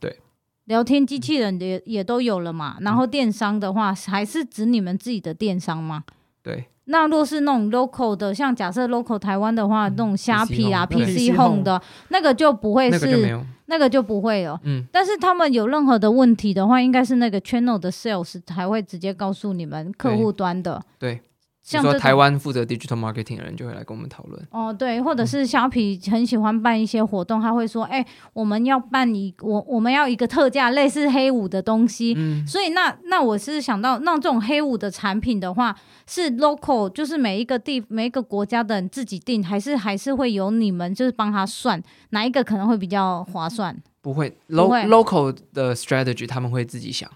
[SPEAKER 3] 对，
[SPEAKER 1] 聊天
[SPEAKER 2] 嗯
[SPEAKER 1] 机器人也也都有了嘛。然后电商的话，还是指你们自己的电商吗？
[SPEAKER 3] 对，
[SPEAKER 1] 那若是那种 local 的，像假设 local 台湾的
[SPEAKER 3] 嗯
[SPEAKER 1] 话，那种虾皮啊、
[SPEAKER 3] PC
[SPEAKER 1] PC
[SPEAKER 2] Home
[SPEAKER 1] Home 的那个就不会
[SPEAKER 3] 那
[SPEAKER 1] 哎是
[SPEAKER 3] 个就没有，
[SPEAKER 1] 那个就不会了。
[SPEAKER 3] 嗯，
[SPEAKER 1] 但是他们有任何的问题的话，应该是那个 channel 的 sales 才会直接告诉你们客户端的。
[SPEAKER 3] 对，比
[SPEAKER 1] 像
[SPEAKER 3] 如
[SPEAKER 1] 这种
[SPEAKER 3] 说台湾负责 digital marketing 的人就会来跟我们讨论。
[SPEAKER 1] 哦，对，
[SPEAKER 3] 嗯
[SPEAKER 1] 或者是虾皮很喜欢办一些活动，他会说：“哎、我们要办一我我们要一个特价，类似黑五的东西。
[SPEAKER 3] 嗯，
[SPEAKER 1] 所以那那我是想到，那这种黑五的产品的话，是 local，就是每一个地每一个国家的人自己定，还是还是会有你们就是帮他算哪一个可能会比较划算？
[SPEAKER 3] 不会
[SPEAKER 1] 不会
[SPEAKER 3] ，lo local 的 strategy 他们会自己想，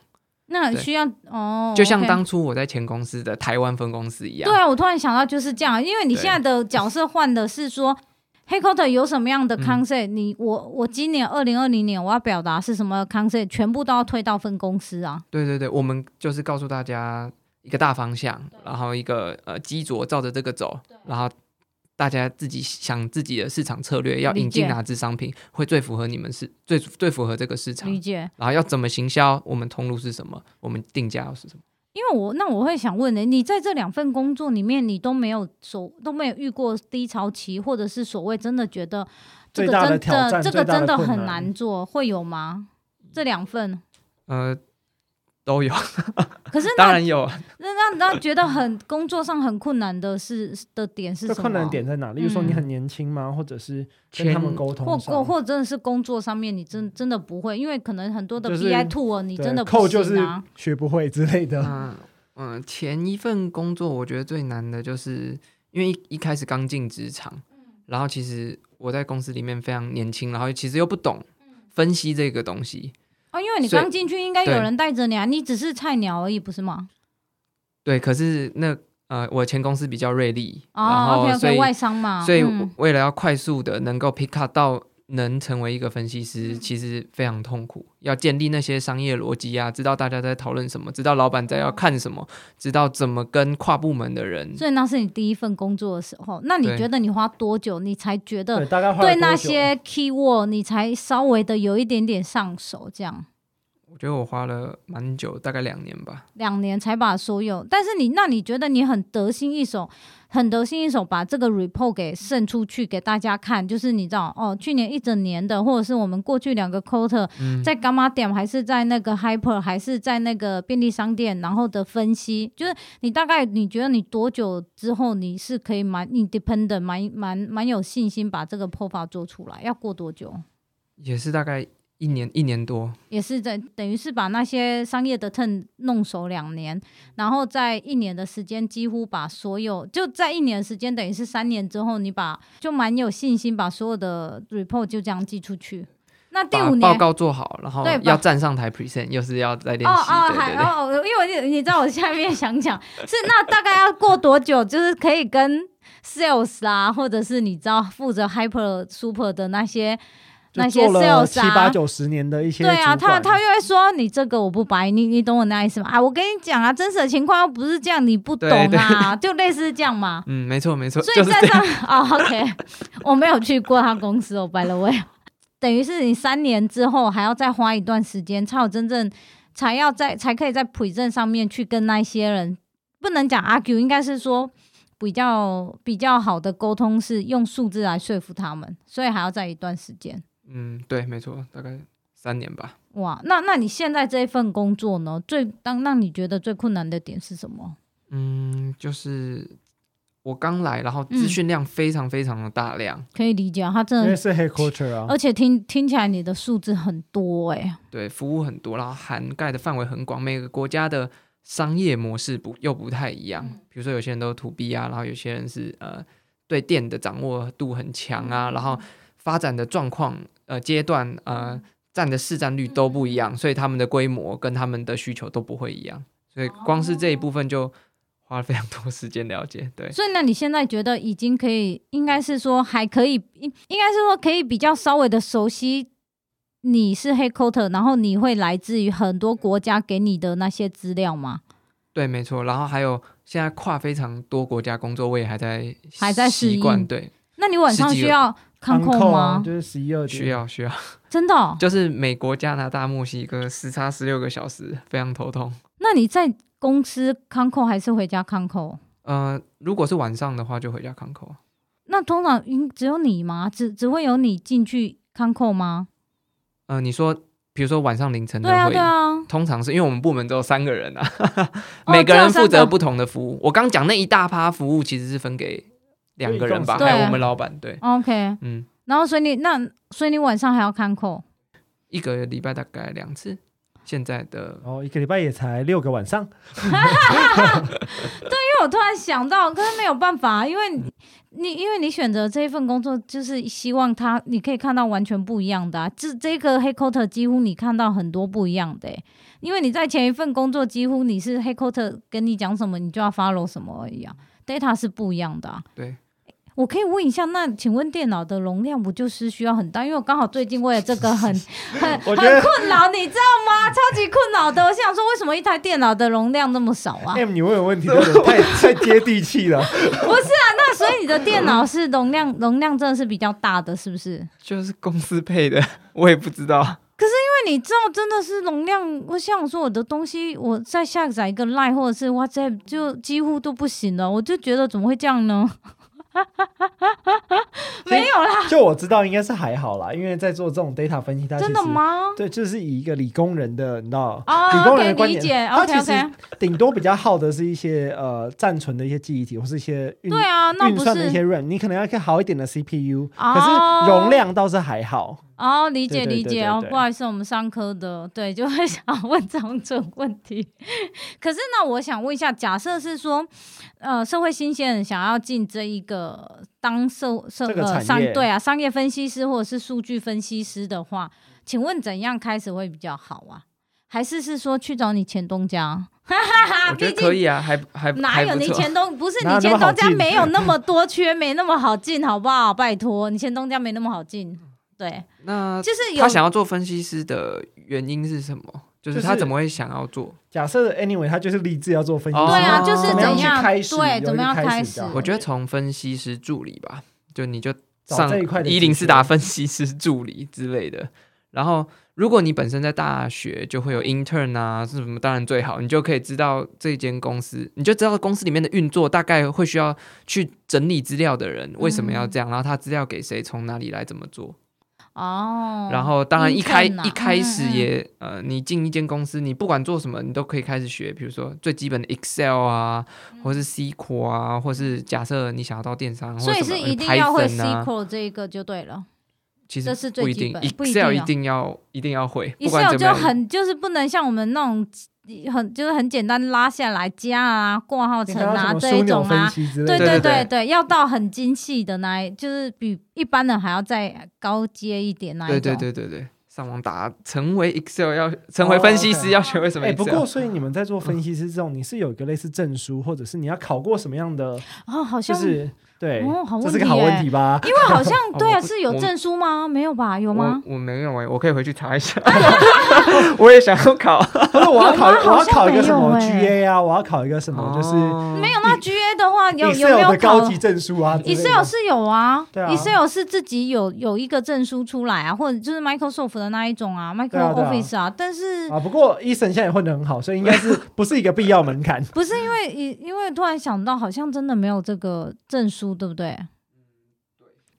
[SPEAKER 1] 那
[SPEAKER 3] 对
[SPEAKER 1] 需要哦，
[SPEAKER 3] 就像
[SPEAKER 1] OK
[SPEAKER 3] 当初我在前公司的台湾分公司一样。
[SPEAKER 1] 对啊，我突然想到就是这样，因为你
[SPEAKER 3] 对
[SPEAKER 1] 现在的角色换的是说。黑 c o t e r 有什么样的
[SPEAKER 3] 嗯
[SPEAKER 1] concept？、你我我今年二零二零年我要表达是什么 concept，全部都要推到分公司啊。
[SPEAKER 3] 对对对，我们就是告诉大家一个大方向，然后一个呃基卓照着这个走，然后大家自己想自己的市场策略，要
[SPEAKER 1] 理
[SPEAKER 3] 引进
[SPEAKER 1] 解
[SPEAKER 3] 哪支商品会最符合你们市最最符合这个市场
[SPEAKER 1] 理，解？
[SPEAKER 3] 然后要怎么行销，我们通路是什么，我们定价又是什么。
[SPEAKER 1] 因为我那我会想问呢、你在这两份工作里面，你都没有所都没有遇过低潮期，或者是所谓真的觉得这
[SPEAKER 2] 最
[SPEAKER 1] 个
[SPEAKER 2] 大的
[SPEAKER 1] 真
[SPEAKER 2] 挑
[SPEAKER 1] 的
[SPEAKER 2] 战
[SPEAKER 1] 这个
[SPEAKER 2] 最大
[SPEAKER 1] 真
[SPEAKER 2] 的
[SPEAKER 1] 的
[SPEAKER 2] 困
[SPEAKER 1] 很
[SPEAKER 2] 难
[SPEAKER 1] 难做，会有吗？这两
[SPEAKER 2] [LAUGHS]
[SPEAKER 1] 份，
[SPEAKER 3] 呃，
[SPEAKER 1] [LAUGHS]
[SPEAKER 3] 都有，
[SPEAKER 1] 可是
[SPEAKER 3] 当
[SPEAKER 1] 那
[SPEAKER 3] 然有。
[SPEAKER 1] 那那那觉得很工作上很困难的是的点是
[SPEAKER 2] 这
[SPEAKER 1] 什么？
[SPEAKER 2] 困难点在哪？例如说你
[SPEAKER 1] 嗯
[SPEAKER 2] 很年轻吗？或者是跟
[SPEAKER 3] 前
[SPEAKER 2] 他们沟
[SPEAKER 1] 或
[SPEAKER 2] 通
[SPEAKER 1] 或
[SPEAKER 2] 上？
[SPEAKER 1] 或真的是工作上面，你真真的不会，因为可能很多的
[SPEAKER 2] 就是
[SPEAKER 1] BI two 哦，你
[SPEAKER 2] 对
[SPEAKER 1] 真的
[SPEAKER 2] 扣
[SPEAKER 1] 不
[SPEAKER 2] 就是
[SPEAKER 1] 行啊。
[SPEAKER 2] 学不会之类 [LAUGHS] 的，
[SPEAKER 3] 嗯嗯，前一份工作我觉得最难的就是，因为一一开始刚进职场，
[SPEAKER 1] 嗯
[SPEAKER 3] 然后其实我在公司里面非常年轻，然后其实又不懂
[SPEAKER 1] 嗯
[SPEAKER 3] 分析这个东西。
[SPEAKER 1] 哦，因为你
[SPEAKER 3] 所以
[SPEAKER 1] 刚进去，应该有
[SPEAKER 3] 对
[SPEAKER 1] 人带着你啊，你只是菜鸟而已，不是吗？
[SPEAKER 3] 对，可是那呃，我前公司比较锐利，然
[SPEAKER 1] 哦
[SPEAKER 3] 后
[SPEAKER 1] ，OK
[SPEAKER 3] 所
[SPEAKER 1] OK，
[SPEAKER 3] 以、
[SPEAKER 1] 外商嘛，
[SPEAKER 3] 所以
[SPEAKER 1] 嗯
[SPEAKER 3] 为了要快速的能够 pick up 到能成为一个分析
[SPEAKER 1] 嗯
[SPEAKER 3] 师，其实非常痛苦。要建立那些商业逻辑啊，知道大家在讨论什么，知道老板在
[SPEAKER 1] 嗯
[SPEAKER 3] 要看什么，知道怎么跟跨部门的
[SPEAKER 2] 嗯
[SPEAKER 3] 人
[SPEAKER 1] 所以那是你第一份工作的时候，那你
[SPEAKER 3] 对
[SPEAKER 1] 觉得你花多久，你才觉
[SPEAKER 2] 对，
[SPEAKER 1] 得
[SPEAKER 2] 大概花了
[SPEAKER 1] 嗯对
[SPEAKER 2] 多
[SPEAKER 1] 那
[SPEAKER 2] 久
[SPEAKER 1] 些 keyword 你才稍微的有一点点上手？这样
[SPEAKER 3] 我觉得我花了蛮久，大概两年吧。
[SPEAKER 1] 两年才把所有，但是你那你觉得你很得心应手，很得心应手把这个 report 给胜出去给大家看，就是你知道哦，去年一整年的，或者是我们过去两个 quarter
[SPEAKER 3] 嗯，
[SPEAKER 1] 在 Gamma 点还是在那个 Hyper 还是在那个便利商店，然后的分析，就是你大概你觉得你多久之后你是可以蛮 independent 蛮蛮蛮有信心把这个 profile 做出来，要过多久？
[SPEAKER 3] 也是大概一年一年多。
[SPEAKER 1] 也是在等于是把那些商业的 turn 弄熟两年，然后在一年的时间几乎把所有就在一年的时间等于是三年之后，你把就蛮有信心把所有的 report 就这样寄出去。那第
[SPEAKER 3] 把
[SPEAKER 1] 五年
[SPEAKER 3] 报告做好，然后
[SPEAKER 1] 对把
[SPEAKER 3] 要站上台 present，又是要再练
[SPEAKER 1] 哦
[SPEAKER 3] 习，
[SPEAKER 1] 哦，
[SPEAKER 3] 对
[SPEAKER 1] 还
[SPEAKER 3] 对对，
[SPEAKER 1] 哦，因为我就你知道我下面想讲是那大概要过多久，就是可以跟 sales 啊，或者是你知道负责 hyper super 的那些那
[SPEAKER 2] 就
[SPEAKER 1] 些
[SPEAKER 2] 做了
[SPEAKER 1] sales
[SPEAKER 2] 七八
[SPEAKER 1] 啊。
[SPEAKER 2] 九十年的一些
[SPEAKER 1] 对啊，
[SPEAKER 2] 主
[SPEAKER 1] 他
[SPEAKER 2] 管
[SPEAKER 1] 他又会说你这个我不白，你你懂我那意思吗？啊，我跟你讲啊，真实的情况又不是这样，你不懂
[SPEAKER 3] 对对
[SPEAKER 1] 啊，就类似这样嘛。
[SPEAKER 3] 嗯，没错没错，
[SPEAKER 1] 所
[SPEAKER 3] 就
[SPEAKER 1] 以
[SPEAKER 3] 是
[SPEAKER 1] 在
[SPEAKER 3] 这样。
[SPEAKER 1] 上哦，OK，我没有去过他公司哦，by the way，等 [LAUGHS] 于是你三年之后还要再花一段时间，才有真正才要在才可以在 present 上面去跟那些人，不能讲 argue，应该是说比较比较好的沟通是用数字来说服他们，所以还要再一段时间。
[SPEAKER 3] 嗯，对，没错，大概三年吧。
[SPEAKER 1] 哇，那那你现在这一份工作呢，最当让你觉得最困难的点是什么？
[SPEAKER 3] 嗯，就是我刚来，然后
[SPEAKER 1] 嗯
[SPEAKER 3] 资讯量非常非常的大量，
[SPEAKER 1] 可以理解啊，他
[SPEAKER 2] 因
[SPEAKER 1] 真
[SPEAKER 2] 为
[SPEAKER 1] 的，
[SPEAKER 2] 是 headquarter 啊
[SPEAKER 1] 而，且听听起来你的数字很多哎、
[SPEAKER 3] 对，服务很多，然后涵盖的范围很广，每个国家的商业模式不又不太一
[SPEAKER 1] 嗯
[SPEAKER 3] 样。比如说有些人都 to B 啊，然后有些人是呃对电的掌握度很强啊，然
[SPEAKER 1] 嗯
[SPEAKER 3] 后发展的状况呃阶段呃占的市占率都不一
[SPEAKER 1] 嗯
[SPEAKER 3] 样，所以他们的规模跟他们的需求都不会一样，所以光是这
[SPEAKER 1] 哦
[SPEAKER 3] 一部分就花了非常多时间了解。对，
[SPEAKER 1] 所以，那你现在觉得已经可以，应该是说还可以，应应该是说可以比较稍微的熟悉你是黑 coat，然后你会来自于很多国家给你的那些资料吗？
[SPEAKER 3] 对，没错。然后还有现在跨非常多国家工作，我也还在
[SPEAKER 1] 还在适
[SPEAKER 3] 习
[SPEAKER 1] 应
[SPEAKER 3] 惯，对，
[SPEAKER 1] 那你晚上需要看控
[SPEAKER 2] 扣啊
[SPEAKER 1] 吗？
[SPEAKER 2] 就是十一二点
[SPEAKER 3] 需要需要。
[SPEAKER 1] 真的哦、
[SPEAKER 3] 就是美国、加拿大、墨西哥时差十六个小时，非常头痛。
[SPEAKER 1] 那你在公司看控还是回家看控？
[SPEAKER 3] 呃，如果是晚上的话，就回家看口。啊
[SPEAKER 1] 那通常应只有你吗？只只会有你进去看控吗？
[SPEAKER 3] 呃，你说，比如说晚上凌晨的
[SPEAKER 1] 对啊，
[SPEAKER 3] 会议，
[SPEAKER 1] 对啊，
[SPEAKER 3] 通常是因为我们部门只有三个人啊，
[SPEAKER 1] 哦
[SPEAKER 3] 每个人
[SPEAKER 1] 只有三
[SPEAKER 3] 负责
[SPEAKER 1] 个
[SPEAKER 3] 不同的服务。我刚讲那一大趴服务其实是分给两个人吧，
[SPEAKER 1] 啊
[SPEAKER 2] 对
[SPEAKER 3] 还有我们老板。对，
[SPEAKER 1] OK。
[SPEAKER 3] 嗯，
[SPEAKER 1] 然后所以你那所以你晚上还要看控，
[SPEAKER 3] 一个礼拜大概两次。现在的
[SPEAKER 2] 然后一个礼拜也才六个晚上，
[SPEAKER 1] 因为我突然想到，可是没有办法，啊因为
[SPEAKER 2] 嗯
[SPEAKER 1] 你你因为你选择这一份工作，就是希望他你可以看到完全不一样的、啊。这这个黑 coat 几乎你看到很多不一样的欸、因为你在前一份工作几乎你是黑 coat 跟你讲什么，你就要 follow 什么而已啊。data 是不一样的、啊。
[SPEAKER 3] 对，
[SPEAKER 1] 我可以问一下，那请问电脑的容量不就是需要很大？因为我刚好最近为了这个
[SPEAKER 2] [LAUGHS]
[SPEAKER 1] 很很
[SPEAKER 2] 我
[SPEAKER 1] 很
[SPEAKER 2] 觉得
[SPEAKER 1] 困扰，你知道吗？超级困扰的。我想说，为什么一台电脑的容量那么少啊？
[SPEAKER 2] M，你问的问题都有点
[SPEAKER 1] [LAUGHS]
[SPEAKER 2] 太太接地气了。
[SPEAKER 1] 不是啊，那 [LAUGHS] 所以你的电脑是容量容量真的是比较大的，是不是？因
[SPEAKER 3] 就是公司配的， [LAUGHS] 我也不知道。
[SPEAKER 1] 啊为你知道，真的是容量，我想说我的东西，我再下载一个 Line 或者是 WhatsApp 就几乎都不行了，我就觉得怎么会这样呢？没有啦，
[SPEAKER 2] 就我知道，应该是还好啦，因为在做这种 data 分析，它其
[SPEAKER 1] 真
[SPEAKER 2] 实
[SPEAKER 1] 的吗？
[SPEAKER 2] 对，就是以一个理工人的，你知道，理
[SPEAKER 1] 啊
[SPEAKER 2] 工人的
[SPEAKER 1] ，OK，
[SPEAKER 2] 观
[SPEAKER 1] 理
[SPEAKER 2] 点，
[SPEAKER 1] 解
[SPEAKER 2] 他
[SPEAKER 1] ，OK
[SPEAKER 2] 其
[SPEAKER 1] OK，
[SPEAKER 2] 实顶多比较耗的是一些呃暂存的一些记忆体，或是一些运
[SPEAKER 1] 对啊，那
[SPEAKER 2] 运
[SPEAKER 1] 不
[SPEAKER 2] 算的一些
[SPEAKER 1] 是
[SPEAKER 2] RAM，你可能要一个好一点的 CPU，、
[SPEAKER 1] 哦
[SPEAKER 2] 可是容量倒是还好。
[SPEAKER 1] 哦，理解
[SPEAKER 2] 对对
[SPEAKER 1] 理
[SPEAKER 2] 对
[SPEAKER 1] 解
[SPEAKER 2] 对
[SPEAKER 1] 哦，
[SPEAKER 2] 对
[SPEAKER 1] 不好意思，我们上科的对就会 [LAUGHS] 想要问这种这种问题。可是那我想问一下，假设是说，呃，社会新鲜人想要进这一个当社社
[SPEAKER 2] 这个
[SPEAKER 1] 呃
[SPEAKER 2] 产
[SPEAKER 1] 商
[SPEAKER 2] 业
[SPEAKER 1] 对啊商业分析师或者是数据分析师的话，请问怎样开始会比较好啊？还是是说去找你前东家？ [LAUGHS] 哈哈哈，
[SPEAKER 3] 我觉
[SPEAKER 1] 毕
[SPEAKER 3] 得可
[SPEAKER 1] 竟。
[SPEAKER 3] 以啊，还还
[SPEAKER 1] 哪
[SPEAKER 3] 还
[SPEAKER 1] 有
[SPEAKER 3] 不
[SPEAKER 1] 你
[SPEAKER 3] 错。
[SPEAKER 1] 前东不是
[SPEAKER 2] 哪有
[SPEAKER 1] 你前
[SPEAKER 2] 那么好
[SPEAKER 1] 东家
[SPEAKER 2] 进
[SPEAKER 1] 没有
[SPEAKER 2] [LAUGHS]
[SPEAKER 1] 那么多缺，没那么好进，好不好？拜托，你前东家没那么好进，对，
[SPEAKER 3] 那
[SPEAKER 1] 就是有
[SPEAKER 3] 他想要做分析师的原因是什么？就是
[SPEAKER 2] 就是
[SPEAKER 3] 他怎么会想要做？
[SPEAKER 2] 假设 anyway，他就是立志要做分析，
[SPEAKER 3] 哦
[SPEAKER 1] 对啊，就是
[SPEAKER 2] 怎
[SPEAKER 1] 怎
[SPEAKER 2] 么样去
[SPEAKER 1] 样
[SPEAKER 2] 开始有一
[SPEAKER 1] 对
[SPEAKER 2] 个
[SPEAKER 1] 怎么样
[SPEAKER 2] 开始
[SPEAKER 1] 开
[SPEAKER 2] 比较好
[SPEAKER 3] 我觉得从分析师助理吧，就你就
[SPEAKER 2] 找
[SPEAKER 3] 上
[SPEAKER 2] 这一块的
[SPEAKER 3] 一零四打分析师助理之类的。然后，如果你本身在大学就会有 intern 啊，是什么当然最好，你就可以知道这间公司，你就知道公司里面的运作大概会需要去整理资料的人为什么要这样，然后他资料给谁，从哪里来，怎么做。
[SPEAKER 1] 哦。
[SPEAKER 3] 然后当然一开
[SPEAKER 1] intern 啊
[SPEAKER 3] 一开始
[SPEAKER 1] 嗯嗯嗯
[SPEAKER 3] 也呃，你进一间公司，你不管做什么，你都可以开始学，比如说最基本的 Excel 啊，
[SPEAKER 1] 嗯
[SPEAKER 3] 或是 SQL 啊，或是假设你想要到电商，
[SPEAKER 1] 所以
[SPEAKER 3] 或什
[SPEAKER 1] 是
[SPEAKER 3] 么
[SPEAKER 1] 一定要会
[SPEAKER 3] Python 啊
[SPEAKER 1] SQL 这一个就对了
[SPEAKER 3] 其
[SPEAKER 1] 这
[SPEAKER 3] 实
[SPEAKER 1] 是最
[SPEAKER 3] 不一
[SPEAKER 1] 基
[SPEAKER 3] 定
[SPEAKER 1] 本不一定
[SPEAKER 3] ，Excel 一
[SPEAKER 1] 啊
[SPEAKER 3] 定要一定要会，不管
[SPEAKER 1] ，Excel
[SPEAKER 3] 怎么
[SPEAKER 1] 就
[SPEAKER 3] 样，
[SPEAKER 1] 很就是不能像我们那种很就是很简单拉下来加啊、挂号
[SPEAKER 2] 你
[SPEAKER 1] 层
[SPEAKER 2] 看到
[SPEAKER 1] 啊
[SPEAKER 2] 什么
[SPEAKER 1] 这
[SPEAKER 2] 枢
[SPEAKER 1] 一
[SPEAKER 2] 纽
[SPEAKER 1] 种
[SPEAKER 2] 分
[SPEAKER 1] 啊，
[SPEAKER 2] 析之类
[SPEAKER 1] 对
[SPEAKER 2] 的，
[SPEAKER 1] 对
[SPEAKER 3] 对对
[SPEAKER 1] 对，要到很精细的那一，就是比一般人还要再高阶一点那一
[SPEAKER 3] 对
[SPEAKER 1] 种。
[SPEAKER 3] 对对对对，上网打成为 Excel 要成为分析
[SPEAKER 2] 哦，OK
[SPEAKER 3] 师要学会什么
[SPEAKER 2] 哎、不过
[SPEAKER 3] Excel，
[SPEAKER 2] 所以你们在做分析师这种，你是有一个类似证书，或者是你要考过什么样的，
[SPEAKER 1] 哦，好像
[SPEAKER 2] 就
[SPEAKER 1] 因
[SPEAKER 2] 是对，
[SPEAKER 1] 哦好问
[SPEAKER 2] 这是个
[SPEAKER 1] 题
[SPEAKER 2] 好问
[SPEAKER 1] 耶
[SPEAKER 2] 题吧？ [LAUGHS]
[SPEAKER 1] 为好像
[SPEAKER 3] 哦
[SPEAKER 1] 对
[SPEAKER 3] 我
[SPEAKER 1] 啊，
[SPEAKER 3] 不
[SPEAKER 1] 是有
[SPEAKER 3] 我
[SPEAKER 1] 证书吗？没有吧？有吗
[SPEAKER 3] 我？我没有哎，我可以回去查一下， [LAUGHS] 我也想要考，
[SPEAKER 2] 不是我要考，
[SPEAKER 1] 有吗
[SPEAKER 2] 我要考一个什
[SPEAKER 1] 好
[SPEAKER 2] 么
[SPEAKER 1] 像没有
[SPEAKER 2] GA 啊，我要考一个什么，就是
[SPEAKER 1] 没有那 GA 的话，有有没
[SPEAKER 2] Excel
[SPEAKER 1] 有
[SPEAKER 2] 的高
[SPEAKER 1] 考
[SPEAKER 2] 级证书啊之类的
[SPEAKER 1] Excel 是有啊
[SPEAKER 2] 对啊
[SPEAKER 1] e x c e l 是自己有有一个证书出来啊，或者就是 Microsoft 的那一种啊
[SPEAKER 2] 对啊
[SPEAKER 1] ，Micro
[SPEAKER 2] 对啊
[SPEAKER 1] Office 啊，但是
[SPEAKER 2] 啊，不过 Eason 现在也混得很好，所以应该是不是一个必要
[SPEAKER 1] [LAUGHS]
[SPEAKER 2] 门槛。
[SPEAKER 1] 不是因为因因为突然想到，好像真的没有这个证书，对不对？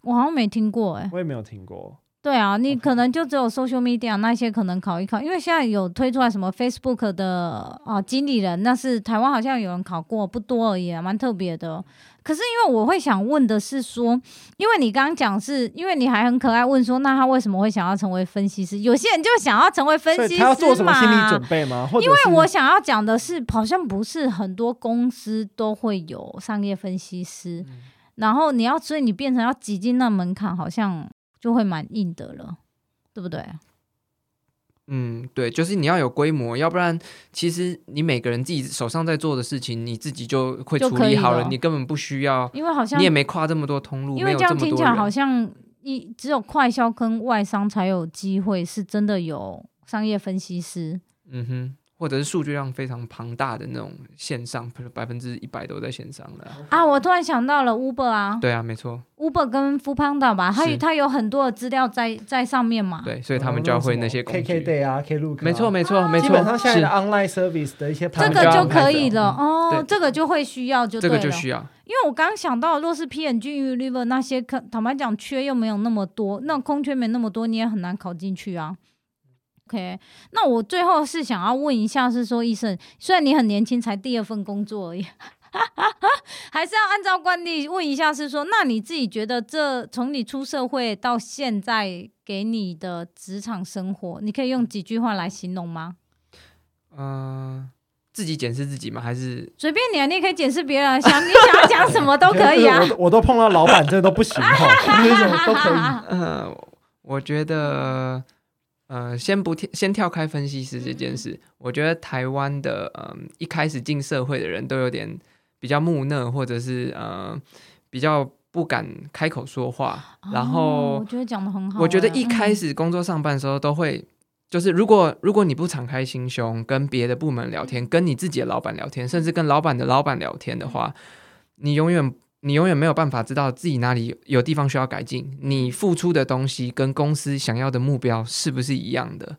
[SPEAKER 1] 我好像没听过哎、
[SPEAKER 2] 我也没有听过，
[SPEAKER 1] 对啊，你可能就只有 social media 那些可能考一考，因为现在有推出来什么 Facebook 的啊、经理人，那是台湾好像有人考过，不多而已、啊，蛮特别的。可是因为我会想问的是说，因为你刚刚讲是因为你还很可爱，问说那他为什么会想要成为分析师？有些人就想要成为分
[SPEAKER 2] 所
[SPEAKER 1] 析
[SPEAKER 2] 以
[SPEAKER 1] 师嘛。
[SPEAKER 2] 他要做什么心理准备吗？或者
[SPEAKER 1] 因为
[SPEAKER 2] 是
[SPEAKER 1] 我想要讲的是，好像不是很多公司都会有商业分析师，
[SPEAKER 3] 嗯
[SPEAKER 1] 然后你要所以你变成要挤进那门槛，好像就会蛮硬的了，对不对？
[SPEAKER 3] 嗯，对，就是你要有规模，要不然其实你每个人自己手上在做的事情，你自己就会
[SPEAKER 1] 就
[SPEAKER 3] 处
[SPEAKER 1] 可以
[SPEAKER 3] 理好了，
[SPEAKER 1] 了
[SPEAKER 3] 你根本不需要，
[SPEAKER 1] 因为好像
[SPEAKER 3] 你也没跨这么多通路，
[SPEAKER 1] 因
[SPEAKER 3] 没
[SPEAKER 1] 为
[SPEAKER 3] 有
[SPEAKER 1] 这
[SPEAKER 3] 这
[SPEAKER 1] 样
[SPEAKER 3] 么
[SPEAKER 1] 听
[SPEAKER 3] 多
[SPEAKER 1] 起来好
[SPEAKER 3] 人。
[SPEAKER 1] 像一只有快销跟外商才有机会，是真的有商业分析师。
[SPEAKER 3] 嗯哼，或者是数据量非常庞大的那种线上，百分之一百都在线上了啊。
[SPEAKER 1] 啊，我突然想到了 Uber 啊
[SPEAKER 3] 对啊，没错，
[SPEAKER 1] ，Uber 跟 f o o Panda 吧，它
[SPEAKER 3] 是
[SPEAKER 1] 它有很多的资料在在上面嘛。
[SPEAKER 3] 对，所以他
[SPEAKER 2] 哦
[SPEAKER 3] 们就要会那些工
[SPEAKER 2] KK
[SPEAKER 3] 具。
[SPEAKER 2] Day 啊，K Look，
[SPEAKER 3] 没错，没错，没
[SPEAKER 2] 基
[SPEAKER 3] 错
[SPEAKER 2] 本上，现在
[SPEAKER 3] 是
[SPEAKER 2] 的 online service 的一
[SPEAKER 1] 这
[SPEAKER 2] 些盘
[SPEAKER 1] 个就
[SPEAKER 3] 他们就要嗯
[SPEAKER 1] 可以了
[SPEAKER 3] 对
[SPEAKER 1] 哦，这个就会需要就
[SPEAKER 3] 这
[SPEAKER 1] 对
[SPEAKER 3] 个
[SPEAKER 1] 了，
[SPEAKER 3] 就需要。
[SPEAKER 1] 因为我刚想到，若是 P N G Unilever 那些，可坦白讲缺又没有那么多，那空缺没那么多，你也很难考进去啊。OK，那我最后是想要问一下，是说医生，虽然你很年轻，才第二份工作而已，还是要按照惯例问一下，是说，那你自己觉得这从你出社会到现在给你的职场生活，你可以用几句话来形容吗？
[SPEAKER 3] 嗯，自己检视自己嘛，还是
[SPEAKER 1] 随便你啊，你也可以解释别人，想你想要讲什么都可以啊。
[SPEAKER 2] 我我都碰到老板，这都不行
[SPEAKER 1] [LAUGHS]
[SPEAKER 2] 哈，那种都可以。
[SPEAKER 3] 呃，我觉得，呃，先不跳，先跳开分析师这件事，我觉得台湾的，嗯、一开始进社会的人都有点比较木讷，或者是呃，比较不敢开口说话。然
[SPEAKER 1] 哦我
[SPEAKER 3] 后，
[SPEAKER 1] 觉得讲的很好欸、
[SPEAKER 3] 我觉得一开
[SPEAKER 1] 嗯
[SPEAKER 3] 始工作上班的时候都会。就是如果如果你不敞开心胸跟别的部门聊天，跟你自己的老板聊天，甚至跟老板的老板聊天的话，你永远你永远没有办法知道自己哪里有有地方需要改进，你付出的东西跟公司想要的目标是不是一样的？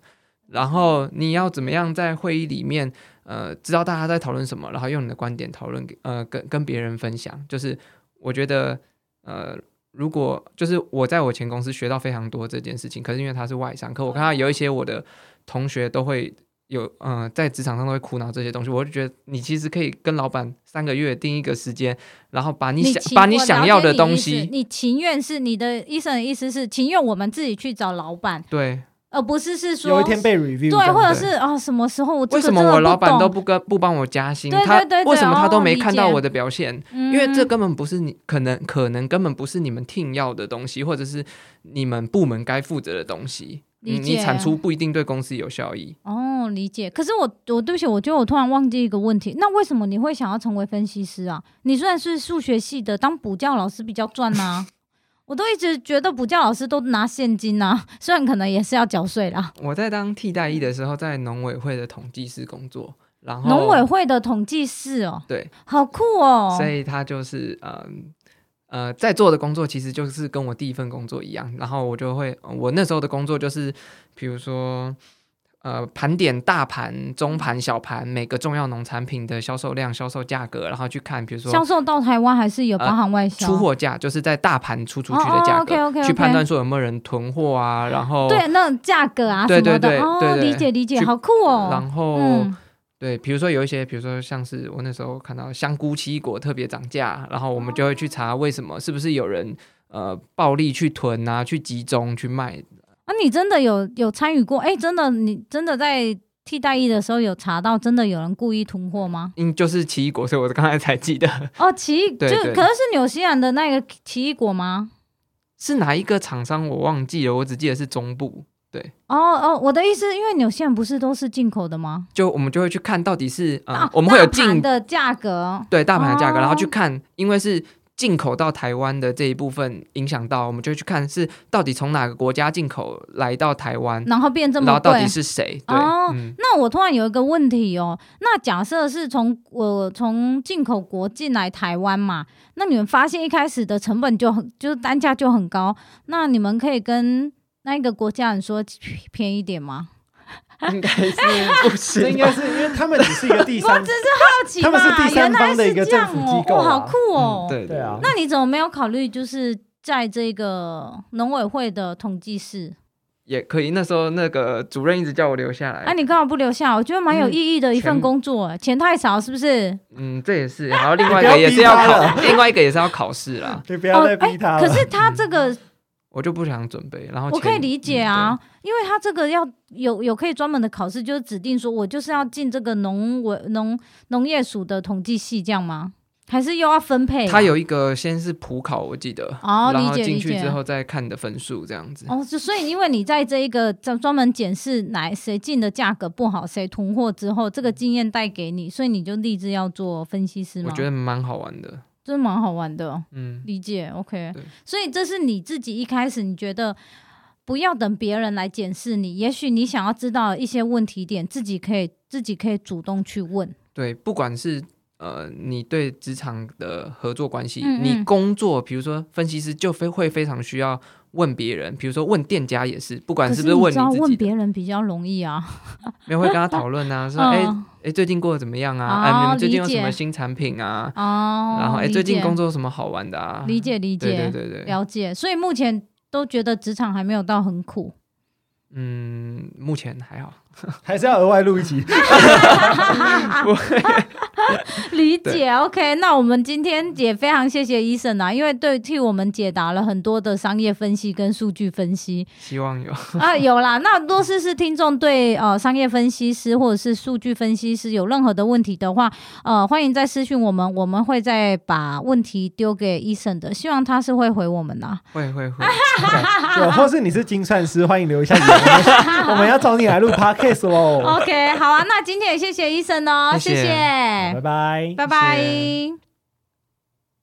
[SPEAKER 3] 然后你要怎么样在会议里面，呃，知道大家在讨论什么，然后用你的观点讨论给，呃，跟跟别人分享。就是我觉得，呃，如果就是我在我前公司学到非常多这件事情，可是因为他是外商，可我看到有一些我的同学都会有呃，在职场上都会苦恼这些东西，我就觉得你其实可以跟老板三个月定一个时间，然后把你想
[SPEAKER 1] 情
[SPEAKER 3] 把你
[SPEAKER 1] 我了
[SPEAKER 3] 想
[SPEAKER 1] 解
[SPEAKER 3] 要的
[SPEAKER 1] 意
[SPEAKER 3] 东
[SPEAKER 1] 思
[SPEAKER 3] 西，
[SPEAKER 1] 你情愿是你的医生的意思是情愿我们自己去找老板，
[SPEAKER 3] 对，
[SPEAKER 1] 而不是是说
[SPEAKER 2] 有一天被 review，这
[SPEAKER 1] 对，
[SPEAKER 2] 样
[SPEAKER 1] 或者
[SPEAKER 3] 对
[SPEAKER 1] 是啊什么时候我这
[SPEAKER 3] 为
[SPEAKER 1] 个
[SPEAKER 3] 什么
[SPEAKER 1] 真的
[SPEAKER 3] 我老板
[SPEAKER 1] 懂
[SPEAKER 3] 都不跟不帮我加薪？
[SPEAKER 1] 对对对
[SPEAKER 3] 他
[SPEAKER 1] 对
[SPEAKER 3] 为什么他都
[SPEAKER 1] 哦
[SPEAKER 3] 没
[SPEAKER 1] 理
[SPEAKER 3] 看到
[SPEAKER 1] 解
[SPEAKER 3] 我的表现？
[SPEAKER 1] 嗯
[SPEAKER 3] 因为这根本不是你可能可能根本不是你们 team 要的东西，或者是你们部门该负责的东西。
[SPEAKER 1] 理
[SPEAKER 3] 你你
[SPEAKER 1] 解
[SPEAKER 3] 产出不一定对公司有效益。
[SPEAKER 1] 哦理解。可是我我对不起，我觉得我突然忘记一个问题，那为什么你会想要成为分析师啊？你虽然是数学系的，当补教老师比较赚啊。 [LAUGHS] 我都一直觉得补教老师都拿现金啊，虽然可能也是要缴税啦。
[SPEAKER 3] 我在当替代役的时候，在农委会的统计室工作，然后
[SPEAKER 1] 农委会的统计室哦，
[SPEAKER 3] 对，
[SPEAKER 1] 好酷哦！
[SPEAKER 3] 所以他就是嗯呃在做的工作其实就是跟我第一份工作一样，然后我就会我那时候的工作就是比如说。呃，盘点大盘、中盘、小盘每个重要农产品的销售量、销售价格，然后去看，比如说
[SPEAKER 1] 销售到台湾还是有
[SPEAKER 3] 呃
[SPEAKER 1] 包含外销、
[SPEAKER 3] 出货价，就是在大盘出出去的价格，
[SPEAKER 1] 哦哦，OK，OK，OK
[SPEAKER 3] 去判断说有没有人囤货啊，然后
[SPEAKER 1] 对，那种价格啊
[SPEAKER 3] 对
[SPEAKER 1] 什么的，
[SPEAKER 3] 对对
[SPEAKER 1] 哦，
[SPEAKER 3] 对对
[SPEAKER 1] 理解理解，
[SPEAKER 3] 去
[SPEAKER 1] 好酷哦。
[SPEAKER 3] 然后、
[SPEAKER 1] 嗯，
[SPEAKER 3] 对，比如说有一些，比如说像是我那时候看到香菇奇异果特别涨价，然后我们就会去查为什么，是不是有人呃暴力去囤啊，去集中去卖。
[SPEAKER 1] 啊，你真的有有参与过？哎，真的，你真的在替代役的时候有查到，真的有人故意囤货吗？
[SPEAKER 3] 因就是奇异果，所以我刚才才记得 [LAUGHS]
[SPEAKER 1] 哦，奇异就
[SPEAKER 3] 对对
[SPEAKER 1] 可能是纽西兰的那个奇异果吗？
[SPEAKER 3] 是哪一个厂商，我忘记了，我只记得是中部。
[SPEAKER 1] 哦哦，我的意思，因为纽西兰不是都是进口的吗？
[SPEAKER 3] 就我们就会去看到底是呃，
[SPEAKER 1] 啊，
[SPEAKER 3] 我们会有
[SPEAKER 1] 大盘
[SPEAKER 3] 进
[SPEAKER 1] 的价格，
[SPEAKER 3] 对大盘的价格，
[SPEAKER 1] 哦
[SPEAKER 3] 然后去看，因为是进口到台湾的这一部分影响到，我们就会去看是到底从哪个国家进口来到台湾，
[SPEAKER 1] 然后变嗯这
[SPEAKER 3] 然
[SPEAKER 1] 么
[SPEAKER 3] 后到
[SPEAKER 1] 贵
[SPEAKER 3] 底，是谁？对，
[SPEAKER 1] 哦
[SPEAKER 3] 嗯，
[SPEAKER 1] 那我突然有一个问题哦，那假设是从我、从进口国进来台湾嘛，那你们发现一开始的成本就很就是单价就很高，那你们可以跟那一个国家人说便便宜一点吗？
[SPEAKER 3] [LAUGHS] 应该是不行
[SPEAKER 2] 这应该是因为他们只是一个第
[SPEAKER 1] [LAUGHS] 我
[SPEAKER 2] 三
[SPEAKER 1] 只，是好奇
[SPEAKER 2] 他
[SPEAKER 1] 嘛，
[SPEAKER 2] 们是第三方的一个
[SPEAKER 1] 原来是这
[SPEAKER 2] 政
[SPEAKER 1] 样
[SPEAKER 2] 府
[SPEAKER 1] 哦
[SPEAKER 2] 机构
[SPEAKER 1] 哇
[SPEAKER 2] 啊
[SPEAKER 1] 好酷哦！
[SPEAKER 3] 对
[SPEAKER 2] 对啊
[SPEAKER 1] 那你怎么没有考虑就是在这个农委会的统计室？
[SPEAKER 3] 也可以。那时候那个主任一直叫我留下来，
[SPEAKER 1] 哎、你干嘛不留下？我觉得蛮
[SPEAKER 2] 嗯
[SPEAKER 1] 有意义的一份
[SPEAKER 3] 全
[SPEAKER 1] 工作、哎钱太少是不是？
[SPEAKER 3] 嗯，这也
[SPEAKER 1] 啊
[SPEAKER 3] 是。然后另外一
[SPEAKER 2] 你不
[SPEAKER 3] 个
[SPEAKER 2] 要
[SPEAKER 3] 也
[SPEAKER 2] 逼
[SPEAKER 3] 是要
[SPEAKER 2] 他
[SPEAKER 3] 考， [LAUGHS] 另外一个也是要考试啦，
[SPEAKER 2] 你不要再逼他
[SPEAKER 1] 可
[SPEAKER 2] 了。
[SPEAKER 1] 是他这个
[SPEAKER 3] 我就不想准备。然后
[SPEAKER 1] 我可以
[SPEAKER 3] 前嗯
[SPEAKER 1] 理解啊，，因为他这个要有有可以专门的考试，就是指定说我就是要进这个农文农农业署的统计系，这样吗？还是又要分配
[SPEAKER 3] 嗯对
[SPEAKER 1] 啊？
[SPEAKER 3] 他有一个先是普考，我记得，
[SPEAKER 1] 哦，
[SPEAKER 3] 然
[SPEAKER 1] 理
[SPEAKER 3] 后
[SPEAKER 1] 解
[SPEAKER 3] 进
[SPEAKER 1] 理
[SPEAKER 3] 去
[SPEAKER 1] 解
[SPEAKER 3] 之。后再看你的分数这样子。
[SPEAKER 1] 哦，就所以因为你在这一个专专门检视哪谁进的价格不好，谁囤货之后，这个经验带给你，所以你就立志要做分析师吗？
[SPEAKER 3] 我觉得蛮好玩的，
[SPEAKER 1] 真蛮好玩的。哦
[SPEAKER 3] 嗯，
[SPEAKER 1] 理解，OK
[SPEAKER 3] 对。
[SPEAKER 1] 所以这是你自己一开始你觉得不要等别人来检视你，也许你想要知道一些问题点，自己可以自己可以主动去问。
[SPEAKER 3] 对，不管是呃，你对职场的合作关系，
[SPEAKER 1] 嗯嗯
[SPEAKER 3] 你工作，比如说分析师就非会非常需要问别人，比如说问店家也是，不管
[SPEAKER 1] 可
[SPEAKER 3] 是不
[SPEAKER 1] 你
[SPEAKER 3] 问
[SPEAKER 1] 知道
[SPEAKER 3] 你自
[SPEAKER 1] 问
[SPEAKER 3] 己的，
[SPEAKER 1] 别人比较容易啊，
[SPEAKER 3] 没有会跟他讨论啊，说哎哎、
[SPEAKER 1] 嗯
[SPEAKER 3] 最近过得怎么样啊？
[SPEAKER 1] 哦
[SPEAKER 3] 啊，你们最近有
[SPEAKER 1] 理解
[SPEAKER 3] 什么新产品啊？
[SPEAKER 1] 哦，
[SPEAKER 3] 然后哎、
[SPEAKER 1] 理
[SPEAKER 3] 最近
[SPEAKER 1] 解
[SPEAKER 3] 工作有什么好玩的啊？
[SPEAKER 1] 理解理解
[SPEAKER 3] 对对对对，
[SPEAKER 1] 了解，所以目前都觉得职场还没有到很苦。
[SPEAKER 3] [LAUGHS] 嗯，目前还好，
[SPEAKER 2] 还是要额外录
[SPEAKER 1] [LAUGHS]
[SPEAKER 2] 一集。
[SPEAKER 1] 理解，OK。那我们今天也非常谢谢医生啊，因为对替我们解答了很多的商业分析跟数据分析。
[SPEAKER 3] 希望
[SPEAKER 1] [LAUGHS]
[SPEAKER 3] 有。
[SPEAKER 1] 啊，有啦。那若是是听众对呃商业分析师或者是数据分析师有任何的问题的话，呃，欢迎再私讯我们，我们会再把问题丢给医生的，希望他是会回我们 [LAUGHS] 的。
[SPEAKER 3] 会会会，
[SPEAKER 2] 对，或是你是精算师，欢迎留一下言。我
[SPEAKER 1] [LAUGHS]
[SPEAKER 2] 们我们要找你来录 podcast 哦。
[SPEAKER 1] OK，好啊，那今天也谢谢医生哦，
[SPEAKER 3] 谢谢
[SPEAKER 1] 谢
[SPEAKER 2] 拜拜。
[SPEAKER 1] 拜拜。
[SPEAKER 3] 谢